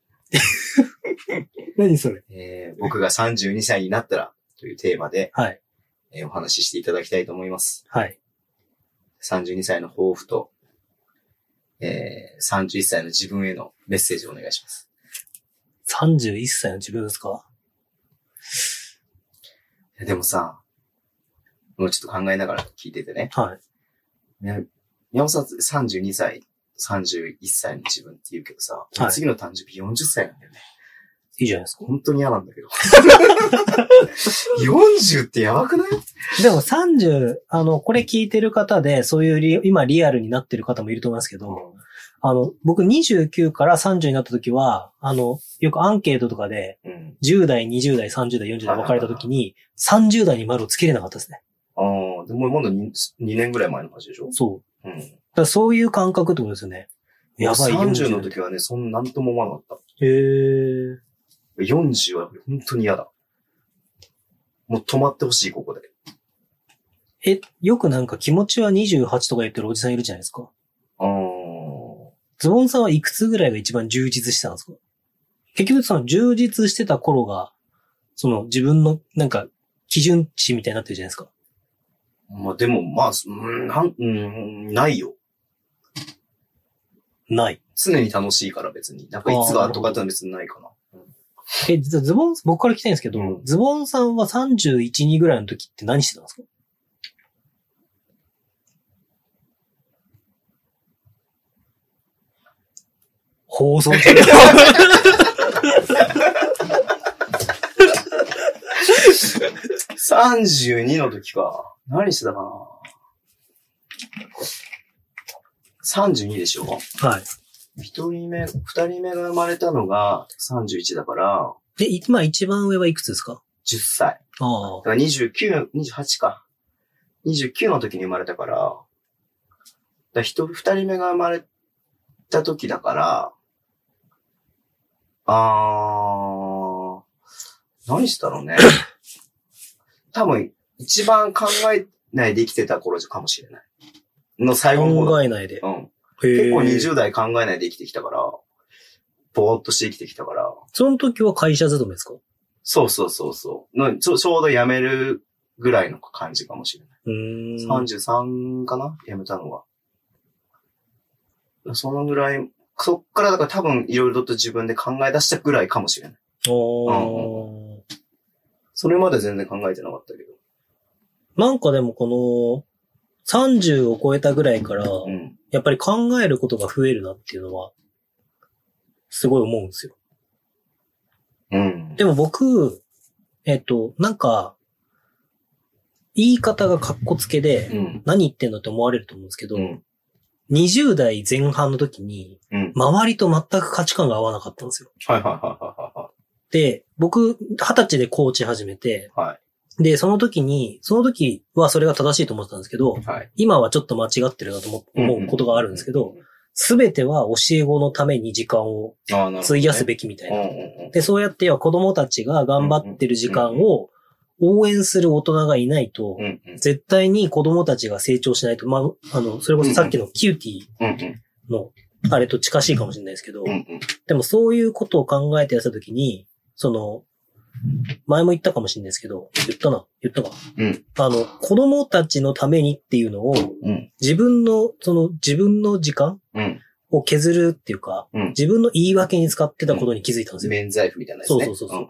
何それ
えー僕が32歳になったらというテーマで、
はい。
えーお話ししていただきたいと思います。
はい。
32歳の抱負と、えー、31歳の自分へのメッセージをお願いします。
31歳の自分ですか
いやでもさ、もうちょっと考えながら聞いててね。
はい。
宮宮本さん32歳、31歳の自分って言うけどさ、
はい
次の誕生日40歳なんだよね。
いいじゃないですか。
本当に嫌なんだけ [LAUGHS] ど。40ってやばくない
でも30、あの、これ聞いてる方で、そういうリ今リアルになってる方もいると思いますけど、あの、僕29から30になった時は、あの、よくアンケートとかで、
うん。
10代、20代、30代、40代分かれた時に、30代に丸をつけれなかったですね。
ああ、でもまだ 2, 年ぐらい前の話でしょ
そう。
うん。
だからそういう感覚ってことですよね。やばい、
30の時はね、そんなんとも思わなかっ
へー
た。40は本当に嫌だ。もう止まってほしい、ここで。
え、よくなんか気持ちは28とか言ってるおじさんいるじゃないですか。
ああ、
ズボンさんはいくつぐらいが一番充実してたんですか結局その充実してた頃が、その自分のなんか基準値みたいになってるじゃないですか。
まあでも、まあ、うんなん、うん、ないよ。
ない。
常に楽しいから別に。なんかいつがとかってのは別にないかな。
え、実はズボン、僕から聞きたいんですけど、
うん
ズボンさんは31、2ぐらいの時って何してたんですか放送
[LAUGHS]
中
32の時か。何してたかな ?32 でしょ
はい。
一人目、二人目が生まれたのが31だから、
で、い今一番上はいくつですか
10歳。
ああ
だ。から29、28か。29の時に生まれたから、だから一人、二人目が生まれた時だから、あー、何したろう
[COUGHS]
ね。多分、一番考えないで生きてた頃かもしれない。の最後の方だ。
考えないで。
うん。
結
結構20代考えないで生きてきたから、ぼーっとして生きてきたから、
その時は会社勤めですか
そうそうそうそうのちょ。ちょうど辞めるぐらいの感じかもしれない。
うーん。
33かな辞めたのは。そのぐらい、そっからだから多分いろいろと自分で考え出したぐらいかもしれない。
おー
それまで全然考えてなかったけど。
なんかでもこの、30を超えたぐらいから、
うん。
やっぱり考えることが増えるなっていうのは、すごい思うんですよ。
うん。
でも僕、えっと、なんか、言い方が格好つけで、
うん。
何言ってんのって思われると思うんですけど、
うん。
20代前半の時に、
うん。
周りと全く価値観が合わなかったんですよ。
はいはいは
で、僕、二十歳でコーチ始めて、
いはいは
で、その時に、その時はそれが正しいと思ってたんですけど
い。、はい。はい。
今はちょっと間違ってるなと思思うことがあるんですけど、。すべては教え子のために時間を
ああ、なるほど、ね。
費やすべきみたい
うん
な。
うんうん。
で、そうやっては子供たちが頑張ってる時間を応援する大人がいないと
う、んうん。
絶対に子供たちが成長しないと、まあ、あの、それこそさっきのキューティ
うんうん。
ーの、あれと近しいかもしれないですけど
う、んうん。
でもそういうことを考えてやったときに、その、前も言ったかもしれないですけど、言ったな、言ったか。
うん
あの、子供たちのためにっていうのを、
うん。
自分の、その、自分の時間
うん。
を削るっていうか、
うん
自分の言い訳に使ってたことに気づいたんですよ。
免罪符みたいなやつね。
そうそうそうそう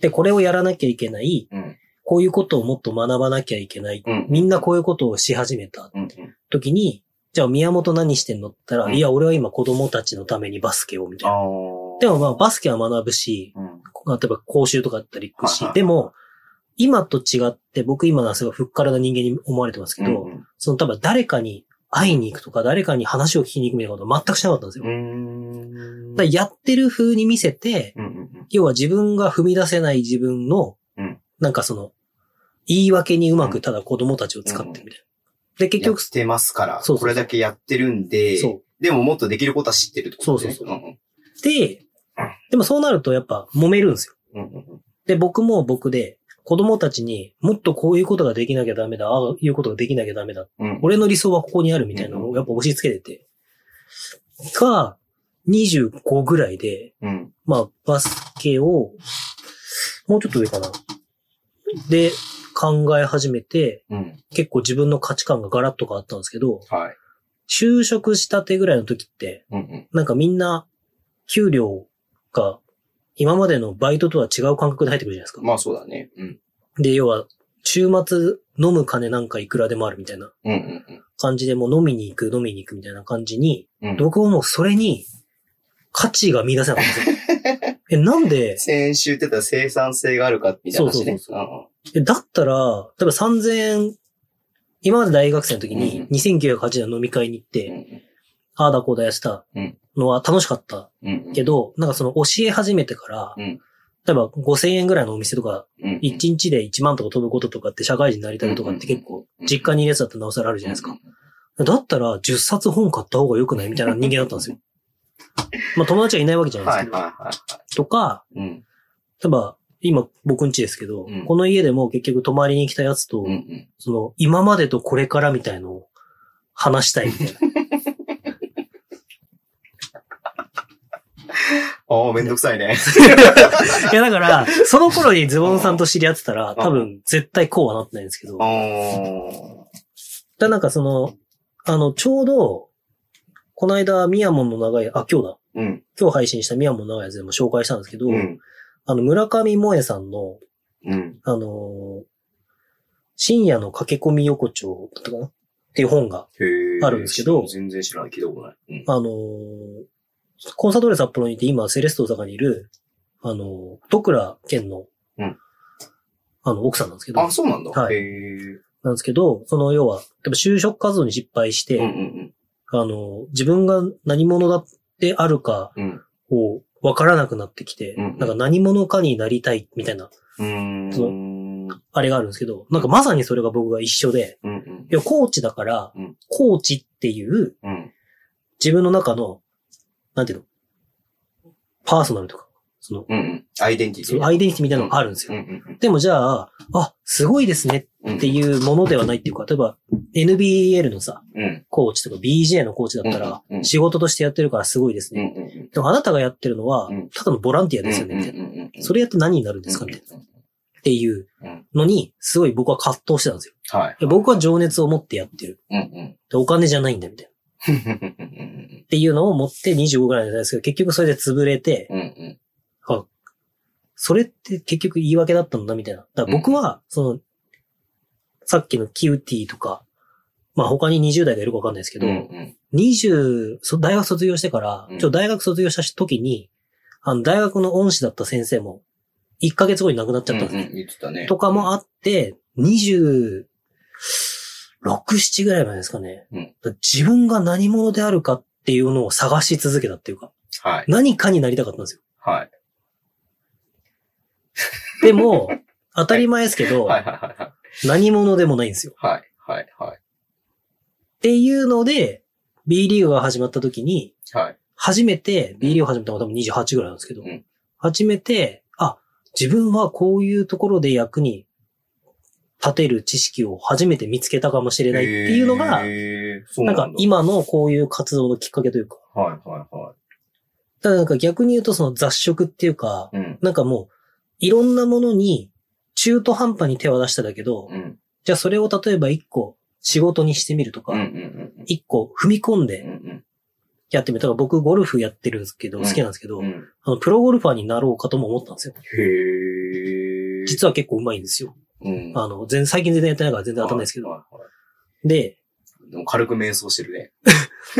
で、これをやらなきゃいけない、
うん。うん。
こういうことをもっと学ばなきゃいけない。
うん。
みんなこういうことをし始めた
うんうん。
時に、じゃあ宮本何してんのって言ったら、
うん
いや、俺は今子供たちのためにバスケを、みたいな。
ああ。
でもまあ、バスケは学ぶし、
うん。
例えば講習とかあったり行くし、
はいはい
でも、今と違って、僕今のはすごいふっからな人間に思われてますけど、
うん
その多分誰かに会いに行くとか、誰かに話を聞きに行くみたいなことは全くしなかったんですよ。
う
だか
ん。
らやってる風に見せて、
うんうん
要は自分が踏み出せない自分の、
うん
なんかその、言い訳にうまくただ子供たちを使ってみたいな。で、
結局
結局
し、てますから、
そうそうそう
これだけやってるんで、
そ
でももっとできることは知ってるってことね
そうそうそうう。で、でもそうなるとやっぱ揉めるんですよ。
うんうんうん
で、僕も僕で、子供たちにもっとこういうことができなきゃダメだ、ああいうことができなきゃダメだ、
うんうん
俺の理想はここにあるみたいなのをやっぱ押し付けてて。が、25ぐらいで、
うん
まあ、バスケを、もうちょっと上かな。で、考え始めて、
うん
結構自分の価値観がガラッと変わったんですけど、
はい。
就職したてぐらいの時って、
うんうん
なんかみんな、給料が、今までのバイトとは違う感覚で入ってくるじゃないですか。
まあそうだね。うん。
で、要は、週末飲む金なんかいくらでもあるみたいな
うんうん
感じで、もう飲みに行く、飲みに行くみたいな感じに、
うんうん。
僕はもうそれに価値が見出せなかったんですよ。え、なんで、
先週言ってた生産性があるかみたいな話ね。
そうそうえだったら、例えば3000円、今まで大学生の時
うん
に2980円の飲み会に行って、
うんうん
ああだこうだやってたのは楽しかった
うん。
けど、なんかその教え始めてから、
うん
例えば5000円ぐらいのお店とか、
うん、うん。
1日で1万とか飛ぶこととかって社会人になりたいとかって結構、実家にいるやつだったらなおさらあるじゃないですか。だったら10冊本買った方が良くないみたいな人間だったんで
[LAUGHS]
すよ。まあ友達はいないわけじゃない
は
です
い
け
はい
ど。
は
とか、
い。うん。
例えば、今僕ん家ですけど、
うん
この家でも結局泊まりに来たやつと、
うんうん。
その今までとこれからみたいのを話したいみ
[LAUGHS]
たいな。
ああ、めんどくさいね。
いやだから、その頃にズボンさんと知り合ってたら、多分絶対こうはなってないんですけど、
あ
だか
ー
らなんかその、あの、ちょうど、この間、ミヤモンの長い、あ、今日だ。
うん。
今日配信したミヤモンの長いやつでも紹介したんですけど、
うん。
あの、村上萌えさんの、
うん。
あのー深夜の駆け込み横丁だったかなっていう本が、
へー
あるんですけど
全然知らない。聞いたことない。うん
あのーコンサドーレ札幌にいて今、セレスト大阪にいる、あのー、徳倉健の、
うん
あの、奥さんなんですけど、
あ、そうなんだ。
はい
へー
なんですけど、その要は、でも就職活動に失敗して、
うんうん
あのー自分が何者だってあるか
うん。
を分からなくなってきて、
うんうん
なんか何者かになりたいみたいな、
うん。うー。
そうん
うん
あれがあるんですけど、なんかまさにそれが僕が一緒で、
うん
い。や、コーチだから、
うん
コーチっていう
うん。
自分の中の、なんていうの、パーソナルとか、その、
うんうん。アイデンティテ
そ
ィ。
のアイデンティティみたいなのがあるんですよ。
うんうん
でもじゃあ、あ、すごいですね
うん。
っていうものではないっていうか、例えば NBL のさ、
うん。
コーチとか BJ のコーチだったら
うんう、ん
仕事としてやってるからすごいです
うんう
ね。
んうん。
でもあなたがやってるのは
うん、
ただのボランティアですよね、みたいな。
ね
そ
れ
れやって何になるんですかみたいな。っていうのに、すごい僕は葛藤してたんですよ。
はい
いや僕は情熱を持ってやってる。
うんうん。
でお金じゃないんだ、みたいな。っていうのを持って25ぐらいなんですけど、結局それで潰れて、
うんうん。
あ、それって結局言い訳だったんだみたいな。だから僕は、その、さっきのキューティーとか、まあ他に20代がいるかわかんないですけ
う
ど、
んうん。
20、そ大学卒業してから、
うん
ちょ、大学卒業した時に、あの、大学の恩師だった先生も、1ヶ月後に亡くなっちゃったんですね。
うんうん言ってたね。
とかもあって、26、7ぐらいまでですかね。
うん
だから自分が何者であるかっていうのを探し続けたっていうか、
はい。
何かになりたかったんですよ。
はい。
でも、当たり前ですけど、
はいはいはいはい。
何者でもないんですよ。
はいはいはい。
っていうので、B リーグが始まった時に、
はい。
初めて、B リーグ始めたのが多分28ぐらいなんですけど、
うん
初めて、あ、自分はこういうところで役に立てる知識を初めて見つけたかもしれないっていうのが、
へー、そう
な
なんんだ
か今のこういう活動のきっかけというか、
はいはいは
ただなんか逆に言うとその雑食っていうか、
い。うん。
なんかもういろんなものに中途半端に手は出しただけど
う、ん。
じゃあそれを例えば一個仕事にしてみると
うんうん
か、一個踏み込ん
うんう
で
ん。
やってみる。だから僕ゴルフやってるんですけど、
うん
好きなんですけど
う、ん。
あのプロゴルファーになろうかとも思ったんですよ。
へえ。
実は結構上手いんですよ。
うん。
あの、全最近全然やってないから全然当たんないですけど。
はいはいは
で、
[LAUGHS] いでも軽く瞑想してるね。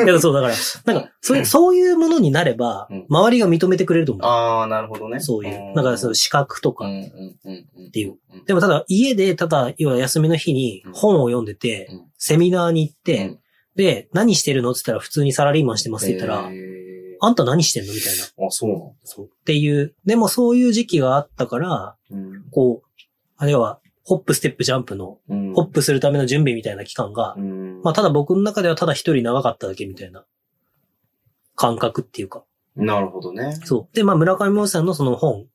いやそうだから、なんか、そういう、そういうものになれば
うん、
周りが認めてくれると思う。
ああ、なるほどね。
そういう。だからその資格とか
うん
っ
うんうんうん。
ていう。
うん
でもただ家で、ただ、要は休みの日に
うん
本を読んでて
うん、
セミナーに行って、
うん
で、何してるのって言ったら普通にサラリーマンしてますって言ったら、
へー
あんた何してんのみたいな。
あ、そうなんだ
そう。っていう。でもそういう時期があったから、
うん
こう、あれは、ホップ、ステップ、ジャンプの、
うん
ホップするための準備みたいな期間が、
うん
まあただ僕の中ではただ一人長かっただけみたいな感覚っていうか。
なるほどね。
そう。で、まあ村上萌さんのその本、
うん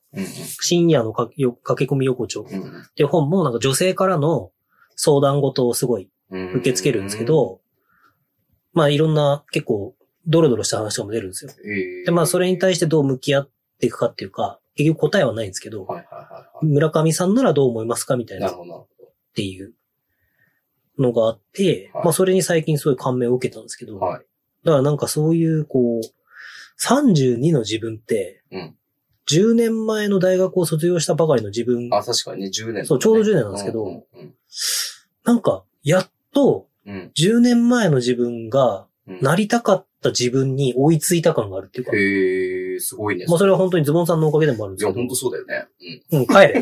深夜のかよ駆け込み横丁っ
うんうん
ていう本もなんか女性からの相談事をすごい
うん
受け付けるんですけ、ど、まあいろんな結構ドロドロした話とかも出るんですよ。で、まあそれに対
し
してどう向き合っていくかっていうか、結局答えはないんですけど、
はいはいはいは
村上さんならどう思いますかみた
い。
い
な
な
る
っ
ほどなるほ
ていうのがあって、
はい
まあそれに最近すごい感銘を受けたんですけど、
ど。はい。
だからなんかそういう、こう、32の自分って、
うん
10年前の大学を卒業したばかりの自分、
あ、確かにね、10年、
そうちょうど10年なんですけど
うんうん
なんか、やっと
うん。
10年前の自分が、
うん
なりたかった自分に追いついた感があるっていうか、
へえ、すごいね。
まあそれは本当にズボンさんのおかげでもあるん
い
です
や、
け
ほん
ど
と、そうだよね。うん
うん、帰れ。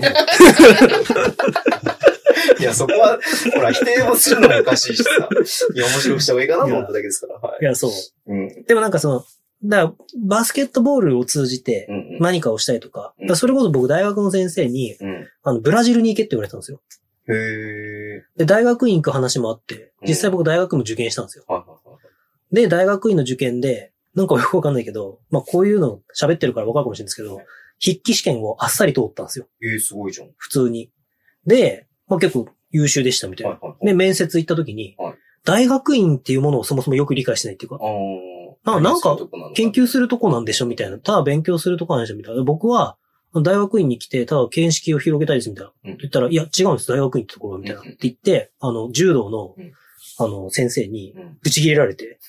いや、そこは、ほら、否定もするのもおかしいしさ。いや、面白くした方がいいかなと思っただけですから。はい。
いや、そう。
うん。
でもなんかその、だからバスケットボールを通じて
うん。
何かをしたいとか、
うん
だからそれこそ僕大学の先生に、
うん。
あの、ブラジルに行けって言われたんですよ。
へえ。
で、大学院行く話もあって、
うん
実際僕大学も受験したんですよ。
はいはいはい。
で、大学院の受験で、なんかよくわかんないけど、まあこういうの喋ってるからわかるかもしれないですけど、筆記試験をあっさり通ったんですよ。
ええすごいじゃん。
普通に。で、まあ結構優秀でしたみたい
はい
な。
はいはい。
で、面接行った時に
はい、
大学院っていうものをそもそもよく理解してないっていうか、
あ
な
あ。
なんか
そういうとこなの
研究するとこなんでしょみたいな。ただ勉強するとこなんでしょみたいな。僕は、大学院に来て、ただ見識を広げたいです、みたいな。
うん
言ったら、いや、違うんです、大学院ってところは、みたいな。
う
っ
んうん
て言って、あの、柔道の
うん、
あの、先生に、
うん
ぶち切れら
[LAUGHS]
れて、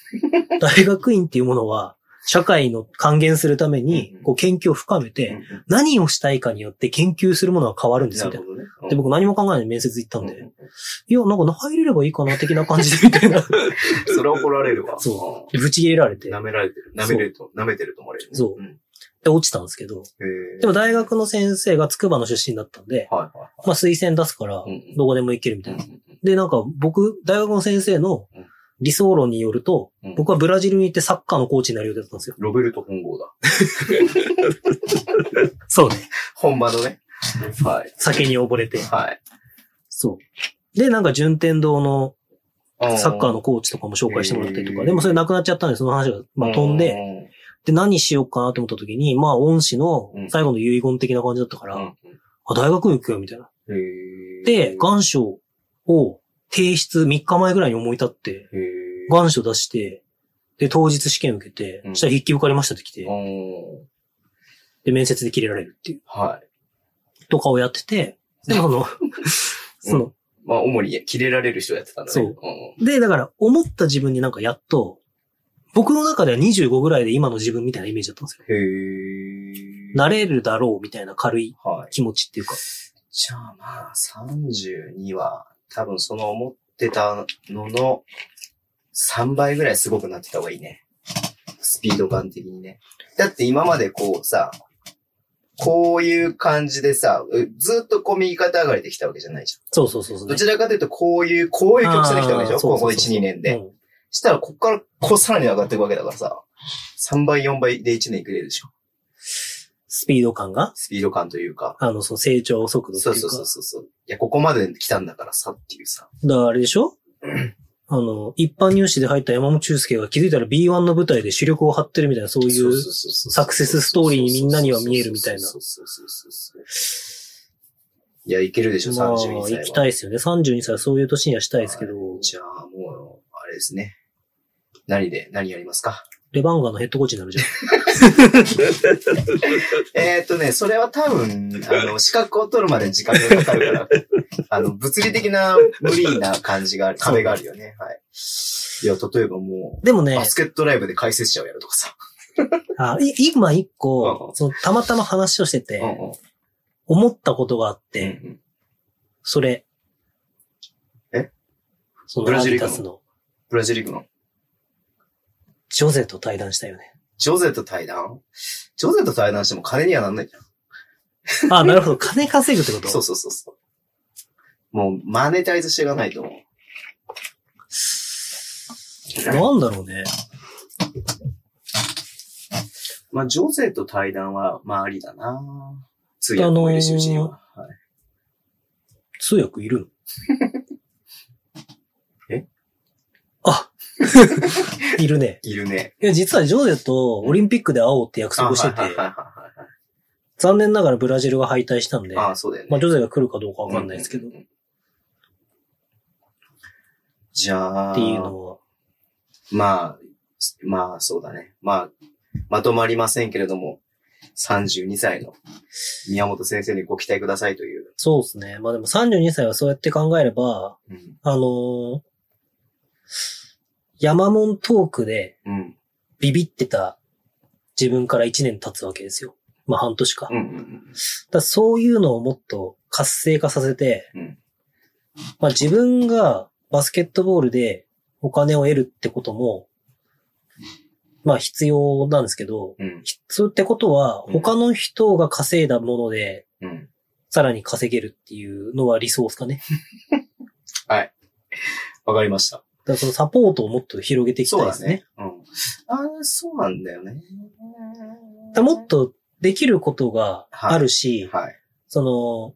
大学院っていうものは、社会の還元するために
うんうん、
こう、研究を深
う
め
んう
て、
ん
何をしたいかによって研究するものは変わるんです、
な
みた
る
いな
ほ。どね。
で、僕何も考えないで面接行った
うんん
で、いや、なんか入れればいいかな、的な感じで、みたい
[LAUGHS]
な。
それは怒られるわ。
そうぶち切れられて
ん。、舐められてる。舐めると、舐めてると思われるね。。
そうんで、落ちたんですけど、
へえ。
でも大学の先生が筑波の出身だったんで、
はいはい
まあ推薦出すから
うんうん、
どこでも行けるみたい
は
な。
い。
で、なんか僕、大学の先生の
うん
理想論によると、
うん
僕はブラジルに行ってサッカーのコーチになる予定だったんですよ。
ロベルト本郷だ。
そうね。
本場のね。はい。
酒に溺れて。
はい。
そう。で、なんか順天堂の
あ
サッカーのコーチとかも紹介してもらったりと
へ
か、
ー
でもそれなくなっちゃったんで、その話が、まあ飛んで、、で、何しようかなと思った時に、まあ恩師の
うん
最後の遺言的な感じだったか
う
ら、
ん
あ、大学行くよ、みたいな。
うんへえ。
で、願書を提出3日前ぐらいに思い立って、
へえ。
願書出して、で、当日試験受けて、
うん
そしたら筆記受かりましたって来て、
うん
で、面接で切れられるっていう、
はい。
とかをやってて、でもあの、その、
まあ、主に切れられる人やってたんだね。
そうんで、だから、思った自分になんかやっと、僕の中では25ぐらいで今の自分みたいなイメージだったんですよ。
へえ。
なれるだろうみたいな軽い
はい。
気持ちっていうか。
じゃあまあ、32は、多分その思ってたのの3倍ぐらいすごくなってた方がいいね。スピード感的にね。だって今までこうさ、こういう感じでさ、うずっとこう右肩上がりできたわけじゃないじ
そうそうそう
ゃ
そ
ん。
う、
どちらかというとこういう、こういう曲線できたわけでし
あー
ょ
そう
こ
そ
こ
うそう
1、2年
う
で。
ん
したらここからこうさらに上がっていくわけだからさ、3倍、4倍で1年いくれるでしょ
スピード感が、
スピード感というか。
あの、その成長速度って
そ
いう
うそ
か。
うそうそうそう。いや、ここまで来たんだからさっていうさ。
だからあれでしょあの、一般入試で入った山本中介が気づいたら B1 の舞台で主力を張ってるみたいな、そういうサ
サ
クセスストーリーにみんなには見えるみたいな
そうそうそうそうそういや、いけるでしょ、
まあ、
32歳は。
行きたいですよね。32歳はそういう年にはしたいですけど、
じゃあ、もう、あれですね。何で、何やりますか
レバンガのヘッドコーチになるじゃん。
えーっとね、それは多分、あの、資格を取るまで時間がかかるから、 [LAUGHS] あの、物理的な無理な感じがある、壁があるよね。はい。いや、例えばも
でも
う、
ね
バ、スケットライブで解説者をやるとかさ。
あい今一個
う、ん
そのたまたま話をしてて、
うんうん
思ったことがあって、
うんうん
それ。
え
その
ブ
ブ
ラ
ラ
ジ
ジ
ル
ル
行く
タ
の
スの
ブラジル行くの
ジョゼと対談したよね。
ジョゼと対談ジョゼと対談しても金にはなんないじゃん。
あ、なるほど。金稼ぐってこと
[LAUGHS] そうそうそうそう。もう、マネタイズしていかないと思う。
なんだろうね。
まあ、女性と対談は、まあ、ありだな通訳もいるし、
あのー
うちには。はい
通訳いるの
え
あ [LAUGHS] いるね。
いるね。
いや、実はジョゼとオリンピックで会おうって約束して
あはい
て
はい、はいはい
残念ながらブラジルが敗退したんで、
はいあ
ま
あ、そうだよね。
あ、ジョゼが来るかどうかわかんないですけど、
う
っ
ううん。じゃあ、
ていうのは。
まあ、まあ、そうだね。まあ、まとまりませんけれども、32歳の宮本先生にご期待くださいという。
そうですね。まあでも32歳はそうやって考えれば、
うん。
あのー、山門トークで
うん。
ビビってた自分から1年経つわけですよ。まあ半年か。
うんうん
だからそういうのをもっと活性化させて、
うん。うん。
まあ自分がバスケットボールでお金を得るってことも、まあ必要なんですけど、
うん。
必要ってことは
うん
他の人が稼いだもので
うん。
さらに稼げるっていうのは理想ですかね。
わかりました。
だからそのサポートをもっと広げていきたいですね。
うん。あーそうなんだよね。
だもっとできることがあるし、
はい。
その、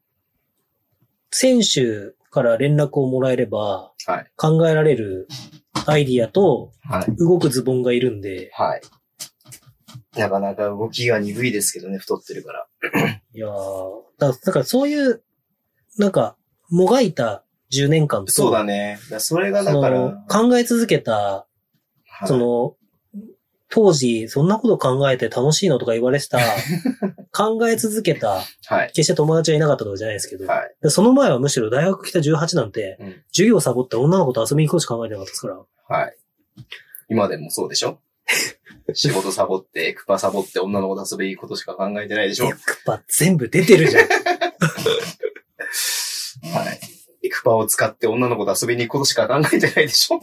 選手から連絡をもらえれば、
はい。
考えられるアイディアと
はい。
動くズボンがいるんで、
はい。なかなか動きが鈍いですけどね、太ってるから。
いやーだだからそういう、なんか、もがいた10年間と、
そうだね。だそれがだから、
その考え続けた、
はい
その、当時、そんなこと考えて楽しいのとか言われて
[LAUGHS]
た、考え続けた、
はい。
決して友達がいなかったとかじゃないですけど、
はい。
でその前はむしろ大学来た18なんて、
うん
授業サボって女の子と遊びに行くことしか考えてなかったですから。
はい。今でもそうでし [LAUGHS] ょ仕事サボって、クパサボって、女の子と遊び行くことしか考えてないでしょ
エクパ全部出てるじゃん。 [LAUGHS]
はい。エクパを使って女の子と遊びに行くことしか考えてないでし [LAUGHS] ょ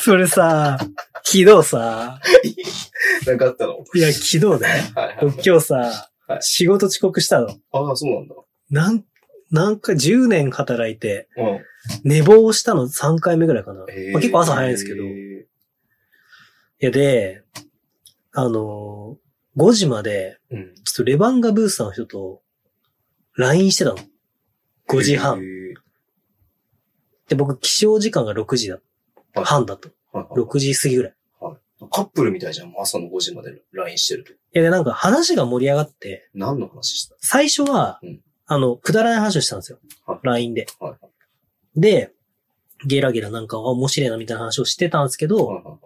それさ、昨日さ、
なかったの。はい
や、昨日
い
ね、
はい。
今日さ
は、い
仕事遅刻したの。
ああ、そうなんだ。
なん、なんか10年働いて、
うん。
寝坊したの3回目ぐらいかな。
へー
まあ、結構朝早いですけど。
へ
い
ー
や、で、あのー、5時まで、
うん。
ちょっとレバンガブースターの人と、LINE してたの。5時半
へ。ー。
で、僕、起床時間が6時だ。
はい
半だと。
はいはい
6時過ぎぐらい。い
はいカップルみたいじゃん。もう朝の5時まで LINE してると。
や、で、なんか話が盛り上がって、
何の話した
最初は、
うん
あの、くだらない話をしたんですよ
はい。
LINE で。
はいはい
で、ゲラゲラなんか、あ、面白いなみたいな話をしてたんですけど、
はいはいはい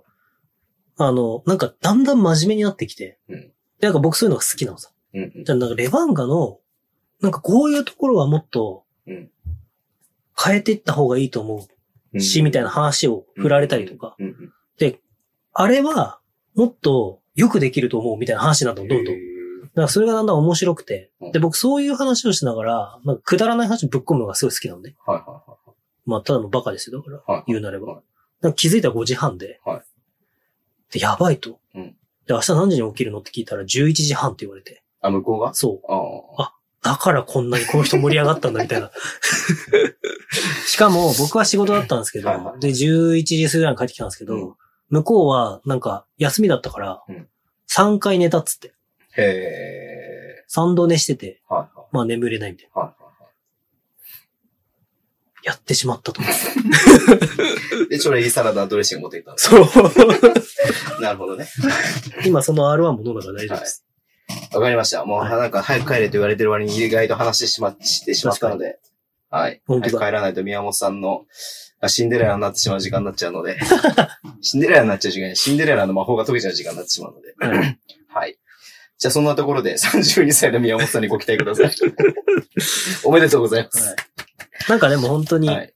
あの、なんか、だんだん真面目になってきて、
うん
で、なんか僕そういうのが好きなのさ。
うんうん
じゃあ、なんか、レバンガの、なんかこういうところはもっと、
うん
変えていった方がいいと思
う。
うんし、みたいな話を振られたりとか、
うんうん。
あれは、もっとよくできると思うみたいな話なの、どんどん。だ
へ
か
ー
らそれがだんだん面白くて
うん。
で、僕そういう話をしながら、なんかくだらない話ぶっ込むのがすごい好きなのね。
はいはいはい。
まあ、ただのバカですよ、だから。
はい
言うなれば。
はい
なんか気づいたら5時半で。
はい
で、やばいと。
うん
で、明日何時に起きるのって聞いたら11時半って言われて。
あ、向こうが
そう。
ああ。
だからこんなにこの人盛り上がったんだ、
[LAUGHS]
みたいな。しかも、僕は仕事だったんですけど、
はいはい
で、11時過ぎぐらいに帰ってきたんですけど、
うん
向こうは、なんか、休みだったから
うん、
3回寝たっつって、
へえ。
3度寝してて、
はいは
まあ眠れないみたい
い。はいは
な。やってしまった
[LAUGHS]
と思って。
いはい。で、チョレイサラダドレッシング持っていったんです。
そう。
なるほどね。
今その R1 も飲んだから大丈夫です。
わかりました。もう、
はい
なんか、早く帰れと言われてる割に意外と話してしまっしてしまったので。はい。
本
早
当だ
く帰らないと宮本さんの、あシンデレラになってしまう時間になっちゃうので。 [LAUGHS] シンデレラになっちゃう時間に、シンデレラの魔法が解けちゃう時間になってしまうので。
はい
はい。じゃあ、そんなところで、32歳の宮本さんにご期待ください。
[LAUGHS]
おめでとうございます。
はいなんかでも本当に、
はい。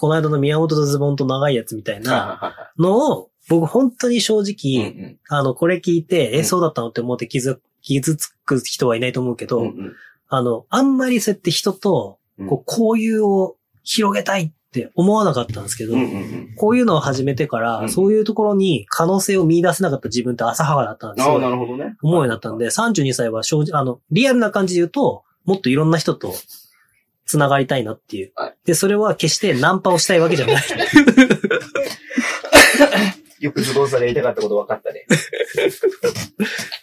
この間の宮本とズボンと長いやつみたいな
は
のを、僕本当に正
い。
直、
うん
あの、これ聞いて、
う
え、
ん
そうだったのって思って傷、傷つく人はいないと思うけ
う
ど、
んうん
あの、あんまりそうやって人と、
うん。
こう、交流を広げたいって思わなかったんですけど、
うんうんうん。
こういうのを始めてから、
うん
そういうところに可能性を見出せなかった自分って浅はかだったんです
ああ、
よ。
なるほどね。
思うようになったんで、32歳は正直、あの、リアルな感じで言うと、もっといろんな人と繋がりたいなっていう
はい。
で、それは決してナンパをしたいわけじゃない。
よくズボンさんが言いたかったこと分かった
[LAUGHS]
ね。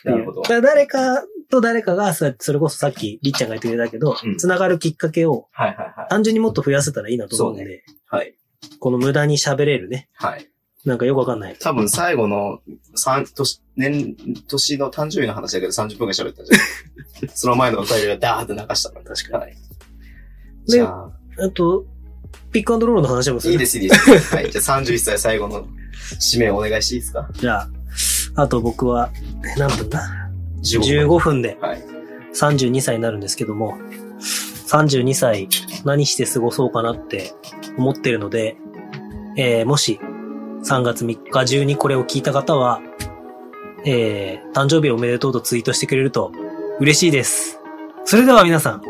なるほど
だ。から誰かと誰かが、そうやってそれこそさっきりっちゃんが言ってくれたけど、
うん
繋がるきっかけを
はいはいは
単純にもっと増やせたらいいなと思うんで、
そい。はい。
この無駄に喋れるね。
はい。
なんかよくわかんない。
多分最後の三年、年、年の誕生日の話だけど30分ぐらい喋ったんじゃない
[LAUGHS]
その前のお便りがダーって流したから。
確かに
はい。
で
じゃあ、
あと、ピックアンドロールの話もする。
いいです、いい
[LAUGHS]
です。はい。じゃあ31歳最後の締めお願いしていいですか
じゃあ、あと僕は、え何分だ
?15
?15 分で
分。はい。
32歳になるんですけども、32歳何して過ごそうかなって思ってるので、えーもし3月3日中にこれを聞いた方は、えー誕生日おめでとうとツイートしてくれると嬉しいです。それでは皆さん、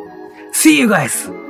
See you guys!